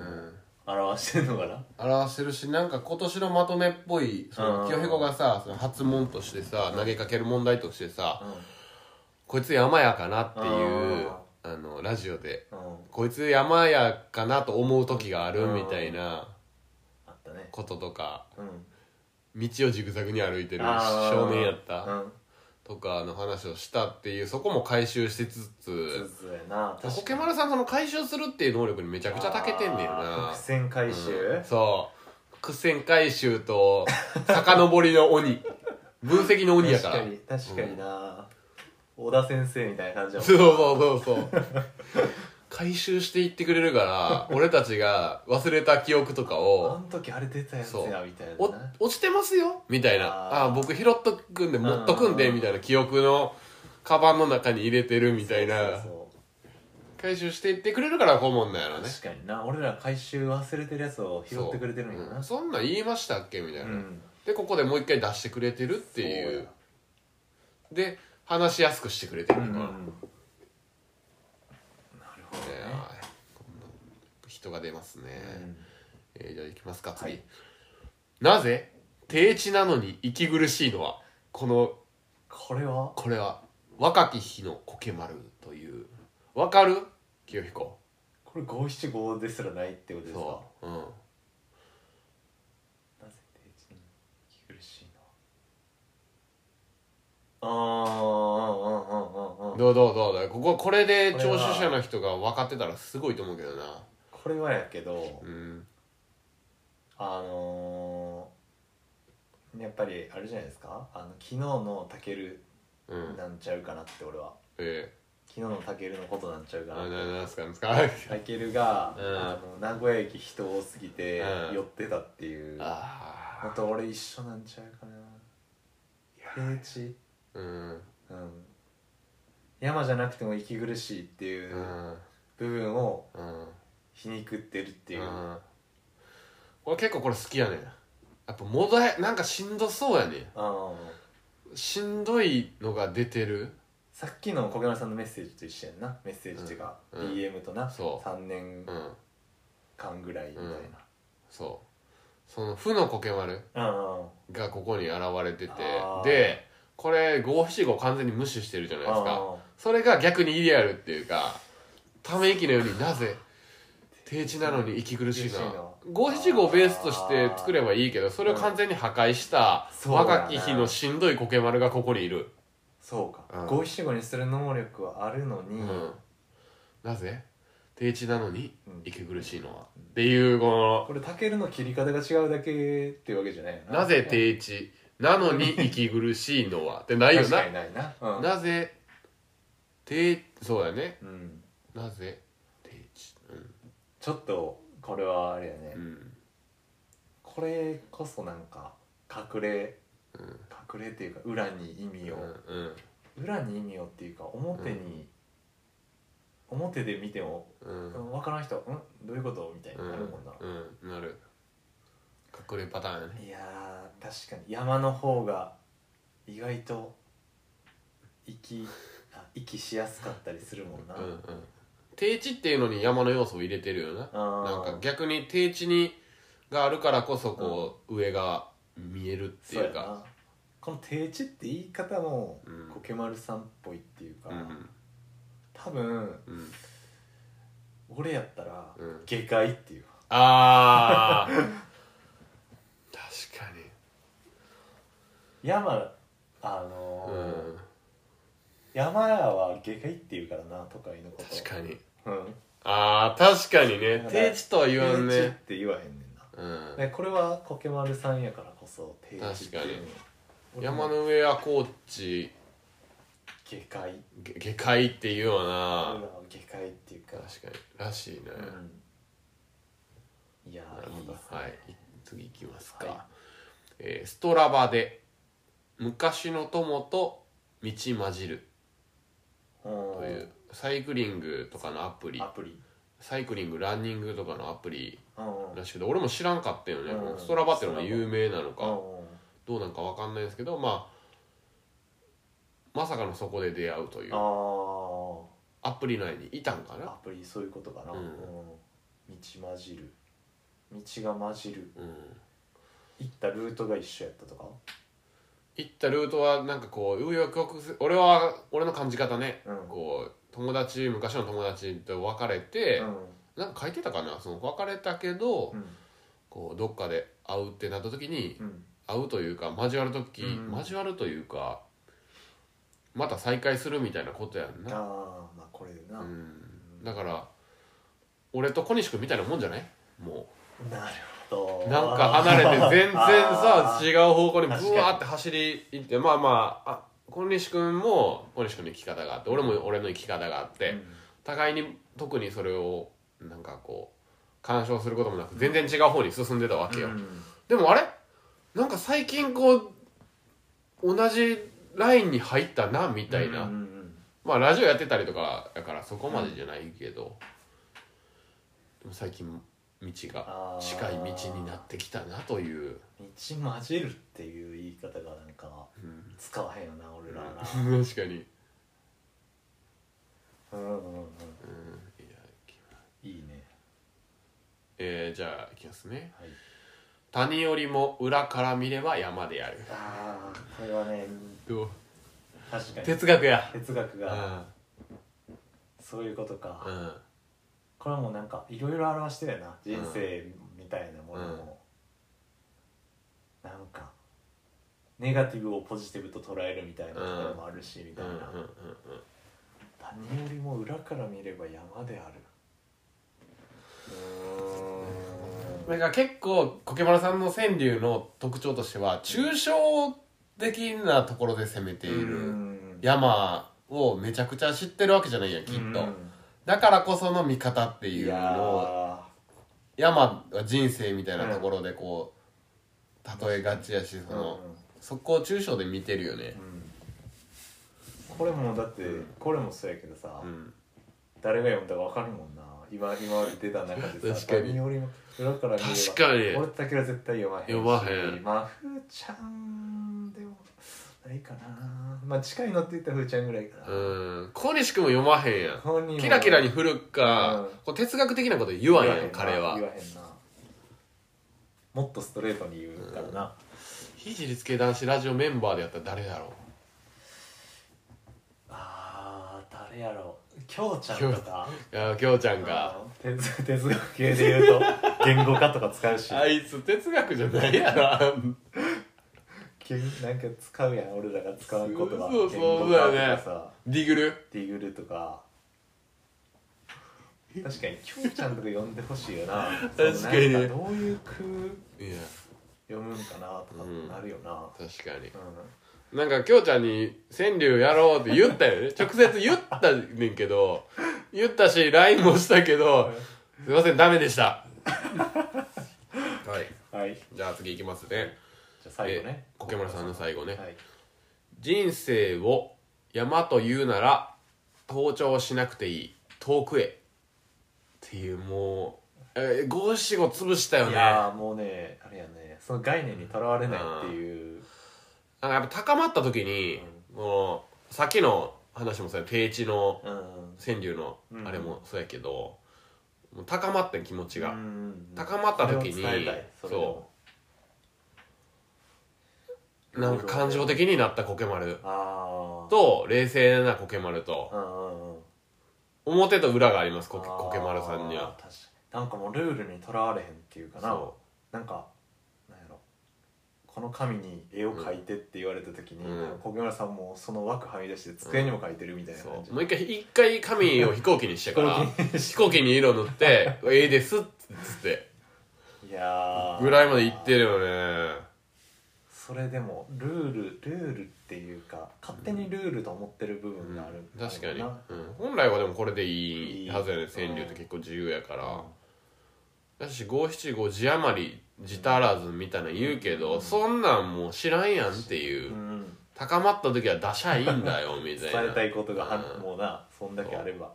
Speaker 2: も
Speaker 1: ん
Speaker 2: 表してるのかな、
Speaker 1: 表してるしなんか今年のまとめっぽいその
Speaker 2: うん
Speaker 1: 清彦がさその発問としてさ投げかける問題としてさ
Speaker 2: うん
Speaker 1: こいつ山やかなっていう
Speaker 2: あ
Speaker 1: あのラジオで
Speaker 2: うん、
Speaker 1: こいつ山やかなと思う時があるみたいな
Speaker 2: あったね
Speaker 1: こととか
Speaker 2: う
Speaker 1: 道
Speaker 2: ん
Speaker 1: をジグザグに歩いてる
Speaker 2: あー
Speaker 1: 少年やっ
Speaker 2: う
Speaker 1: た
Speaker 2: ん
Speaker 1: とかの話をしたっていうそこも回収しつ
Speaker 2: そう
Speaker 1: つ
Speaker 2: そうやな
Speaker 1: ホケマルさんその回収するっていう能力にめちゃくちゃ長けてんねん
Speaker 2: あー
Speaker 1: な
Speaker 2: 伏線回収、
Speaker 1: うんそう伏線回収と遡りの鬼 分析の鬼やから
Speaker 2: 確かに確かにな、小田先生みたいな感じだも ん
Speaker 1: そうそうそうそう回収していってくれる から俺たちが忘れた記憶とか
Speaker 2: あ
Speaker 1: を
Speaker 2: の時あれ出たやつ
Speaker 1: そう
Speaker 2: やみたいな
Speaker 1: お
Speaker 2: な
Speaker 1: 落ちてますよみたいなあ
Speaker 2: あー
Speaker 1: あー僕拾っとくんで持っとくんで
Speaker 2: うん
Speaker 1: みたいな記憶のカバンの中に入れてるみたいな
Speaker 2: そうそう
Speaker 1: 回収していってくれるから顧問なんやろね
Speaker 2: 確かにな俺ら回収忘れてるやつを拾ってくれてるん
Speaker 1: う
Speaker 2: や
Speaker 1: ん
Speaker 2: な
Speaker 1: そんなん言いましたっけみたいな、
Speaker 2: ん
Speaker 1: でここでもう一回出してくれてるってい
Speaker 2: そううや
Speaker 1: で話しやすくしてくれてる
Speaker 2: うん
Speaker 1: か
Speaker 2: な
Speaker 1: ら、
Speaker 2: る
Speaker 1: ね
Speaker 2: ほど
Speaker 1: え
Speaker 2: ね
Speaker 1: はいこんな人が出ますね、えーじゃあ行きますか次、
Speaker 2: はい
Speaker 1: なぜ低地なのに息苦しいのはこの
Speaker 2: これは
Speaker 1: これは若き日のコケ丸というわかる清彦
Speaker 2: これ五七五ですらないってことですか
Speaker 1: そううん
Speaker 2: なぜ定置に息苦しいのああうんうんうんうんうん
Speaker 1: どうどうどうだこここれで聴取者の人が分かってたらすごいと思うけどな
Speaker 2: これはやけど
Speaker 1: うん
Speaker 2: あのーやっぱりあれじゃないですかあの昨日のたける
Speaker 1: うん
Speaker 2: なんちゃうかなって俺は
Speaker 1: え
Speaker 2: 昨日のたけるのことなんちゃう
Speaker 1: ー、
Speaker 2: か
Speaker 1: あ
Speaker 2: な
Speaker 1: ななんすかなんすかあ
Speaker 2: たけるが、
Speaker 1: うん
Speaker 2: あの名古屋駅人多すぎて
Speaker 1: うん
Speaker 2: 寄ってたっていう の
Speaker 1: あ
Speaker 2: と俺一緒なんちゃうかな平地
Speaker 1: うん
Speaker 2: うん山じゃなくても息苦しいっていううん部分を
Speaker 1: うん
Speaker 2: 皮肉ってるっていう、
Speaker 1: うん俺結構これ好きやねんやっぱもだえなんかしんどそうやねん
Speaker 2: あの
Speaker 1: しんどいのが出てる
Speaker 2: さっきの小倉さんのメッセージと一緒やんなメッセージっていうか、
Speaker 1: うんうん
Speaker 2: DM とな、
Speaker 1: そう
Speaker 2: 3年
Speaker 1: うん
Speaker 2: 間ぐらいみたい
Speaker 1: そうその負のコケ丸
Speaker 2: な、うんうん、
Speaker 1: がここに現れてて
Speaker 2: あー
Speaker 1: でこれ五七五完全に無視してるじゃないですか
Speaker 2: あ
Speaker 1: それが逆にイデアルっていうかため息のようになぜ低地なのに息苦しい
Speaker 2: 息苦しい
Speaker 1: な
Speaker 2: な
Speaker 1: 五七五をベースとして作ればいいけどそれを完全に破壊した
Speaker 2: うんそうだね
Speaker 1: 若き日のしんどいコケ丸がここにいる
Speaker 2: そう
Speaker 1: う
Speaker 2: か
Speaker 1: ん
Speaker 2: 五七五にする能力はあるのに、
Speaker 1: うんなぜ低地なのに
Speaker 2: うん
Speaker 1: 息苦しいのはっていうこの
Speaker 2: これタケルの切り方が違うだけっていうわけじゃないよ
Speaker 1: なぜ定置なのに息苦しいのはってないよ
Speaker 2: 確か
Speaker 1: な
Speaker 2: にないな、うん、
Speaker 1: なぜ定そうだね
Speaker 2: うん、
Speaker 1: なぜ定置
Speaker 2: ちょっとこれはあれやね、
Speaker 1: うんうん
Speaker 2: これこそなんか隠れ、
Speaker 1: うん
Speaker 2: 隠れっていうか裏に意味を
Speaker 1: うん
Speaker 2: 裏に意味をっていうか表に、表で見ても
Speaker 1: うん
Speaker 2: 分からん人は「んどういうこと?」みたいになるもんな、
Speaker 1: うん、うん、なる隠れパターンやね
Speaker 2: いやー確かに山の方が意外と息あ息しやすかったりするもんな、
Speaker 1: うんうん低地っていうのに山の要素を入れてるよな
Speaker 2: あ
Speaker 1: な
Speaker 2: ー
Speaker 1: んか逆に低地にがあるからこそこう、上が見えるって
Speaker 2: そう
Speaker 1: い
Speaker 2: や
Speaker 1: うか
Speaker 2: なこの低地って言い方も
Speaker 1: うん
Speaker 2: コケマルさんっぽいっていうか、
Speaker 1: うん
Speaker 2: 多分
Speaker 1: うん
Speaker 2: 俺やったら
Speaker 1: うん
Speaker 2: 下界っていう
Speaker 1: ああ 確かに
Speaker 2: 山あの
Speaker 1: う
Speaker 2: ー
Speaker 1: ん
Speaker 2: 山屋は下界っていうからな都会のこと
Speaker 1: 確かに
Speaker 2: うん
Speaker 1: ああ確かにね
Speaker 2: だから
Speaker 1: 低地とは言わん
Speaker 2: 低地っ
Speaker 1: ね
Speaker 2: て言わへんねんな
Speaker 1: うん
Speaker 2: ねこれはコケマルさんやからこそ低地っていうの俺も
Speaker 1: 山の上は高地
Speaker 2: 下界
Speaker 1: げ下界っていうよ
Speaker 2: 俺
Speaker 1: な
Speaker 2: らは下界っていうか
Speaker 1: 確かにらしいね、
Speaker 2: うんいや
Speaker 1: なる
Speaker 2: ーい
Speaker 1: ほ
Speaker 2: い
Speaker 1: ど
Speaker 2: ですね
Speaker 1: はい次いきますか、
Speaker 2: はい
Speaker 1: えーストラバで昔の友と道混じる
Speaker 2: うん
Speaker 1: というサイクリングとかのアプリ
Speaker 2: アプリ
Speaker 1: サイクリングランニングとかのアプリ
Speaker 2: うんうん
Speaker 1: らしくて俺も知らんかったよね、
Speaker 2: うん
Speaker 1: このストラバっていうのが有名なのか、
Speaker 2: うん
Speaker 1: どうなんかわかんないですけどまあまさかのそこで出会うという
Speaker 2: あ
Speaker 1: アプリ内にいたんか
Speaker 2: あア
Speaker 1: な
Speaker 2: プリそういうことかな、
Speaker 1: うん
Speaker 2: うん道混じる道が混じる
Speaker 1: うん
Speaker 2: 行ったルートが一緒やったとか
Speaker 1: 行ったルートはなんかこう紆余曲折俺は俺の感じ方ね、
Speaker 2: うん
Speaker 1: こう友達昔の友達と別れて、
Speaker 2: う
Speaker 1: なんか書いてたかなその別れたけど、
Speaker 2: ん
Speaker 1: こうどっかで会うってなった時に、
Speaker 2: うん
Speaker 1: 会うというか交わる時、
Speaker 2: うん
Speaker 1: 交わるというかまた再会するみたいなことやん
Speaker 2: ああ
Speaker 1: な、
Speaker 2: まあこれでな、
Speaker 1: うん、だから俺と小西君みたいなもんじゃないも
Speaker 2: なるほ
Speaker 1: う
Speaker 2: ど
Speaker 1: なんか離れて全然さ
Speaker 2: あー
Speaker 1: 違う方向にブ
Speaker 2: 確かに
Speaker 1: ワーって走り行ってまあまああ小西君も小西君の生き方があって俺も俺の生き方があって、互いに特にそれをなんかこう干渉することもなく全然違う方に進んでたわけよ、
Speaker 2: うん
Speaker 1: でもあれなんか最近こう同じラインに入ったなみたいな、
Speaker 2: うんうん
Speaker 1: まあラジオやってたりとかだからそこまでじゃないけど、でも最近道
Speaker 2: あ
Speaker 1: が
Speaker 2: ー
Speaker 1: 近い道になってきたなという、
Speaker 2: うん道混じるっていう言い方がなんか
Speaker 1: うん
Speaker 2: 使わへんよな俺らはな
Speaker 1: 確かに、
Speaker 2: うんうんうん
Speaker 1: うんいや
Speaker 2: いいね
Speaker 1: えーじゃあいきますね
Speaker 2: はい
Speaker 1: 谷よりも裏から見れば山である
Speaker 2: ああこれはね
Speaker 1: どう
Speaker 2: 確かに
Speaker 1: 哲学や
Speaker 2: 哲学
Speaker 1: う
Speaker 2: が
Speaker 1: ん
Speaker 2: そういうことか、
Speaker 1: うん
Speaker 2: これはもうなんかいろいろ表してるよな人生みたいなものも、なんかネガティブをポジティブと捉えるみたいなところもあるし、みた
Speaker 1: うん
Speaker 2: い
Speaker 1: うんうん
Speaker 2: な、何よりも裏から見れば山であるうーん
Speaker 1: なんか結構コケマラさんの川柳の特徴としては抽象的なところで攻めている
Speaker 2: ん
Speaker 1: 山をめちゃくちゃ知ってるわけじゃないやきっ
Speaker 2: うん
Speaker 1: とだからこその見方って
Speaker 2: い
Speaker 1: いう
Speaker 2: や
Speaker 1: のを
Speaker 2: ー
Speaker 1: 山は人生みたいなところでこう例えがちやしそのそこを抽象で見てるよね
Speaker 2: うんうんこれもだってこれもそうやけどさ、
Speaker 1: うん
Speaker 2: 誰が読んだか分かるもんな今今まで出た中でさ
Speaker 1: 確かに
Speaker 2: 誰よりも裏から見れば
Speaker 1: 確かに
Speaker 2: 俺だけは絶対読まへんし
Speaker 1: 読まへん
Speaker 2: まあふーちゃんでもないかなまあ近いのって言ったらふーちゃんぐらいかな、
Speaker 1: うん小西君も読まへんやん
Speaker 2: 本人は
Speaker 1: キラキラに振るか
Speaker 2: うん
Speaker 1: こう哲学的なこと言わんやん
Speaker 2: な
Speaker 1: 彼は
Speaker 2: 言わへんなもっとストレートに言うからな、
Speaker 1: 非自立系男子ラジオメンバーでやったら誰だろう
Speaker 2: あー誰やろうきょうちゃんとか
Speaker 1: いやきょうちゃんが
Speaker 2: 哲哲学系で言うと言語化とか使うし
Speaker 1: あいつ哲学じゃないやろ
Speaker 2: 急になんか使うやん俺らが使う言葉
Speaker 1: そうそう
Speaker 2: 言語化とかさ
Speaker 1: ディグル
Speaker 2: ディグルとか確かにきょうちゃんとか呼んでほしいよな
Speaker 1: 確かに
Speaker 2: なんどういう句
Speaker 1: いや
Speaker 2: 読むんかなとかなるよな、
Speaker 1: 確か
Speaker 2: うん
Speaker 1: になんかきょうちゃんに「川柳やろう」って言ったよ ね直接言ったねんけど言ったし LINE もしたけどすいませんダメでしたはい
Speaker 2: はいじ
Speaker 1: じゃあ次いきますね
Speaker 2: ゃあ最後ね
Speaker 1: えーコケモラさんの最後ね
Speaker 2: はい
Speaker 1: 人生を山というなら登頂しなくていい遠くへっていうもうえー五七五潰したよ
Speaker 2: い
Speaker 1: ね
Speaker 2: やーもうねあれやねその概念にとらわれないっていう
Speaker 1: なんかやっぱ高まった時に、もうさっきの話もそうや定置の
Speaker 2: うん
Speaker 1: 川柳の
Speaker 2: うん
Speaker 1: あれもそうやけど、もう高まってん気持ちが、
Speaker 2: うん
Speaker 1: 高まった時に
Speaker 2: それを伝えたいそれ
Speaker 1: そ
Speaker 2: を
Speaker 1: なんか感情的になったコケマル
Speaker 2: ああ
Speaker 1: と冷静なコケマルと表と裏がありますコケコケマルさんには
Speaker 2: 確かになんかもうルールにとらわれへんっていうかな
Speaker 1: そ
Speaker 2: なんかなんやろこの紙に絵を描いてって言われた時に、
Speaker 1: うん
Speaker 2: なんか小木村さんもその枠はみ出して机にも描いてるみたいな感
Speaker 1: そ
Speaker 2: じ、
Speaker 1: うもう一回一回紙を飛行機にしてから 飛行機に色塗って「ええです」っつって
Speaker 2: いやー
Speaker 1: ぐらいまで行ってるよね
Speaker 2: それでもルールルールっていうか勝手にルールと思ってる部分がある、
Speaker 1: 確かに、
Speaker 2: あ
Speaker 1: う
Speaker 2: る
Speaker 1: ん
Speaker 2: な、
Speaker 1: 本来はでもこれでいい
Speaker 2: いい
Speaker 1: はずやね川柳って結構自由やから、だし五七五字余り字足らずみたいなの言うけど、そんなんもう知らんやんっていう、
Speaker 2: うん
Speaker 1: 高まった時は出しゃいいんだよみ
Speaker 2: 伝
Speaker 1: たい
Speaker 2: え
Speaker 1: な
Speaker 2: たいことがはん、
Speaker 1: うん
Speaker 2: もうなそんだけあれば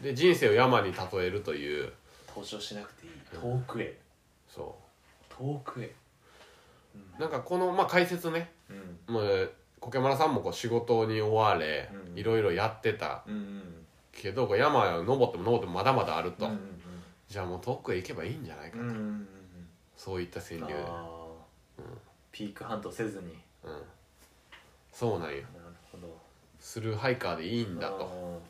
Speaker 1: で人生を山に例えるという
Speaker 2: 登場しなくていい遠くへ
Speaker 1: そ
Speaker 2: 遠くへ
Speaker 1: うなんかこの、まあ、解説ね
Speaker 2: うん
Speaker 1: もうコケマラさんもこう仕事に追われ
Speaker 2: うん
Speaker 1: いろいろやってた
Speaker 2: うんうん
Speaker 1: けどこう山を登っても登ってもまだまだあると、
Speaker 2: うん
Speaker 1: じゃあもう遠くへ行けばいいんじゃないか
Speaker 2: う
Speaker 1: と、
Speaker 2: んうんうん
Speaker 1: そういった川柳
Speaker 2: うん
Speaker 1: で、
Speaker 2: あーピークハントせずに
Speaker 1: うん、そうなんよ
Speaker 2: なるほど
Speaker 1: スルーハイカーでいいんだと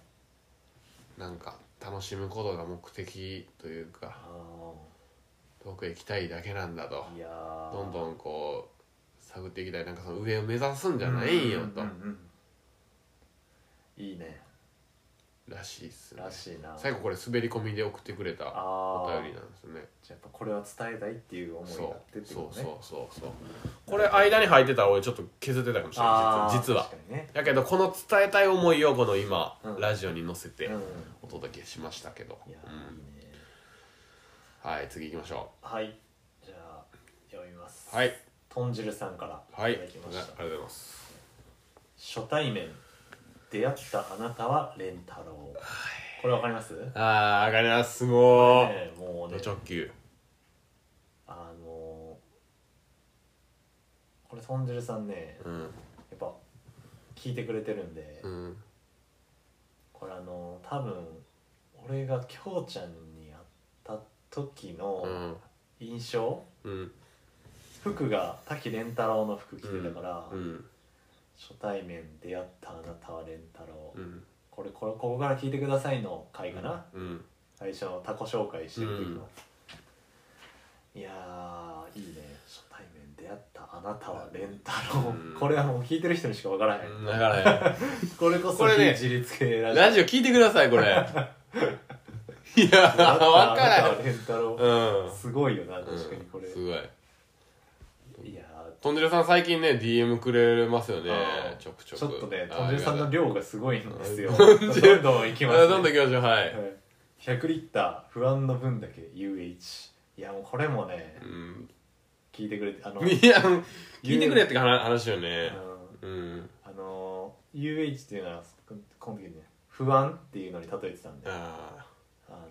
Speaker 2: と
Speaker 1: なんか楽しむことが目的というか
Speaker 2: あ
Speaker 1: 遠くへ行きたいだけなんだと
Speaker 2: ーいやー
Speaker 1: どんどんこう探っていきたいなんかその上を目指すんじゃないんよと、
Speaker 2: うんうんうんいいね
Speaker 1: らしいっすね
Speaker 2: らしいな
Speaker 1: 最後これ滑り込みで送ってくれた
Speaker 2: あ
Speaker 1: お
Speaker 2: あ
Speaker 1: 便りなんですね
Speaker 2: やっぱこれは伝えたいっていう思いがあ
Speaker 1: そ
Speaker 2: ってっ
Speaker 1: う
Speaker 2: て
Speaker 1: そ
Speaker 2: こ
Speaker 1: う
Speaker 2: と
Speaker 1: そ
Speaker 2: ね
Speaker 1: うそうそうこれ間に入ってたら俺ちょっと削ってたかもしれ
Speaker 2: あ
Speaker 1: な
Speaker 2: ー
Speaker 1: い実は
Speaker 2: 確かにね
Speaker 1: だけどこの伝えたい思いをこの今、
Speaker 2: うん
Speaker 1: ラジオに載せて
Speaker 2: うん
Speaker 1: お届けしましたけど、
Speaker 2: いや
Speaker 1: う
Speaker 2: ーいい
Speaker 1: ん
Speaker 2: ね
Speaker 1: はい次行きましょ
Speaker 2: はいじゃあ読みます
Speaker 1: うはい
Speaker 2: 豚汁さんから
Speaker 1: はい
Speaker 2: いただきました、
Speaker 1: ありがとうございます
Speaker 2: 初対面出会ったあなたはレンタロウこれわかります、ね
Speaker 1: あー、上がります、もう。
Speaker 2: え、もうね
Speaker 1: ド直球。
Speaker 2: あのー、これ豚汁さんね
Speaker 1: うん。
Speaker 2: やっぱ聞いてくれてるんで、
Speaker 1: うん。
Speaker 2: これあのー、多分俺がきょうちゃんに会った時
Speaker 1: う
Speaker 2: の
Speaker 1: ん。
Speaker 2: 印象、
Speaker 1: うん。
Speaker 2: 服が滝蓮太郎の服着てたから、
Speaker 1: うん。
Speaker 2: 初対面出会ったあなたは蓮太郎、
Speaker 1: うん。
Speaker 2: これこれここから聞いてくださいの回かな、
Speaker 1: うん。
Speaker 2: 最初のタコ紹介してる時
Speaker 1: うん
Speaker 2: の、いやーいいね初対面出会ったあなたはレンタロウ、
Speaker 1: うん
Speaker 2: これはもう聞いてる人にしかわからへん、
Speaker 1: だからね、
Speaker 2: これこそ
Speaker 1: これね
Speaker 2: 非自立 系ラジオ
Speaker 1: ラジオ聞いてください、こ れ。いやー、わから
Speaker 2: あなた
Speaker 1: ん。
Speaker 2: はレンタロ
Speaker 1: う
Speaker 2: ウ、
Speaker 1: ん。
Speaker 2: すごいよな
Speaker 1: うん
Speaker 2: 確かにこれ、
Speaker 1: すごい。
Speaker 2: いや
Speaker 1: とんじるさん最近ね、DM くれますよね
Speaker 2: あー。
Speaker 1: ちょくちょ
Speaker 2: ー
Speaker 1: く。
Speaker 2: ちょっとね豚汁さんの
Speaker 1: あー
Speaker 2: 量がすごいんですよ
Speaker 1: あ
Speaker 2: ど
Speaker 1: りがたい
Speaker 2: んどんいき
Speaker 1: あ
Speaker 2: ます、
Speaker 1: ーどんどん行きましょう、はい。
Speaker 2: はい100リッター不安の分だけ UH いやもうこれもね
Speaker 1: うん。
Speaker 2: 聞いてくれてあの
Speaker 1: いや、聞いてくれって話話よね
Speaker 2: あ。の
Speaker 1: うん。
Speaker 2: あのー UH っていうのはここの時ね不安っていうのに例えてたんで、あ
Speaker 1: あ
Speaker 2: のー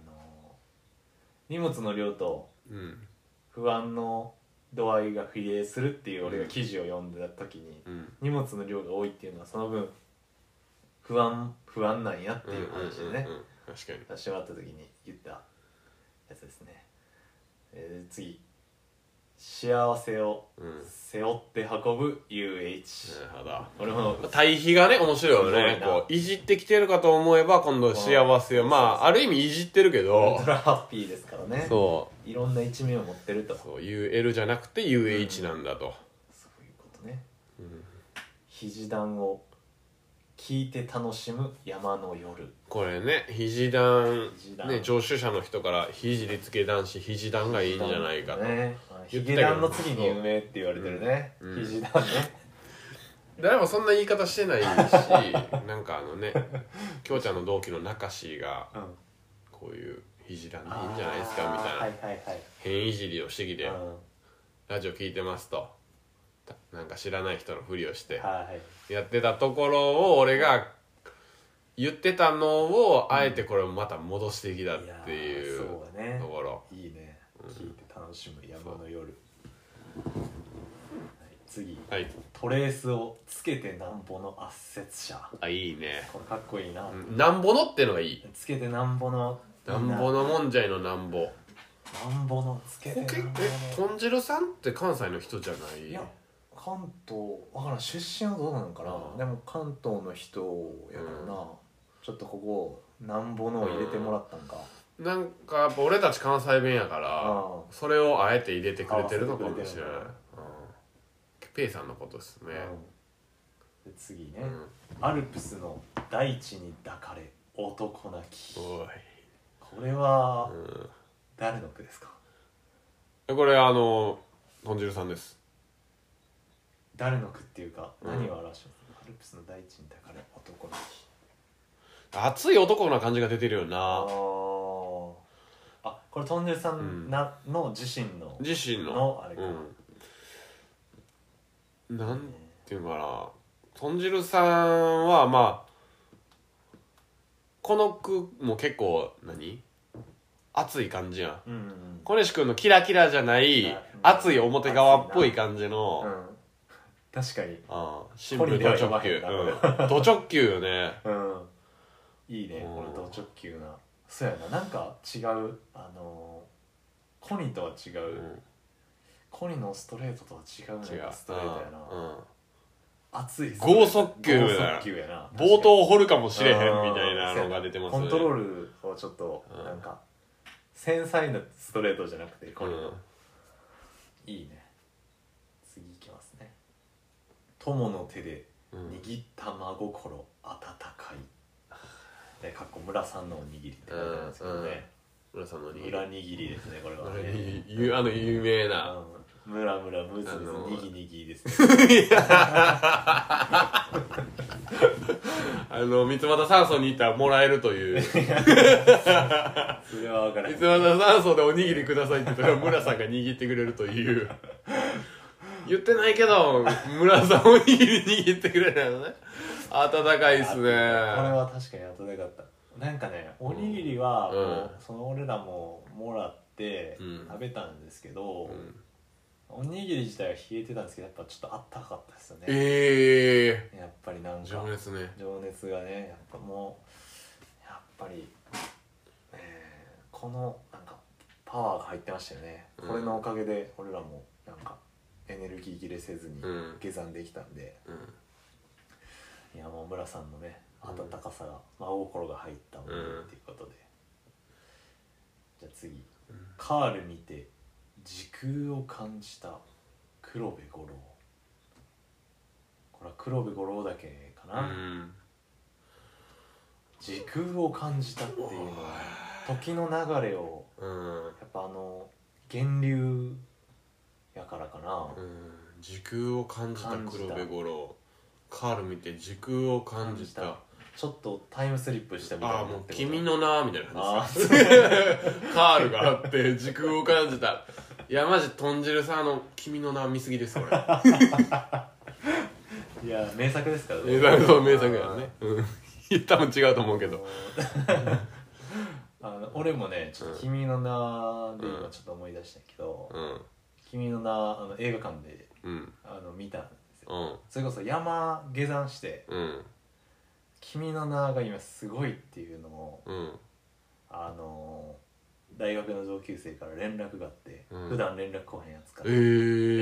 Speaker 2: 荷物の量と
Speaker 1: ーうん。
Speaker 2: 不安の度合いが比例するっていう俺が記事を読んだ時に、
Speaker 1: うん。
Speaker 2: 荷物の量が多いっていうのはその分不安不安なんやっていう話でね、
Speaker 1: うんうんうんうん。確かに。
Speaker 2: 出してもらった時に言ったやつですね、えー次幸せを
Speaker 1: うん。
Speaker 2: 背負って運ぶ UH、
Speaker 1: なるほど。
Speaker 2: 俺も
Speaker 1: 対比がね面白いよね
Speaker 2: すごいな
Speaker 1: こういじってきてるかと思えば今度幸せをまあある意味いじってるけ
Speaker 2: ウ
Speaker 1: ど
Speaker 2: ルトラハッピーですからね
Speaker 1: そ
Speaker 2: いろんな一面を持ってると
Speaker 1: うそう UL じゃなくて UH なんだと、
Speaker 2: そういうことね、肘段を聞いて楽しむ山の夜
Speaker 1: これね肘団
Speaker 2: 肘団
Speaker 1: ね聴取者の人から非自立系男子肘団がいいんじゃないかと、
Speaker 2: ねあ
Speaker 1: 言っ
Speaker 2: ヒ
Speaker 1: てたけ
Speaker 2: ゲ
Speaker 1: ど
Speaker 2: 段の次に有名って言われてるね、
Speaker 1: うんうん
Speaker 2: 肘段ね
Speaker 1: 誰もそんな言い方してない しなんかあのね京ちゃんの同期の中志が
Speaker 2: うん
Speaker 1: こういう肘団でいいんじゃないですかみたいな、
Speaker 2: はいはいはい
Speaker 1: 変いじりをしてきて
Speaker 2: うん
Speaker 1: ラジオ聞いてますとなんか知らない人のふりをして
Speaker 2: はい
Speaker 1: やってたところを俺が言ってたのをあえてこれをまた戻してきたっていう
Speaker 2: やーそうだね
Speaker 1: ところ
Speaker 2: いいね聞いて楽しむ山の夜、はい、次
Speaker 1: はい
Speaker 2: トレースをつけてなんぼの圧雪車
Speaker 1: あいいね
Speaker 2: これかっこいいな、
Speaker 1: うんなんぼのってのがいい
Speaker 2: つけてなんぼの
Speaker 1: なんぼのもんじゃいのなんぼ
Speaker 2: なんぼのつけて
Speaker 1: こけ
Speaker 2: なんぼ
Speaker 1: え
Speaker 2: の
Speaker 1: 豚汁さんって関西の人じゃない
Speaker 2: いや関東わからん出身はどうなのかな、
Speaker 1: うん
Speaker 2: でも関東の人やからな、ちょっとここなんぼのを入れてもらったんか、
Speaker 1: なんかやっぱ俺たち関西弁やから
Speaker 2: あ
Speaker 1: それをあえて入れてくれてるのかもしれない
Speaker 2: 合わせてくれてるのか
Speaker 1: うんペイさんのことですね
Speaker 2: あ、うんで次ね、
Speaker 1: うん
Speaker 2: アルプスの大地に抱かれ男泣きこ
Speaker 1: おい
Speaker 2: れは
Speaker 1: うん
Speaker 2: 誰の句ですか
Speaker 1: えこれあの豚汁さんです
Speaker 2: 誰の句っていうか
Speaker 1: うん
Speaker 2: 何を表してますかアルプスの大地に抱かれ男泣き
Speaker 1: 熱い男な感じが出てるよ
Speaker 2: あ
Speaker 1: な
Speaker 2: ーあこれトンネルさんなの自身の、
Speaker 1: 自身の
Speaker 2: のあれか
Speaker 1: うん、なんていうのかな豚汁さんはまあこの句も結構何熱い感じやん
Speaker 2: うんうん
Speaker 1: 小西君のキラキラじゃない、
Speaker 2: うん
Speaker 1: 熱い表側っぽい感じの、
Speaker 2: うん、うん、確かに
Speaker 1: ああシン
Speaker 2: こ
Speaker 1: プ
Speaker 2: こ
Speaker 1: ル
Speaker 2: に
Speaker 1: ド
Speaker 2: 手は
Speaker 1: 直球、
Speaker 2: 呼ばへん
Speaker 1: うん、ド直球よね
Speaker 2: うんいいね
Speaker 1: うん
Speaker 2: これド直球なそうやななんか違うあのー、コニとは違う、
Speaker 1: うん
Speaker 2: コニのストレートとは違う
Speaker 1: 違
Speaker 2: ね
Speaker 1: う
Speaker 2: ストレートやな、
Speaker 1: うん
Speaker 2: 熱いストレート
Speaker 1: 剛速球
Speaker 2: 剛速球やな
Speaker 1: 冒頭を掘るかもしれへんみたいなのが出てます
Speaker 2: コントロ
Speaker 1: ル
Speaker 2: ールをちょっと
Speaker 1: うん
Speaker 2: なんか繊細なストレートじゃなくてこ
Speaker 1: う
Speaker 2: れ、
Speaker 1: ん
Speaker 2: いいね次いきますね友の手で
Speaker 1: うん
Speaker 2: 握った真心温かい、ね、かっこ村さんのおにぎりって書いてあるんですけどね、
Speaker 1: 村さんの握り
Speaker 2: 村握りですねこれはね
Speaker 1: ゆあの有名な
Speaker 2: うんムラムラムズ
Speaker 1: あ
Speaker 2: ムズ
Speaker 1: の
Speaker 2: にぎにぎです ね
Speaker 1: あの三俣酸素に行ったらもらえると いう三
Speaker 2: それは分からない
Speaker 1: 俣酸素でおにぎりくださいって言ったら村さんが握ってくれるという言ってないけど村さんおにぎり握ってくれるのね温かいっすね
Speaker 2: これは確かに後でかったなんかねおにぎりは
Speaker 1: うん
Speaker 2: もうその俺らももらって
Speaker 1: うん
Speaker 2: 食べたんですけど、
Speaker 1: うん
Speaker 2: おにぎり自体は冷えてたんですけどやっぱちょっとあったかかったですよね
Speaker 1: ええ
Speaker 2: やっぱりなんか
Speaker 1: 情熱ね
Speaker 2: 情熱がねやっぱもうやっぱり、えーこのなんかパワーが入ってましたよね、
Speaker 1: うん
Speaker 2: これのおかげで俺らもなんかエネルギー切れせずに
Speaker 1: うん
Speaker 2: 下山できたんで、
Speaker 1: うん
Speaker 2: いやもう村さんのね
Speaker 1: うん
Speaker 2: 温かさが、真心が入ったものっていうことで、じゃあ次、カール見て時空を感じた黒部五郎これは黒部五郎だけか
Speaker 1: う
Speaker 2: な、
Speaker 1: ん
Speaker 2: 時空を感じたっていうのは時の流れを
Speaker 1: うん
Speaker 2: やっぱあの源流やからかな、
Speaker 1: うん時空を感じた
Speaker 2: 感じた
Speaker 1: 黒部五郎カール見て時空を感じた
Speaker 2: 感ちょっとタイムスリップしたみたいな
Speaker 1: ああ
Speaker 2: って
Speaker 1: もう「
Speaker 2: こと
Speaker 1: 君の名」みたいな
Speaker 2: あ
Speaker 1: 感
Speaker 2: ー
Speaker 1: じですカールがあって時空を感じたいやマジ豚汁さんあの「君の名」見すぎですこれ
Speaker 2: いや名作ですから
Speaker 1: 名作の名作やねうん多分違うと思うけど
Speaker 2: あの俺もねちょっと「君の名」で今ちょっと思い出したけど「
Speaker 1: うん
Speaker 2: 君の名」あの映画館で
Speaker 1: うん
Speaker 2: あの見たんですよ
Speaker 1: うん
Speaker 2: それこそ山下山して
Speaker 1: うん
Speaker 2: 「君の名」が今すごいっていうのを
Speaker 1: うん
Speaker 2: あのー大学の同級生から連絡があって、
Speaker 1: うん
Speaker 2: 普段連絡来へんやつか
Speaker 1: え
Speaker 2: ら、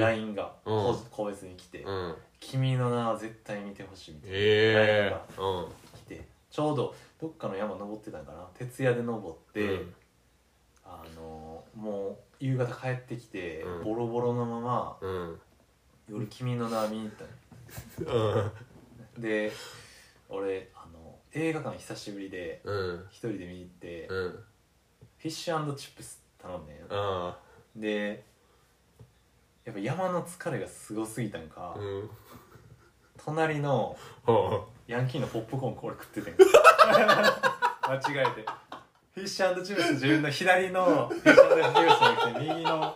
Speaker 1: え
Speaker 2: LINE が
Speaker 1: うん
Speaker 2: 個,、個別に来て、
Speaker 1: うん
Speaker 2: 君の名は絶対見てほしいみたいな、
Speaker 1: え
Speaker 2: LINE が
Speaker 1: えうん
Speaker 2: 来てちょうどどっかの山登ってたんかな徹夜で登って、
Speaker 1: うん
Speaker 2: あのーもう夕方帰ってきて、
Speaker 1: うん
Speaker 2: ボロボロのまま
Speaker 1: うん
Speaker 2: 夜君の名見に行ったの
Speaker 1: うん
Speaker 2: で俺あの映画館久しぶりで
Speaker 1: うん
Speaker 2: 一人で見に行って、フ
Speaker 1: うん
Speaker 2: ィッシュチップス頼んでんよ
Speaker 1: あ
Speaker 2: でやっぱ山の疲れがすごすぎたんか、
Speaker 1: あうん
Speaker 2: 隣の
Speaker 1: は
Speaker 2: ヤンキーのポップコーンこれ食っててん間違えてフィッシュチップス自分の左のフィッシュチップスじゃなくて右の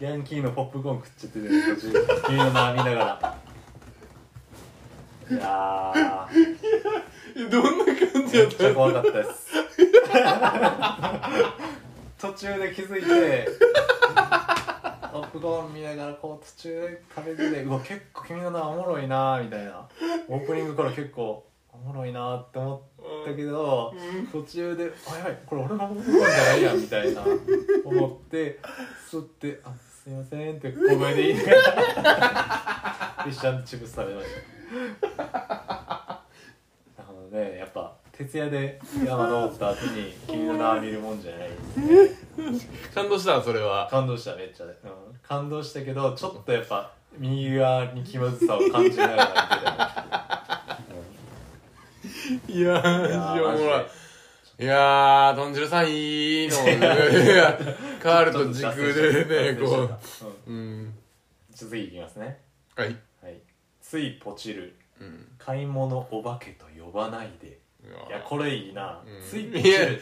Speaker 2: ヤンキーのポップコーン食っちゃってる途中君の名見ながらいやー
Speaker 1: どんな感じ
Speaker 2: め
Speaker 1: やっ
Speaker 2: ったちゃ怖かったです途中で気づいてポップコーン見ながらこう途中で食べててうわ結構君の名おもろいなーみたいなオープニングから結構おもろいなーって思ったけど、途中で「あやばいこれ俺のポップコーンじゃないやん」みたいな思って吸って「あすいません」って小声で言いながら一緒にチブス食べましたあのね、やっぱ徹夜で山登った後に君の名は見るもんじゃないですね
Speaker 1: 感動したそれは
Speaker 2: 感動しためっちゃ、うん、感動したけどちょっとやっぱ右側に気まずさを感じながら
Speaker 1: いや
Speaker 2: 見
Speaker 1: ー
Speaker 2: てた
Speaker 1: マジでおもろい
Speaker 2: マジ
Speaker 1: いやー、豚汁さんいいのね。いやカールと時空
Speaker 2: で
Speaker 1: でね、
Speaker 2: ちょっ
Speaker 1: こと
Speaker 2: 脱線しちゃったうん
Speaker 1: う。うん。
Speaker 2: じゃあ次いきますね
Speaker 1: はい。
Speaker 2: はいついポチる
Speaker 1: うん。
Speaker 2: 買い物お化けと呼ばないでいやこれいいな、
Speaker 1: うん
Speaker 2: ついポチ
Speaker 1: いや
Speaker 2: る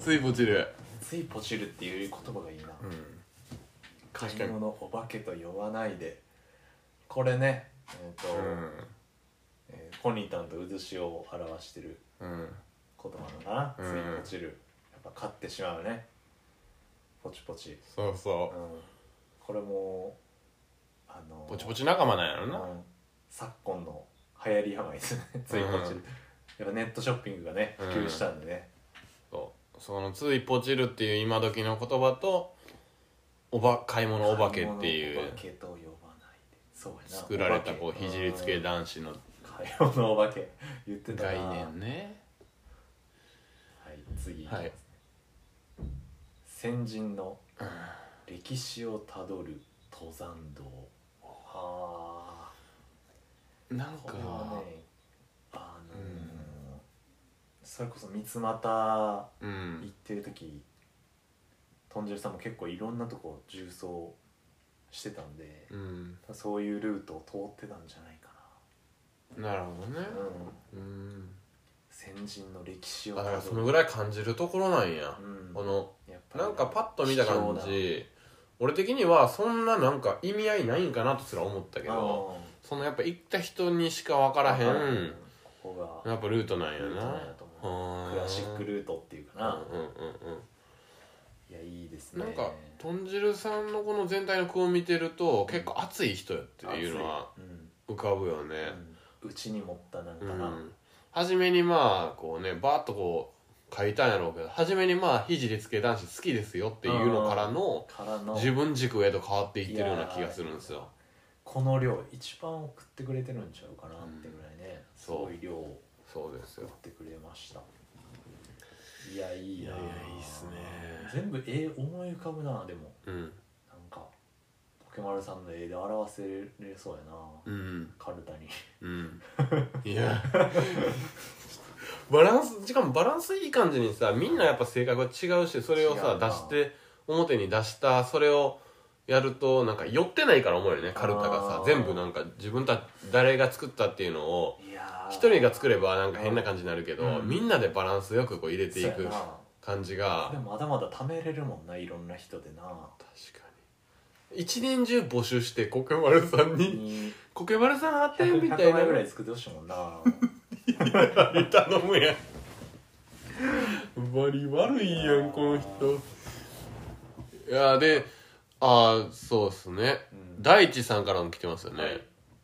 Speaker 1: ついぼちる。
Speaker 2: ついポチるっていう言葉がいいな、
Speaker 1: うん。
Speaker 2: 買
Speaker 1: 確か
Speaker 2: い
Speaker 1: に。
Speaker 2: 物お化けと呼ばないでこれねえっ、と、えーポニータンと渦潮を表してる
Speaker 1: うん。
Speaker 2: 言葉だな、
Speaker 1: うん
Speaker 2: ついポチるやっぱ買ってしまうねポチポチ、
Speaker 1: そう
Speaker 2: うん
Speaker 1: そ、
Speaker 2: これもあの
Speaker 1: う。ぼちぼち仲間なんやろ
Speaker 2: う
Speaker 1: な。
Speaker 2: ん昨今の流行り病ですね ついポチる、やっぱネットショッピングがね普及したんでね、
Speaker 1: そう。その、ついポチるっていう今時の言葉と、おば、買い物お化けってい
Speaker 2: 買物
Speaker 1: う
Speaker 2: お化、けと呼ばないでそうやな
Speaker 1: 作られたこ
Speaker 2: お化
Speaker 1: う、
Speaker 2: け
Speaker 1: ひじりつけ男子の
Speaker 2: 買い物お化け言ってたな
Speaker 1: 概念ね。
Speaker 2: はい次いきます、
Speaker 1: はい
Speaker 2: 先人の歴史をたどる登山道あ
Speaker 1: なん
Speaker 2: ーこれは
Speaker 1: か、
Speaker 2: ねあの
Speaker 1: う
Speaker 2: ー
Speaker 1: ん
Speaker 2: それこそ三股
Speaker 1: う
Speaker 2: 行っ
Speaker 1: ん。
Speaker 2: てる時とんじるさんも結構いろんなとこ重走してたんで、
Speaker 1: うん。
Speaker 2: そういうルートを通ってたんじゃないか
Speaker 1: なるほどね
Speaker 2: な、。うん、
Speaker 1: うん。
Speaker 2: 先人の歴史を
Speaker 1: あだからそ
Speaker 2: る
Speaker 1: のぐらい感じるところなんや、
Speaker 2: うん
Speaker 1: この
Speaker 2: やっぱり
Speaker 1: なんかパッと見た感
Speaker 2: 貴重
Speaker 1: じ俺的にはそんななんか意味合いないんかなとすら思ったけ
Speaker 2: な
Speaker 1: ど
Speaker 2: うん
Speaker 1: そのやっぱ行った人にしか分からへ
Speaker 2: わからへん
Speaker 1: ん
Speaker 2: ここが
Speaker 1: やっぱルートなんや
Speaker 2: ルート
Speaker 1: な
Speaker 2: なんやと思うクラシックルートっていうか
Speaker 1: な
Speaker 2: な、
Speaker 1: うんうんうん
Speaker 2: いやいいです
Speaker 1: うん
Speaker 2: ね
Speaker 1: なんか豚汁さんのこの全体の句を見てると結構熱い人やっていうのは
Speaker 2: 熱いう
Speaker 1: 浮
Speaker 2: ん
Speaker 1: かぶよね、
Speaker 2: うんうちに持ったなんか
Speaker 1: う
Speaker 2: な、
Speaker 1: ん、初めにまあこうねバーッとこう書いたんやろうけど初めにまあ肘でつけ男子好きですよっていうのからの
Speaker 2: からの
Speaker 1: 自分軸へと変わっていってるような気がするんですよ
Speaker 2: この量一番送ってくれてるんちゃうかなってぐらいね、す
Speaker 1: そう
Speaker 2: ごい量を
Speaker 1: そうです
Speaker 2: 送
Speaker 1: よ
Speaker 2: ってくれましたいやいい
Speaker 1: や
Speaker 2: ない
Speaker 1: いやいいっすね
Speaker 2: 全部絵思い浮かぶなでも
Speaker 1: うん
Speaker 2: なんかポケマルさんの絵で表せれそうやな、
Speaker 1: うん
Speaker 2: カルタに
Speaker 1: うんいやバランスしかもバランスいい感じにさみんなやっぱ性格が違うしそれを
Speaker 2: 違
Speaker 1: さ
Speaker 2: うな
Speaker 1: 出して表に出したそれをやるとなんか寄ってないから思うよねカルタがさ
Speaker 2: あー
Speaker 1: 全部なんか自分た誰が作ったっていうのを
Speaker 2: いやー
Speaker 1: 一人が作ればなんか変な感じになるけど、
Speaker 2: うん
Speaker 1: みんなでバランスよくこう入れてい
Speaker 2: そう
Speaker 1: く
Speaker 2: やな
Speaker 1: 感じ
Speaker 2: で
Speaker 1: が
Speaker 2: もまだまだ貯めれるもんないろんな人でな
Speaker 1: 確かに一年中募集してコケマルさんに「コケマルさんあって」みたい
Speaker 2: 100
Speaker 1: な
Speaker 2: 枚ぐらい作ってほしいもんな
Speaker 1: 頼むやんバリ悪いやんこの人いやでああそうっすね、
Speaker 2: うん
Speaker 1: 大地さんからも来てますよね、
Speaker 2: はい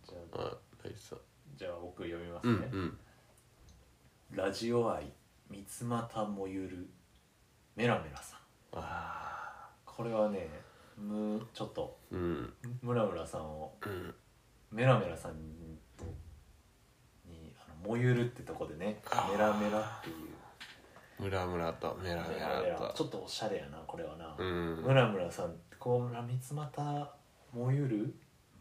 Speaker 2: じゃあ
Speaker 1: あ大地さん
Speaker 2: じゃあ僕読みます
Speaker 1: うん
Speaker 2: ね、
Speaker 1: うん
Speaker 2: ラジオ愛三つ股もゆるメラメラさん
Speaker 1: ああ
Speaker 2: これはねむちょっと
Speaker 1: うん
Speaker 2: ムラムラさんを
Speaker 1: うん
Speaker 2: メラメラさんにあのもゆるってとこでねメラメラっていう
Speaker 1: ムラムラとメラメ
Speaker 2: メラメ
Speaker 1: ラ
Speaker 2: ラち
Speaker 1: と
Speaker 2: ょっとおしゃれやなこれはな、
Speaker 1: うん
Speaker 2: ムラムラさんこう三つ股もゆる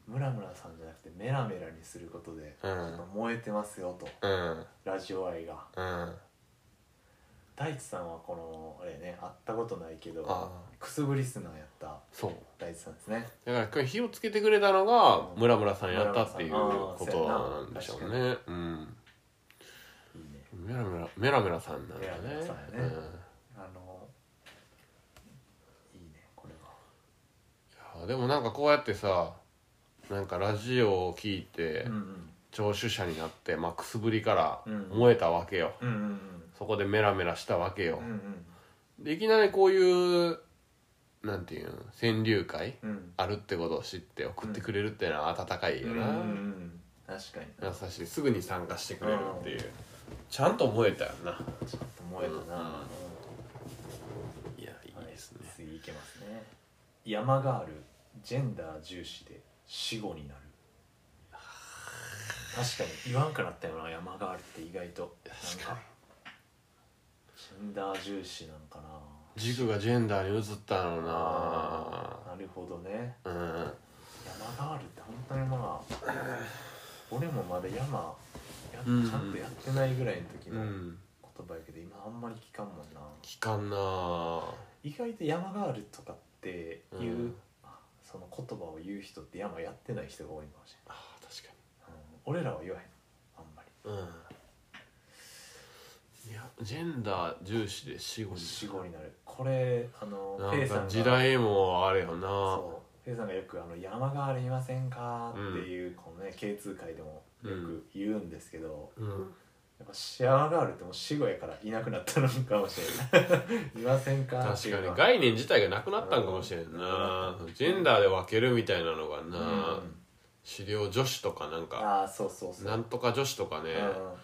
Speaker 2: ムラムラさんじゃなくてメラメラにすることで、
Speaker 1: うん
Speaker 2: ちょっと燃えてますよと
Speaker 1: うん
Speaker 2: ラジオ愛が
Speaker 1: うん
Speaker 2: 大地さんはこのあれね会ったことないけど
Speaker 1: あ
Speaker 2: くすぶリスナーやった
Speaker 1: そう
Speaker 2: 大地さんですね
Speaker 1: だから今日火をつけてくれたのがムラムラさんやったっていう
Speaker 2: ムラムラさ
Speaker 1: こ
Speaker 2: ん
Speaker 1: となんでしょうねうん
Speaker 2: いい
Speaker 1: メ
Speaker 2: ね
Speaker 1: ラメラメラメラさんなんだね
Speaker 2: メラメラさんやね
Speaker 1: うん
Speaker 2: あのいいねこれは
Speaker 1: ああでもなんかこうやってさなんかラジオを聞いて
Speaker 2: うんうん
Speaker 1: 聴取者になって、まあ、くすぶりから
Speaker 2: うん
Speaker 1: 燃えたわけよ、
Speaker 2: うんうん
Speaker 1: そこでメラメラしたわけよ
Speaker 2: うんう、ん
Speaker 1: でいきなりこういうなんていうん川柳会
Speaker 2: うん
Speaker 1: あるってことを知って送ってくれるっていうのは温かいよ
Speaker 2: うんう
Speaker 1: な、
Speaker 2: ん確かにな
Speaker 1: 優しいすぐに参加してくれるっていう、ちゃんと燃えたよな
Speaker 2: ちょっと燃えたな、
Speaker 1: いやいいですね、
Speaker 2: 次いけますね山があるジェンダー重視で死後になる確かに言わんくなったよな山があるって意外となんかジェンダー重視なんかな
Speaker 1: 軸がジェンダーに移ったのな
Speaker 2: なるほどね
Speaker 1: うん
Speaker 2: 山があるって本当に まあ俺もまだ山や
Speaker 1: うんうん
Speaker 2: ちゃんとやってないぐらいの時
Speaker 1: う
Speaker 2: の
Speaker 1: ん
Speaker 2: 言葉やけど今あんまり聞かんもんな
Speaker 1: 聞かんなあ
Speaker 2: 意外と山があるとかっていう、
Speaker 1: うん
Speaker 2: その言葉を言う人って山やってない人が多いかもしれ
Speaker 1: あ確か
Speaker 2: ない、うん俺らは言わへんあんま
Speaker 1: にうんいやジェンダー重視で死後
Speaker 2: り
Speaker 1: に
Speaker 2: 死後になるこれあの
Speaker 1: な
Speaker 2: ペ
Speaker 1: ん
Speaker 2: イさん
Speaker 1: か
Speaker 2: が
Speaker 1: 時代もあれよな
Speaker 2: そうペイさんがよくあの「山がありませんか?」っていう、このね K2 回でもよく言うんですけど、
Speaker 1: う、ん、
Speaker 2: やっぱ山があるってもう死後やからいなくなったのかもしれないいません かって
Speaker 1: 確
Speaker 2: い
Speaker 1: か
Speaker 2: う
Speaker 1: に
Speaker 2: のは
Speaker 1: 概念自体がなくなったんかもしれんな、ジェンダーで分けるみたいなのがな、
Speaker 2: うん、
Speaker 1: 資料女子とかなんか
Speaker 2: ああそうそうそう
Speaker 1: なんとか女子とかね、
Speaker 2: うん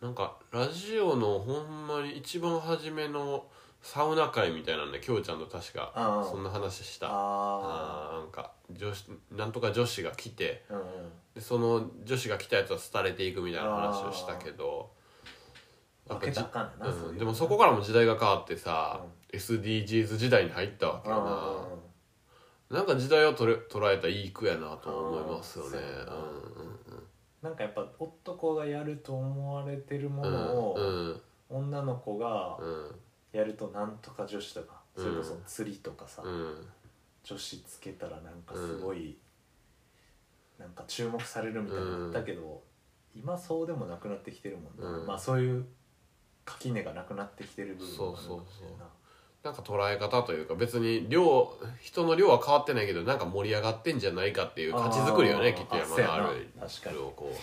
Speaker 1: なんかラジオのほんまに一番初めのサウナ会みたいなんで京ちゃんと確
Speaker 2: あ
Speaker 1: か
Speaker 2: ー
Speaker 1: そんな話したあ
Speaker 2: あ
Speaker 1: ーなんか女子なんとか女子が来て
Speaker 2: あうんうん
Speaker 1: でその女子が来たやつは廃れていくみたいな話をしたけどやっ
Speaker 2: 分
Speaker 1: ぱ
Speaker 2: け
Speaker 1: じ
Speaker 2: たらあかんねんな、そ
Speaker 1: う、
Speaker 2: ういうんの
Speaker 1: でもそこからも時代が変わってさ、SDGs 時代に入ったわけ
Speaker 2: うんうん
Speaker 1: よななんか時代をとれ捉えたいい句やなと思いますよね
Speaker 2: あー
Speaker 1: うんうん
Speaker 2: なんかやっぱ男がやると思われてるも
Speaker 1: う
Speaker 2: の
Speaker 1: ん
Speaker 2: を、
Speaker 1: うん
Speaker 2: 女の子が
Speaker 1: うん
Speaker 2: やるとなんとか女子とか、
Speaker 1: うん
Speaker 2: それこそ釣りとかさ、
Speaker 1: うん
Speaker 2: 女子つけたらなんかすごい、なんか注目されるみたいなのあったけど、今そうでもなくなってきてるもんな、
Speaker 1: うん
Speaker 2: まあそういう垣根がなくなってきてる部分もあるかもしれんな
Speaker 1: なんか捉え方というか別に量人の量は変わってないけどなんか盛り上がってんじゃないかっていう価値づくりよね
Speaker 2: あー
Speaker 1: きっと山
Speaker 2: あそうや
Speaker 1: ガ
Speaker 2: な
Speaker 1: ール
Speaker 2: 確かに
Speaker 1: をこ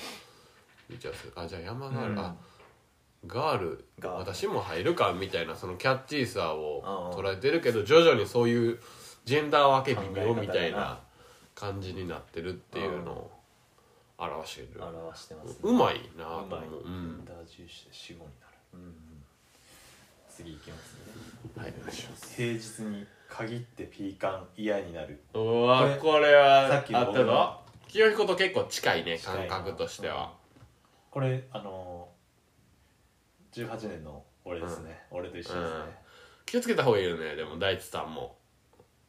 Speaker 1: う見ちゃうあじゃあ山ガール、
Speaker 2: うん
Speaker 1: あガール
Speaker 2: ガール
Speaker 1: 私も入るかみたいなそのキャッチーさ
Speaker 2: あ
Speaker 1: を
Speaker 2: ー
Speaker 1: 捉えてるけど徐々にそういうジェンダー分け微妙
Speaker 2: 考え
Speaker 1: み
Speaker 2: 方
Speaker 1: た
Speaker 2: や
Speaker 1: い
Speaker 2: な
Speaker 1: な感じになってるっていうのを表してる
Speaker 2: 表してますね
Speaker 1: うまいなと
Speaker 2: う
Speaker 1: 思
Speaker 2: まい、
Speaker 1: う、う
Speaker 2: ジェ
Speaker 1: ん
Speaker 2: ンダー重視で死後になる、うんうん、次いきますね
Speaker 1: はい、お願いします
Speaker 2: 平日に限ってピーカン嫌になる
Speaker 1: うわ
Speaker 2: こ
Speaker 1: これは
Speaker 2: さっきの
Speaker 1: あったぞ清彦と結構近いね
Speaker 2: 近
Speaker 1: 感
Speaker 2: いな
Speaker 1: 覚としては
Speaker 2: これあのー、18年の俺ですね、俺と一緒ですね、
Speaker 1: 気をつけた方がいいよねでも大地さんも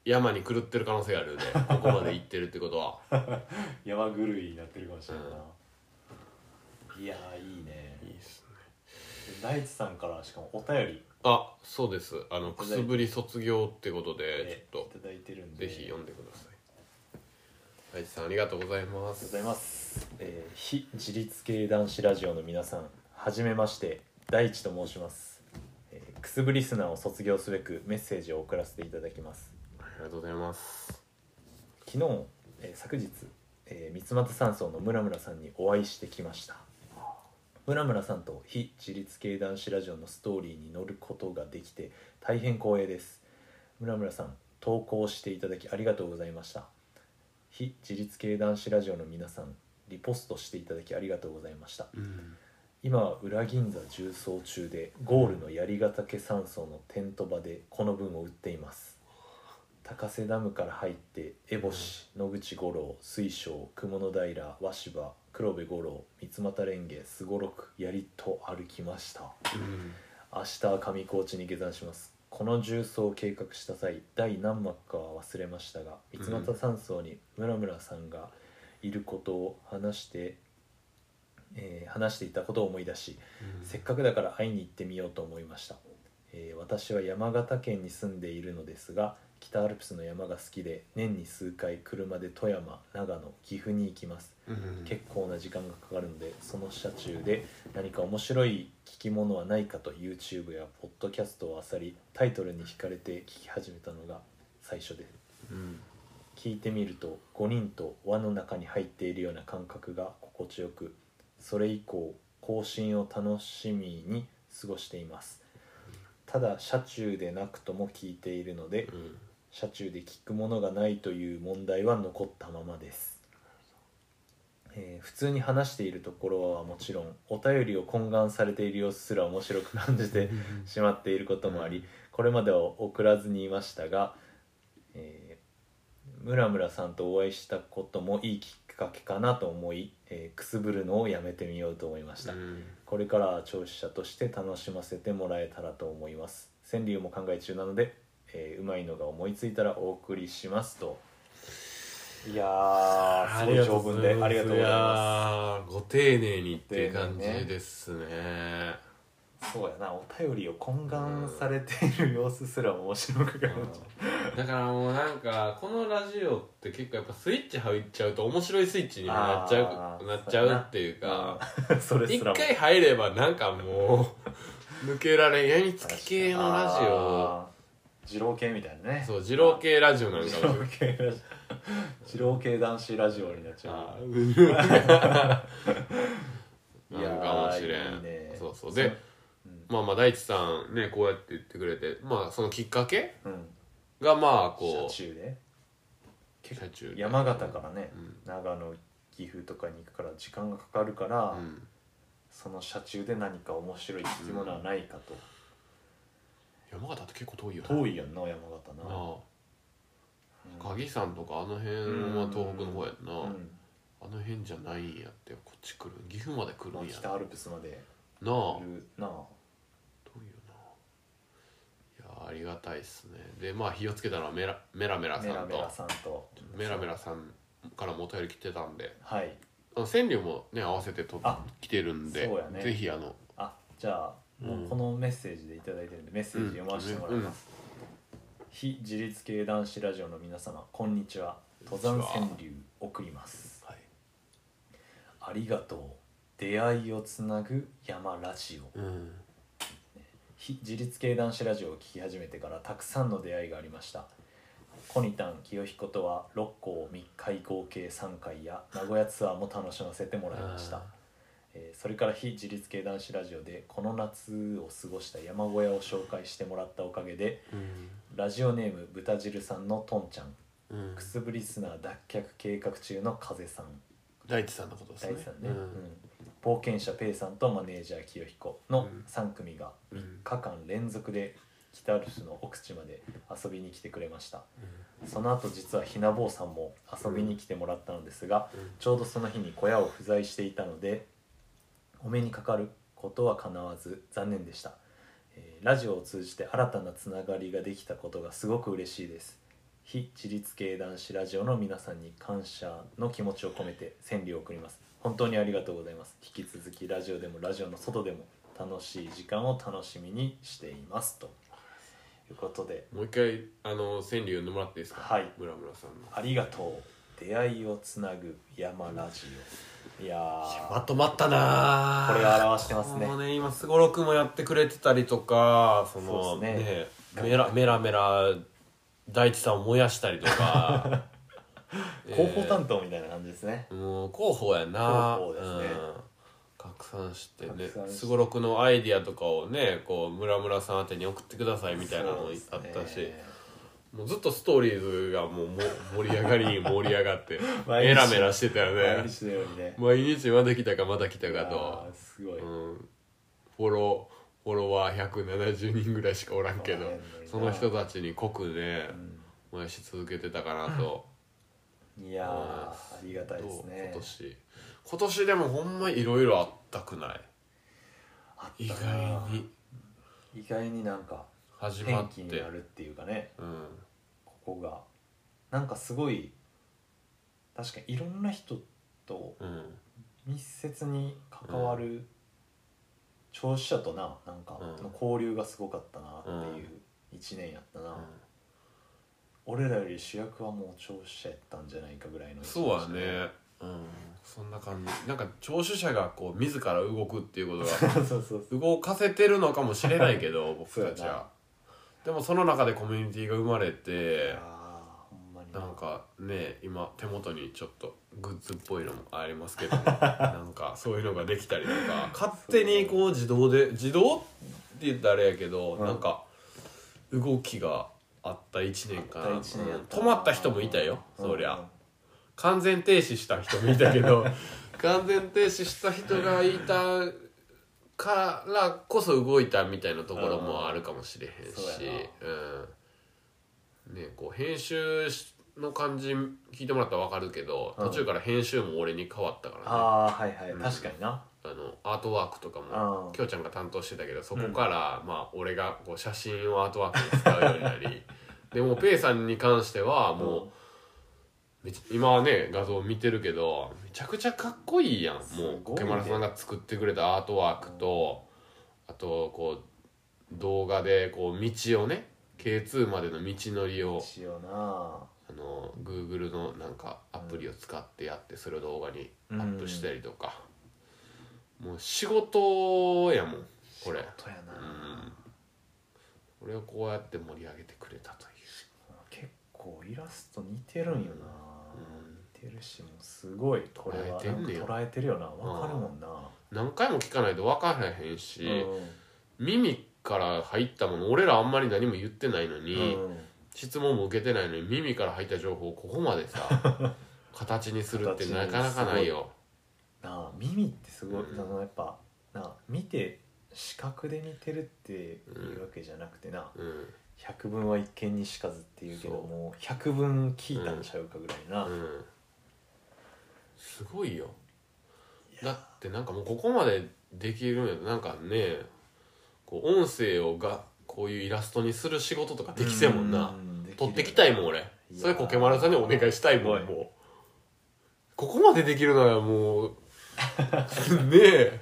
Speaker 1: 山に狂ってる可能性があ るねここまで行ってるってことは
Speaker 2: 山狂いになってるかもしれないな、いやーいいね
Speaker 1: いいっすね
Speaker 2: 大地さんからしかもお便り
Speaker 1: あそうですあのくすぶり卒業ってことで
Speaker 2: で
Speaker 1: ちょっ
Speaker 2: いただいてるん
Speaker 1: と
Speaker 2: で
Speaker 1: ぜひ読んでください大地さんありがとうございま
Speaker 2: ありがとうご
Speaker 1: す
Speaker 2: ざいます
Speaker 8: えー非自立系男子ラジオの皆さんはじめまして大地と申します、えーくすぶリスナーを卒業すべくメッセージを送らせていただきます
Speaker 1: ありがとうございます
Speaker 8: 昨日、えー昨日、えー三俣山荘の村村さんにお会いしてきました村村さんと非自立系男子ラジオのストーリーに乗ることができて大変光栄です村村さん投稿していただきありがとうございました非自立系男子ラジオの皆さんリポストしていただきありがとうございました
Speaker 1: うん
Speaker 8: 今は裏銀座重曹中でゴールの槍ヶ岳山荘のテント場でこの分を売っています高瀬ダムから入って烏帽子野口五郎水晶雲の平鷲羽黒部五郎三俣蓮華すごろく槍と歩きました
Speaker 1: うん
Speaker 8: 明日は上高地に下山しますこの重曹を計画した際第何幕かは忘れましたが
Speaker 1: ん
Speaker 8: 三俣山荘にムラムラさんがいることを話して、えー話していたことを思い出しせっかくだから会いに行ってみようと思いました、えー私は山形県に住んでいるのですが北アルプスの山が好きで年に数回車で富山長野岐阜に行きます
Speaker 1: うん
Speaker 8: 結構な時間がかかるのでその車中で何か面白い聞き物はないかと YouTube やポッドキャストを漁りタイトルに惹かれて聞き始めたのが最初で
Speaker 1: うん
Speaker 2: 聞いてみると5人と輪の中に入っているような感覚が心地よくそれ以降更新を楽しみに過ごしていますただ車中でなくとも聞いているので
Speaker 1: うん
Speaker 2: 車中で聞くものがないという問題は残ったままです、えー普通に話しているところはもちろんお便りを懇願されている様子すら面白く感じてしまっていることもありこれまでは送らずにいましたが、えームラムラさんとお会いしたこともいいきっかけかなと思い、えーくすぶるのをやめてみようと思いました、これからは聴取者として楽しませてもらえたらと思います川柳も考え中なので、えーうまいのが思いついたらお送りしますといやーすごい長文でありがとうございます
Speaker 1: すご丁寧にっていう感じですね
Speaker 2: そうやなお便りを
Speaker 1: 懇願さ
Speaker 2: れている様子すら面白く感
Speaker 1: じだからもうなんかこのラジオって結構やっぱスイッチ入っちゃうと面白いスイッチにもなっちゃ
Speaker 2: あ
Speaker 1: う
Speaker 2: ー
Speaker 1: なっちゃうっていうか
Speaker 2: じ それ
Speaker 1: 一
Speaker 2: すらも
Speaker 1: 回入ればなんかもう抜けられんやみつき系のラジオ
Speaker 2: あー二郎系みたいなね
Speaker 1: そう二郎系ラジオなんか
Speaker 2: 二
Speaker 1: も
Speaker 2: 郎系ラジオ二郎系男子ラジオになっちゃう
Speaker 1: あー
Speaker 2: いや
Speaker 1: な
Speaker 2: ー
Speaker 1: んかもしれ
Speaker 2: いい
Speaker 1: ん
Speaker 2: ね
Speaker 1: そうそうでまあまあ大地さんねこうやって言ってくれてまあそのきっかけ
Speaker 2: うん
Speaker 1: がまあ
Speaker 2: 車
Speaker 1: こう
Speaker 2: 中で
Speaker 1: 車中で
Speaker 2: 山形からね
Speaker 1: うん
Speaker 2: 長野岐阜とかに行くから時間がかかるから、
Speaker 1: うん
Speaker 2: その車中で何か面白い聞き物はないかと、
Speaker 1: 山形って結構遠いよね
Speaker 2: 遠いやんな山形な、
Speaker 1: あ
Speaker 2: うん
Speaker 1: あ鍵山とかあの辺は東北の方やんな、
Speaker 2: うん
Speaker 1: あの辺じゃないんやってこっち来る岐阜まで来る
Speaker 2: まあ
Speaker 1: んやな
Speaker 2: 北アルプスまで
Speaker 1: あ
Speaker 2: いるなあ
Speaker 1: 遠いよないやありがたいっすねでまあ火をつけたのはメラメラメラさ
Speaker 2: メ
Speaker 1: ん
Speaker 2: ラ
Speaker 1: と
Speaker 2: メラさんと
Speaker 1: メラメラさんからもお便り来てたんで
Speaker 2: はい
Speaker 1: あの川柳もね合わせてと
Speaker 2: あ
Speaker 1: 来てるんで
Speaker 2: そうや、ね
Speaker 1: ぜひあの
Speaker 2: あじゃあもうこのメッセージでいただいてるんでメッセージ読ませてもらいます、非自立系男子ラジオの皆様こんにちは登山川柳送ります、
Speaker 1: はい
Speaker 2: ありがとう出会いをつなぐ山ラジオ
Speaker 1: うん
Speaker 2: 非自立系男子ラジオを聞き始めてからたくさんの出会いがありましたコニタン清彦とは6校を3回合計3回や名古屋ツアーも楽しませてもらいま
Speaker 1: あ
Speaker 2: し
Speaker 1: ー
Speaker 2: た、えーそれから非自立系男子ラジオでこの夏を過ごした山小屋を紹介してもらったおかげで
Speaker 1: うん
Speaker 2: ラジオネーム豚汁さんのとんちゃん
Speaker 1: うん
Speaker 2: くすぶリスナー脱却計画中の風さん
Speaker 1: 大地さんのことですね
Speaker 2: 大地さん
Speaker 1: う
Speaker 2: ね、うんん冒険者ペイさんとマネージャー清彦の3組が
Speaker 1: うん
Speaker 2: 3日間連続で北アルプスの奥地まで遊びに来てくれました、その後実はひな坊さんも遊びに来てもらったのですが、
Speaker 1: うん
Speaker 2: ちょうどその日に小屋を不在していたのでお目にかかることはかなわず残念でした、えーラジオを通じて新たなつながりができたことがすごく嬉しいです非自立系男子ラジオの皆さんに感謝の気持ちを込めて川柳を送ります本当にありがとうございます引き続きラジオでもラジオの外でも楽しい時間を楽しみにしていますということで
Speaker 1: もう一回あの川柳読んでもらっていいですか
Speaker 2: はい
Speaker 1: 村村さんの
Speaker 2: ありがとう出会いをつなぐ山ラジオいやー
Speaker 1: まとまったなー
Speaker 2: これが表してますね
Speaker 1: もうね今すごろくもやってくれてたりとかその
Speaker 2: そうですね
Speaker 1: メラメラメラ大地さんを燃やしたりとか
Speaker 2: 広報担当みたいな感じですね、
Speaker 1: 当もう広報やな
Speaker 2: 広報ですね
Speaker 1: うん拡散してね
Speaker 2: 拡散して
Speaker 1: すごろくのアイディアとかをねこう村村さん宛てに送ってくださいみたいなのも
Speaker 2: そう
Speaker 1: あ
Speaker 2: で
Speaker 1: っ
Speaker 2: すね
Speaker 1: たしもうずっとストーリーズがもうも盛り上がりに盛り上がって メラメラしてたよね
Speaker 2: 毎日のようにね
Speaker 1: 毎日まだ来たかまだ来たか
Speaker 2: あ
Speaker 1: と
Speaker 2: ー、すごい、
Speaker 1: うん、フォローフォロワー170人ぐらいしかおらんけどそ
Speaker 2: そうな
Speaker 1: の
Speaker 2: んや
Speaker 1: 人たちに濃くね燃やし続けてたかなと、
Speaker 2: いやー
Speaker 1: うん
Speaker 2: ありがたいですね
Speaker 1: どう今年今年でもほんまいろいろあったくない
Speaker 2: あっ
Speaker 1: 意
Speaker 2: た
Speaker 1: 外
Speaker 2: な
Speaker 1: に
Speaker 2: 意外になんか
Speaker 1: 始ま
Speaker 2: 天
Speaker 1: っ
Speaker 2: 気
Speaker 1: て
Speaker 2: になるっていうかね
Speaker 1: うん
Speaker 2: ここがなんかすごい確かにいろんな人と
Speaker 1: うん
Speaker 2: 密接に関わる聴取者とななんか
Speaker 1: うん
Speaker 2: の交流がすごかったなっていう1年やったな、
Speaker 1: うん
Speaker 2: 俺らより主役はもう聴取者やったんじゃないかぐらいの
Speaker 1: そうはねうんそんな感じなんか聴取者がこう自ら動くっていうことが
Speaker 2: そうそうそう
Speaker 1: 動かせてるのかもしれないけど僕たち
Speaker 2: そうやな
Speaker 1: はでもその中でコミュニティが生まれて
Speaker 2: ああほんまに
Speaker 1: なんかね今手元にちょっとグッズっぽいのもあります けど、ね、なんかそういうのができたりとか勝手にこう自動で自動って言ったらあれやけど、なんか動きがあった1年かな
Speaker 2: あった一年やった
Speaker 1: 止まった人もいたよ、そりゃ完全停止した人もいたけど 完全停止した人がいたからこそ動いたみたいなところもあるかもしれへんし
Speaker 2: そうや
Speaker 1: うん、ねこう編集の感じ聞いてもらったら分かるけど途中から編集も俺に変わったからね、
Speaker 2: ああはいはい確かにな
Speaker 1: あのアートワークとか
Speaker 2: う
Speaker 1: も
Speaker 2: ん
Speaker 1: きょうちゃんが担当してたけどそこから、まあ俺がこう写真をアートワークに使うようにな りでもうペイさんに関してはもう、めちゃ今はね画像見てるけどめちゃくちゃかっこいいやん
Speaker 2: すごい
Speaker 1: も
Speaker 2: ね
Speaker 1: うコケマラさんが作ってくれたアートワークと、あとこう動画でこう道をね K2 までの道のりを
Speaker 2: しような
Speaker 1: あの Google のなんかアプリを使ってやってそれを動画にアップしたりとか、もう仕事やもんこれ
Speaker 2: とや
Speaker 1: う
Speaker 2: なん
Speaker 1: これをこうやって盛り上げてくれたという
Speaker 2: 結構イラスト似てる
Speaker 1: う
Speaker 2: んよな
Speaker 1: ん
Speaker 2: 似てるしもうすごいこれは
Speaker 1: 捉えてんねや
Speaker 2: 捉えてるよなわかるもんな
Speaker 1: 何回も聞かないと分からへんし、
Speaker 2: うん
Speaker 1: 耳から入ったもの俺らあんまり何も言ってないのに、
Speaker 2: うん
Speaker 1: 質問も受けてないのに耳から入った情報をここまで さ形にするってなかなかないよ
Speaker 2: なあ耳ってすごい、
Speaker 1: うん
Speaker 2: そのやっぱなあ見て視覚で見てるっていうわけじゃなくてな、
Speaker 1: うん
Speaker 2: 百聞は一見にしかずっていうけど
Speaker 1: そう
Speaker 2: もう百聞聞いたんちゃうかぐらいな、
Speaker 1: うんすごいよだってなんかもうここまでできるんやなんかねこう音声をがこういうイラストにする仕事とかできそうやもんな取ってきたいもん俺
Speaker 2: や
Speaker 1: それコケマラさんにお願いしたいもんもうここまでできるならもう ねえ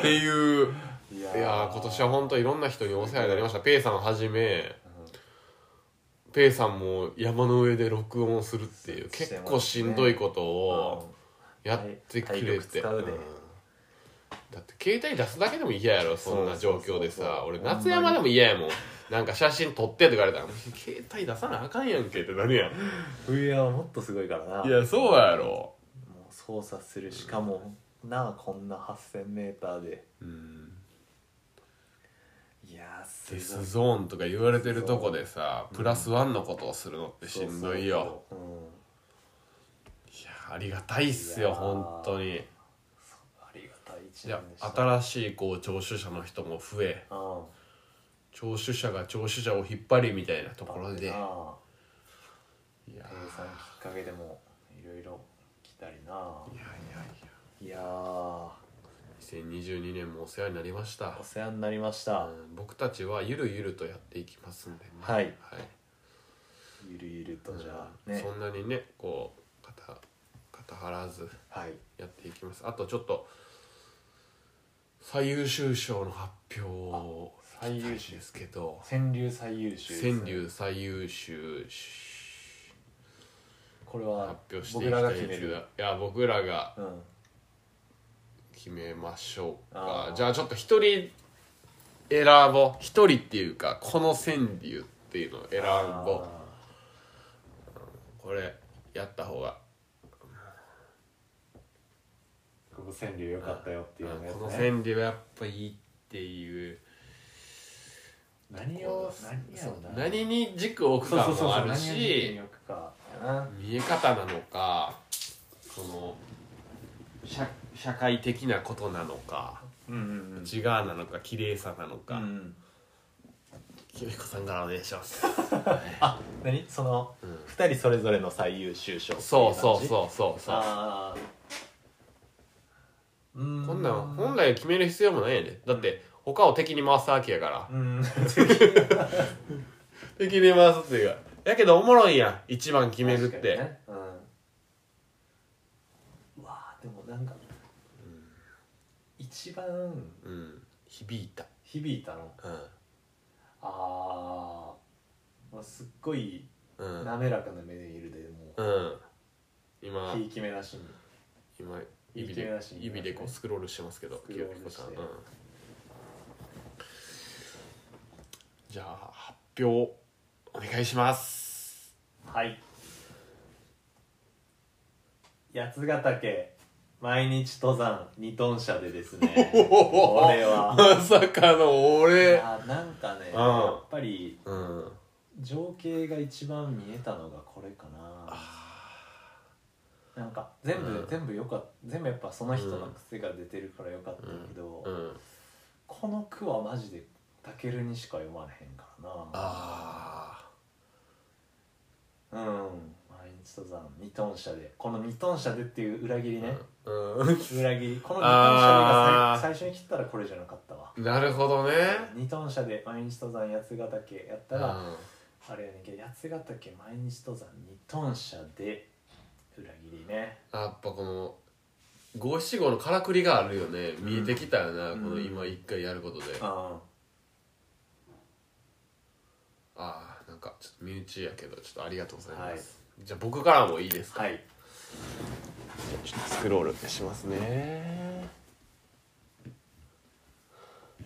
Speaker 1: っていう
Speaker 2: いや
Speaker 1: いやー今年は本当いろんな人にお世話になりましたペイさんはじめ、ペイさんも山の上で録音をするっていう
Speaker 2: してます
Speaker 1: 結
Speaker 2: ね
Speaker 1: 構しんどいこと
Speaker 2: うん
Speaker 1: をやってく
Speaker 2: 体
Speaker 1: れ
Speaker 2: 力
Speaker 1: て、
Speaker 2: 使うで
Speaker 1: うんだって携帯出すだけでも嫌やろそんな状況で
Speaker 2: そうそうそう
Speaker 1: さ
Speaker 2: そう
Speaker 1: 俺夏山でも嫌やもんなんか写真撮ってとか言われたら「携帯出さなあかんやんけ」ってなるやん
Speaker 2: 冬はもっとすごいからない
Speaker 1: いやそうやろ
Speaker 2: もう操作するしかも、なあこんな 8000m で
Speaker 1: うん
Speaker 2: いやーす
Speaker 1: デ
Speaker 2: ご
Speaker 1: ス
Speaker 2: い
Speaker 1: ゾーンとか言われてるとこでさプラスワンのことをするのってしんどいよ、
Speaker 2: そうそうそううん
Speaker 1: いやありがたいっすよ
Speaker 2: いやー
Speaker 1: 本当に
Speaker 2: ありがたい一
Speaker 1: いや
Speaker 2: 年でした
Speaker 1: 新しいこう聴取者の人も増え
Speaker 2: うん
Speaker 1: 聴取者が聴取者を引っ張りみたいなところでいや
Speaker 2: なあ
Speaker 1: ーいや
Speaker 2: ペイさんきっかけでもいろいろ来たりない
Speaker 1: や
Speaker 2: いやーお
Speaker 1: 2022年もお世話になりました、
Speaker 2: 世話になりました
Speaker 1: うん僕たちはゆるゆるとやっていきますんでね
Speaker 2: はい
Speaker 1: はい
Speaker 2: ゆるゆるとじゃあ
Speaker 1: うん
Speaker 2: ね
Speaker 1: そんなにねこう肩肩張らず
Speaker 2: はい
Speaker 1: やっていきますあとちょっと最優秀賞の発表を
Speaker 2: 最優秀
Speaker 1: ですけど
Speaker 2: 川柳最優秀ですね
Speaker 1: 川柳最優秀
Speaker 2: これは
Speaker 1: 発表していき
Speaker 2: 僕ら
Speaker 1: た
Speaker 2: が
Speaker 1: い
Speaker 2: 決
Speaker 1: んで
Speaker 2: め
Speaker 1: すけどい
Speaker 2: る
Speaker 1: や僕らが
Speaker 2: うん
Speaker 1: 決めましょう
Speaker 2: あ
Speaker 1: か
Speaker 2: ー
Speaker 1: じゃあちょっと一人選ぼう一人っていうかこの川柳っていうのを選ぼう
Speaker 2: あ
Speaker 1: これやった方が
Speaker 2: ーここ川柳良かったよっていう
Speaker 1: うん
Speaker 2: やつ
Speaker 1: この
Speaker 2: ね
Speaker 1: 川柳はやっぱいいっていう
Speaker 2: 何を何やろな
Speaker 1: 何に軸を置く
Speaker 2: そう
Speaker 1: か
Speaker 2: そうそう
Speaker 1: もあ
Speaker 2: 何
Speaker 1: る
Speaker 2: を軸に
Speaker 1: し
Speaker 2: 置くかやな
Speaker 1: 見え方なのかその社社会的なことなのか
Speaker 2: うんうんうん
Speaker 1: 内側なのか綺麗さなの
Speaker 2: う
Speaker 1: か
Speaker 2: ん
Speaker 1: きみこさんからお願いします
Speaker 2: あ何その
Speaker 1: うん
Speaker 2: 二人それぞれの最優秀賞ってい
Speaker 1: そうそう
Speaker 2: う感じ
Speaker 1: そうそうそう
Speaker 2: ああうん
Speaker 1: こんなん本来決める必要もないやでだって他を敵に回すわけやから
Speaker 2: うん
Speaker 1: 敵に回すっていうかやけどおもろいやん一番決めるっ
Speaker 2: 確かに
Speaker 1: て
Speaker 2: ねうん、うわあでもなんか、一番
Speaker 1: うん響いた
Speaker 2: 響いたの
Speaker 1: う
Speaker 2: あー、まあすっごい
Speaker 1: んうん
Speaker 2: 滑らかな目でいるでも
Speaker 1: うん
Speaker 2: う
Speaker 1: 今
Speaker 2: ひいきめなしに
Speaker 1: 今指
Speaker 2: いい系
Speaker 1: で
Speaker 2: らしいね
Speaker 1: 指でこうスクロールしてますけど
Speaker 2: スクロールして
Speaker 1: 清彦さんうんじゃあ発表お願いします
Speaker 2: はい八ヶ岳毎日登山二トン車でですねこ
Speaker 1: お
Speaker 2: れは
Speaker 1: まさかの
Speaker 2: い
Speaker 1: 俺
Speaker 2: やなんかね
Speaker 1: うん
Speaker 2: やっぱり
Speaker 1: うん
Speaker 2: 情景が一番見えたのがこれかななんか全部、
Speaker 1: うん
Speaker 2: 全部よかった全部やっぱその人の癖が出てるからよかったけど、
Speaker 1: うん
Speaker 2: この句はマジでタケルにしか読まれへんから
Speaker 1: あ
Speaker 2: なうん毎日登山二トン車でこの二トン車でっていう裏切りね、
Speaker 1: あう
Speaker 2: 裏切りこの二トン車でが
Speaker 1: あー
Speaker 2: 最最初に切ったらこれじゃなかったわ
Speaker 1: んな るほどね
Speaker 2: 二トン車で毎日登山八ヶ岳やった
Speaker 1: う
Speaker 2: ら
Speaker 1: ん
Speaker 2: あれやねんけど八ヶ岳毎日登山二トン車で裏切りね
Speaker 1: やっぱこの五七五のからくりがあるよね見えてきたよな、
Speaker 2: うん
Speaker 1: この今一回やることで、あ
Speaker 2: あ
Speaker 1: あーなんかちょっと身内やけどちょっとありがとうございます、じゃあ僕からもいいですか、
Speaker 2: はい
Speaker 1: ちょっとスクロールしますね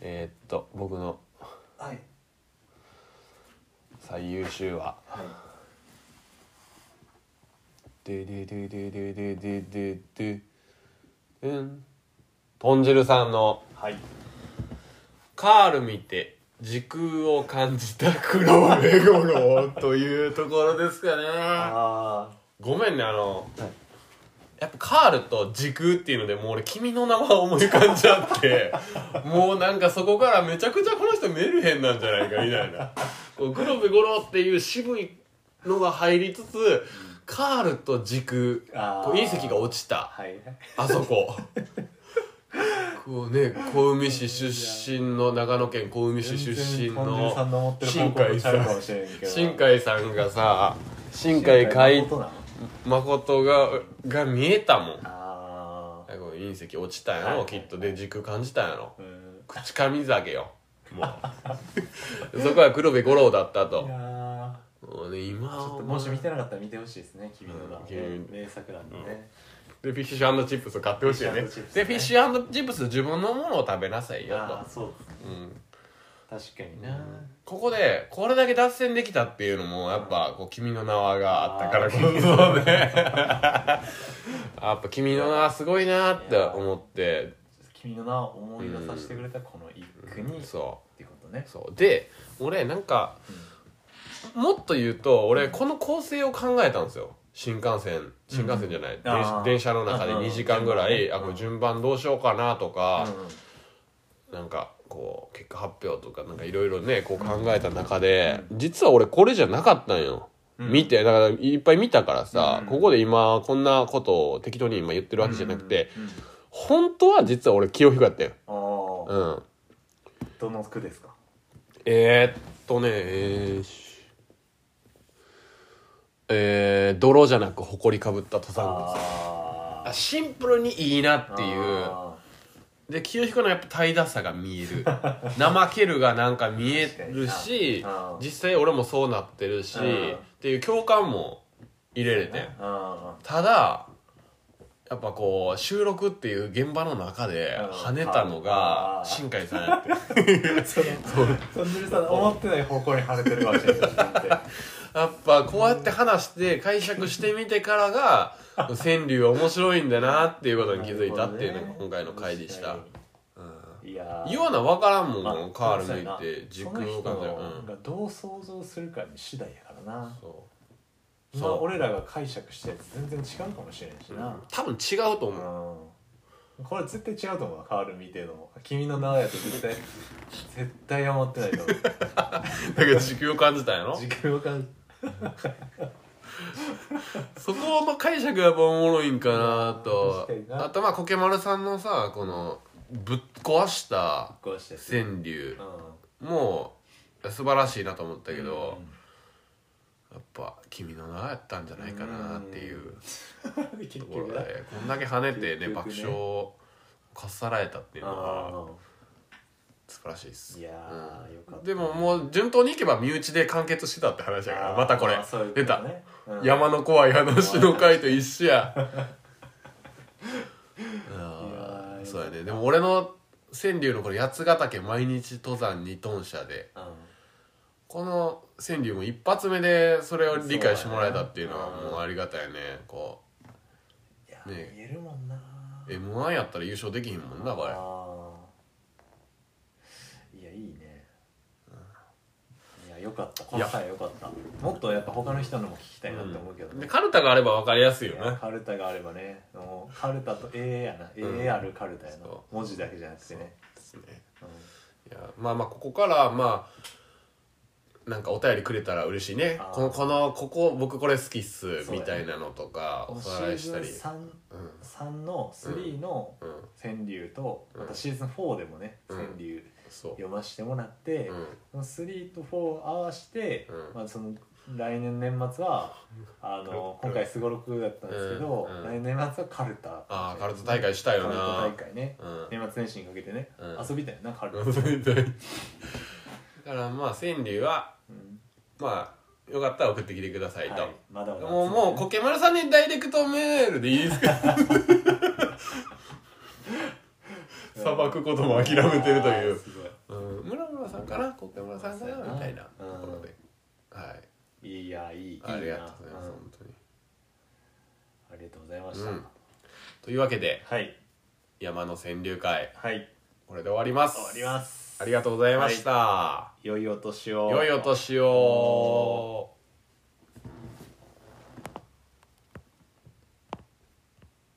Speaker 1: えーっと僕の
Speaker 2: はい
Speaker 1: 最優秀は
Speaker 2: はい
Speaker 1: でででででででででうん豚汁さんの
Speaker 2: はい
Speaker 1: カール見て時空を感じた黒目頃というところですかね
Speaker 2: あ
Speaker 1: ごめんねあの、やっぱカールと時空っていうのでもう俺君の名前思い浮かんじゃって もうなんかそこからめちゃくちゃこの人メルヘンなんじゃないかみたいなこう黒目頃っていう渋いのが入りつつカールと時
Speaker 2: ー
Speaker 1: 空
Speaker 2: あ
Speaker 1: こう隕石が
Speaker 2: 落ち
Speaker 1: 落ちた
Speaker 2: はい
Speaker 1: あそここうね小海市出身の長野県小海市出身
Speaker 2: 全然豚汁さ
Speaker 1: の
Speaker 2: んの持ってる方向とちゃうかもしれんけど
Speaker 1: 新海さんがさ新海海
Speaker 2: 誠なの
Speaker 1: 誠がが見えたもん
Speaker 2: ああ
Speaker 1: 最後隕石落ちたんや
Speaker 2: はい
Speaker 1: ろきっとで軸感じたんやろ
Speaker 2: うん
Speaker 1: 口上酒よ もうそこは黒部五郎だったと
Speaker 2: いやー
Speaker 1: もうね今
Speaker 2: ちょっともし見てなかったら見てほしいですね君の名は、
Speaker 1: うん
Speaker 2: 名作なんでね、
Speaker 1: でフィッシュチップスを買ってほしいよね
Speaker 2: フィッシュチップスね
Speaker 1: でフィッシュチップス自分のものを食べなさいよ
Speaker 2: ああそう
Speaker 1: と、うん、
Speaker 2: 確かにな、
Speaker 1: ここでこれだけ脱線できたっていうのもやっぱこう君の名はがあったからこそね やっぱ君の名はすごいなって思って
Speaker 2: 君の名を思い出させてくれたこの一句に、って
Speaker 1: そ
Speaker 2: ことね
Speaker 1: うそうで俺なんかもっと言うと俺この構成を考えたんですよ新幹線新幹線じゃない、電
Speaker 2: あー
Speaker 1: 電車の中で
Speaker 2: うんうん
Speaker 1: 2時間ぐらい
Speaker 2: 順番ね
Speaker 1: あこれ順番どうしようかなとか、
Speaker 2: う
Speaker 1: なんかこう結果発表とかなんかいろいろねこう考えた中で、実は俺これじゃなかったんよ、
Speaker 2: ん
Speaker 1: 見てだからいっぱい見たからさ、
Speaker 2: うん
Speaker 1: ここで今こんなことを適当に今言ってるわけじゃなくて、
Speaker 2: んうん
Speaker 1: 本当は実は俺気を低かったよ、
Speaker 2: ああ、
Speaker 1: うん、
Speaker 2: どの句ですか
Speaker 1: えー、っとねえーしえー泥じゃなく埃かぶった登山靴
Speaker 2: あ
Speaker 1: あシンプルにいいなっていう
Speaker 2: あ
Speaker 1: で清彦のやっぱ怠惰さが見え る怠けるがなんか見えるし
Speaker 2: 確かにうん
Speaker 1: 実際俺もそうなってるしっ
Speaker 2: うん
Speaker 1: ていう共感も入れれてん
Speaker 2: ーあ
Speaker 1: ただやっぱこう収録っていう現場の中で
Speaker 2: うん
Speaker 1: 跳ねたのが
Speaker 2: あー
Speaker 1: 新海さんやって
Speaker 2: ーそのそんじるさん思ってない方向に晴れてるかもしれない
Speaker 1: やっぱこうやって話して解釈してみてからが川柳は面白いんだなっていうことに気づいたっていうのが今回の回でした、
Speaker 2: いやー
Speaker 1: 言わな分からんもん、
Speaker 2: まあ
Speaker 1: カール
Speaker 2: そうや
Speaker 1: 抜
Speaker 2: ない
Speaker 1: て軸
Speaker 2: その
Speaker 1: を
Speaker 2: 人
Speaker 1: 感じる、
Speaker 2: がどう想像するかに次第やからな、
Speaker 1: うん、そう
Speaker 2: まあ俺らが解釈したやつ全然違うかもしれんしな、
Speaker 1: 多分違うと思う、
Speaker 2: うんこれ絶対違うと思うカール見ての君の名はやと絶対絶対思ってないと思う
Speaker 1: だけど時給を感じたんやろ
Speaker 2: 時間を感じ
Speaker 1: そこの解釈がやっぱおもろいんかなと
Speaker 2: 確かにな
Speaker 1: あとまあコケマルさんのさこのぶっ壊した
Speaker 2: こうして
Speaker 1: 川柳
Speaker 2: うん
Speaker 1: もう素晴らしいなと思ったけど、やっぱ君の名やったんじゃないかなっていう
Speaker 2: 結
Speaker 1: ところ
Speaker 2: 局
Speaker 1: で
Speaker 2: な
Speaker 1: こんだけ跳ねてね
Speaker 2: 結局
Speaker 1: 爆
Speaker 2: ね
Speaker 1: 笑をかっさらえたっていうのは
Speaker 2: あ
Speaker 1: 素晴らしいです
Speaker 2: いやー
Speaker 1: うん
Speaker 2: よかった
Speaker 1: でももう順当にいけば身内で完結してたって話やから
Speaker 2: ー
Speaker 1: またこれ
Speaker 2: あーそういう
Speaker 1: 出
Speaker 2: と
Speaker 1: た
Speaker 2: ねうん
Speaker 1: 山の怖い話の回と一緒 やあ
Speaker 2: いや
Speaker 1: ー
Speaker 2: ー
Speaker 1: そうやねでも俺の川柳のこれ八ヶ岳毎日登山二トン車で
Speaker 2: うん
Speaker 1: この川柳も一発目でそれを理解してもらえたっていうのはもうありがたいねこ
Speaker 2: いやや
Speaker 1: ねえ
Speaker 2: 言えるもんな
Speaker 1: m 1やったら優勝できひんもんなこれ
Speaker 2: あーいやいいね、いやよかったこの際よかったもっとやっぱ他の人のも聞きたいなって思うけど
Speaker 1: で
Speaker 2: ね、
Speaker 1: カルタがあれば分かりやすいよ
Speaker 2: いや
Speaker 1: ね
Speaker 2: カルタがあればねもうカルタと A やな、A あるカルタやな
Speaker 1: そ
Speaker 2: 文字だけじゃなくてね
Speaker 1: いやまあまあここからまあなんかお便りくれたら嬉しいね
Speaker 2: あー
Speaker 1: このこのここ僕これ好きっす
Speaker 2: そう
Speaker 1: み
Speaker 2: やね
Speaker 1: たいなのとか
Speaker 2: うん
Speaker 1: お
Speaker 2: もうシ
Speaker 1: さらいした
Speaker 2: ー
Speaker 1: り
Speaker 2: ズン
Speaker 1: うん
Speaker 2: 33の3の
Speaker 1: うん
Speaker 2: 川柳と、
Speaker 1: うん
Speaker 2: またシーズン4でもね
Speaker 1: うん
Speaker 2: 川柳
Speaker 1: そう
Speaker 2: 読ませてもらって、
Speaker 1: うん
Speaker 2: その3と4を合わせて、
Speaker 1: うん
Speaker 2: まあ、その来年年末はあの今回すごろくだったんですけど、
Speaker 1: うんうん
Speaker 2: 来年年末はカルタ
Speaker 1: ああカルタ大会したいよ
Speaker 2: カル
Speaker 1: な
Speaker 2: タ大会ね
Speaker 1: うん
Speaker 2: 年末年始にかけてね、
Speaker 1: うん
Speaker 2: 遊びたいなカルタ、
Speaker 1: だからまあ川柳は
Speaker 2: うん
Speaker 1: まあよかったら送ってきてくださいと、
Speaker 2: はいまだまだ
Speaker 1: もうもうコケマルさんにダイレクトメールでいいです か裁くことも諦めてるという
Speaker 2: あーす
Speaker 1: うん、村村さんかなコケマルさんかな
Speaker 2: そうやな
Speaker 1: みたいなと
Speaker 2: うん
Speaker 1: ころで、はい
Speaker 2: ごいいやいいいいな
Speaker 1: ありがとうございます、
Speaker 2: う
Speaker 1: 本
Speaker 2: ん
Speaker 1: 当に
Speaker 2: ありがとうございました、
Speaker 1: うんというわけで
Speaker 2: はい
Speaker 1: 山の川柳会
Speaker 2: はい
Speaker 1: これで終わります
Speaker 2: 終わります
Speaker 1: ありがとうございました、
Speaker 2: 良いお年を
Speaker 1: 良いお年を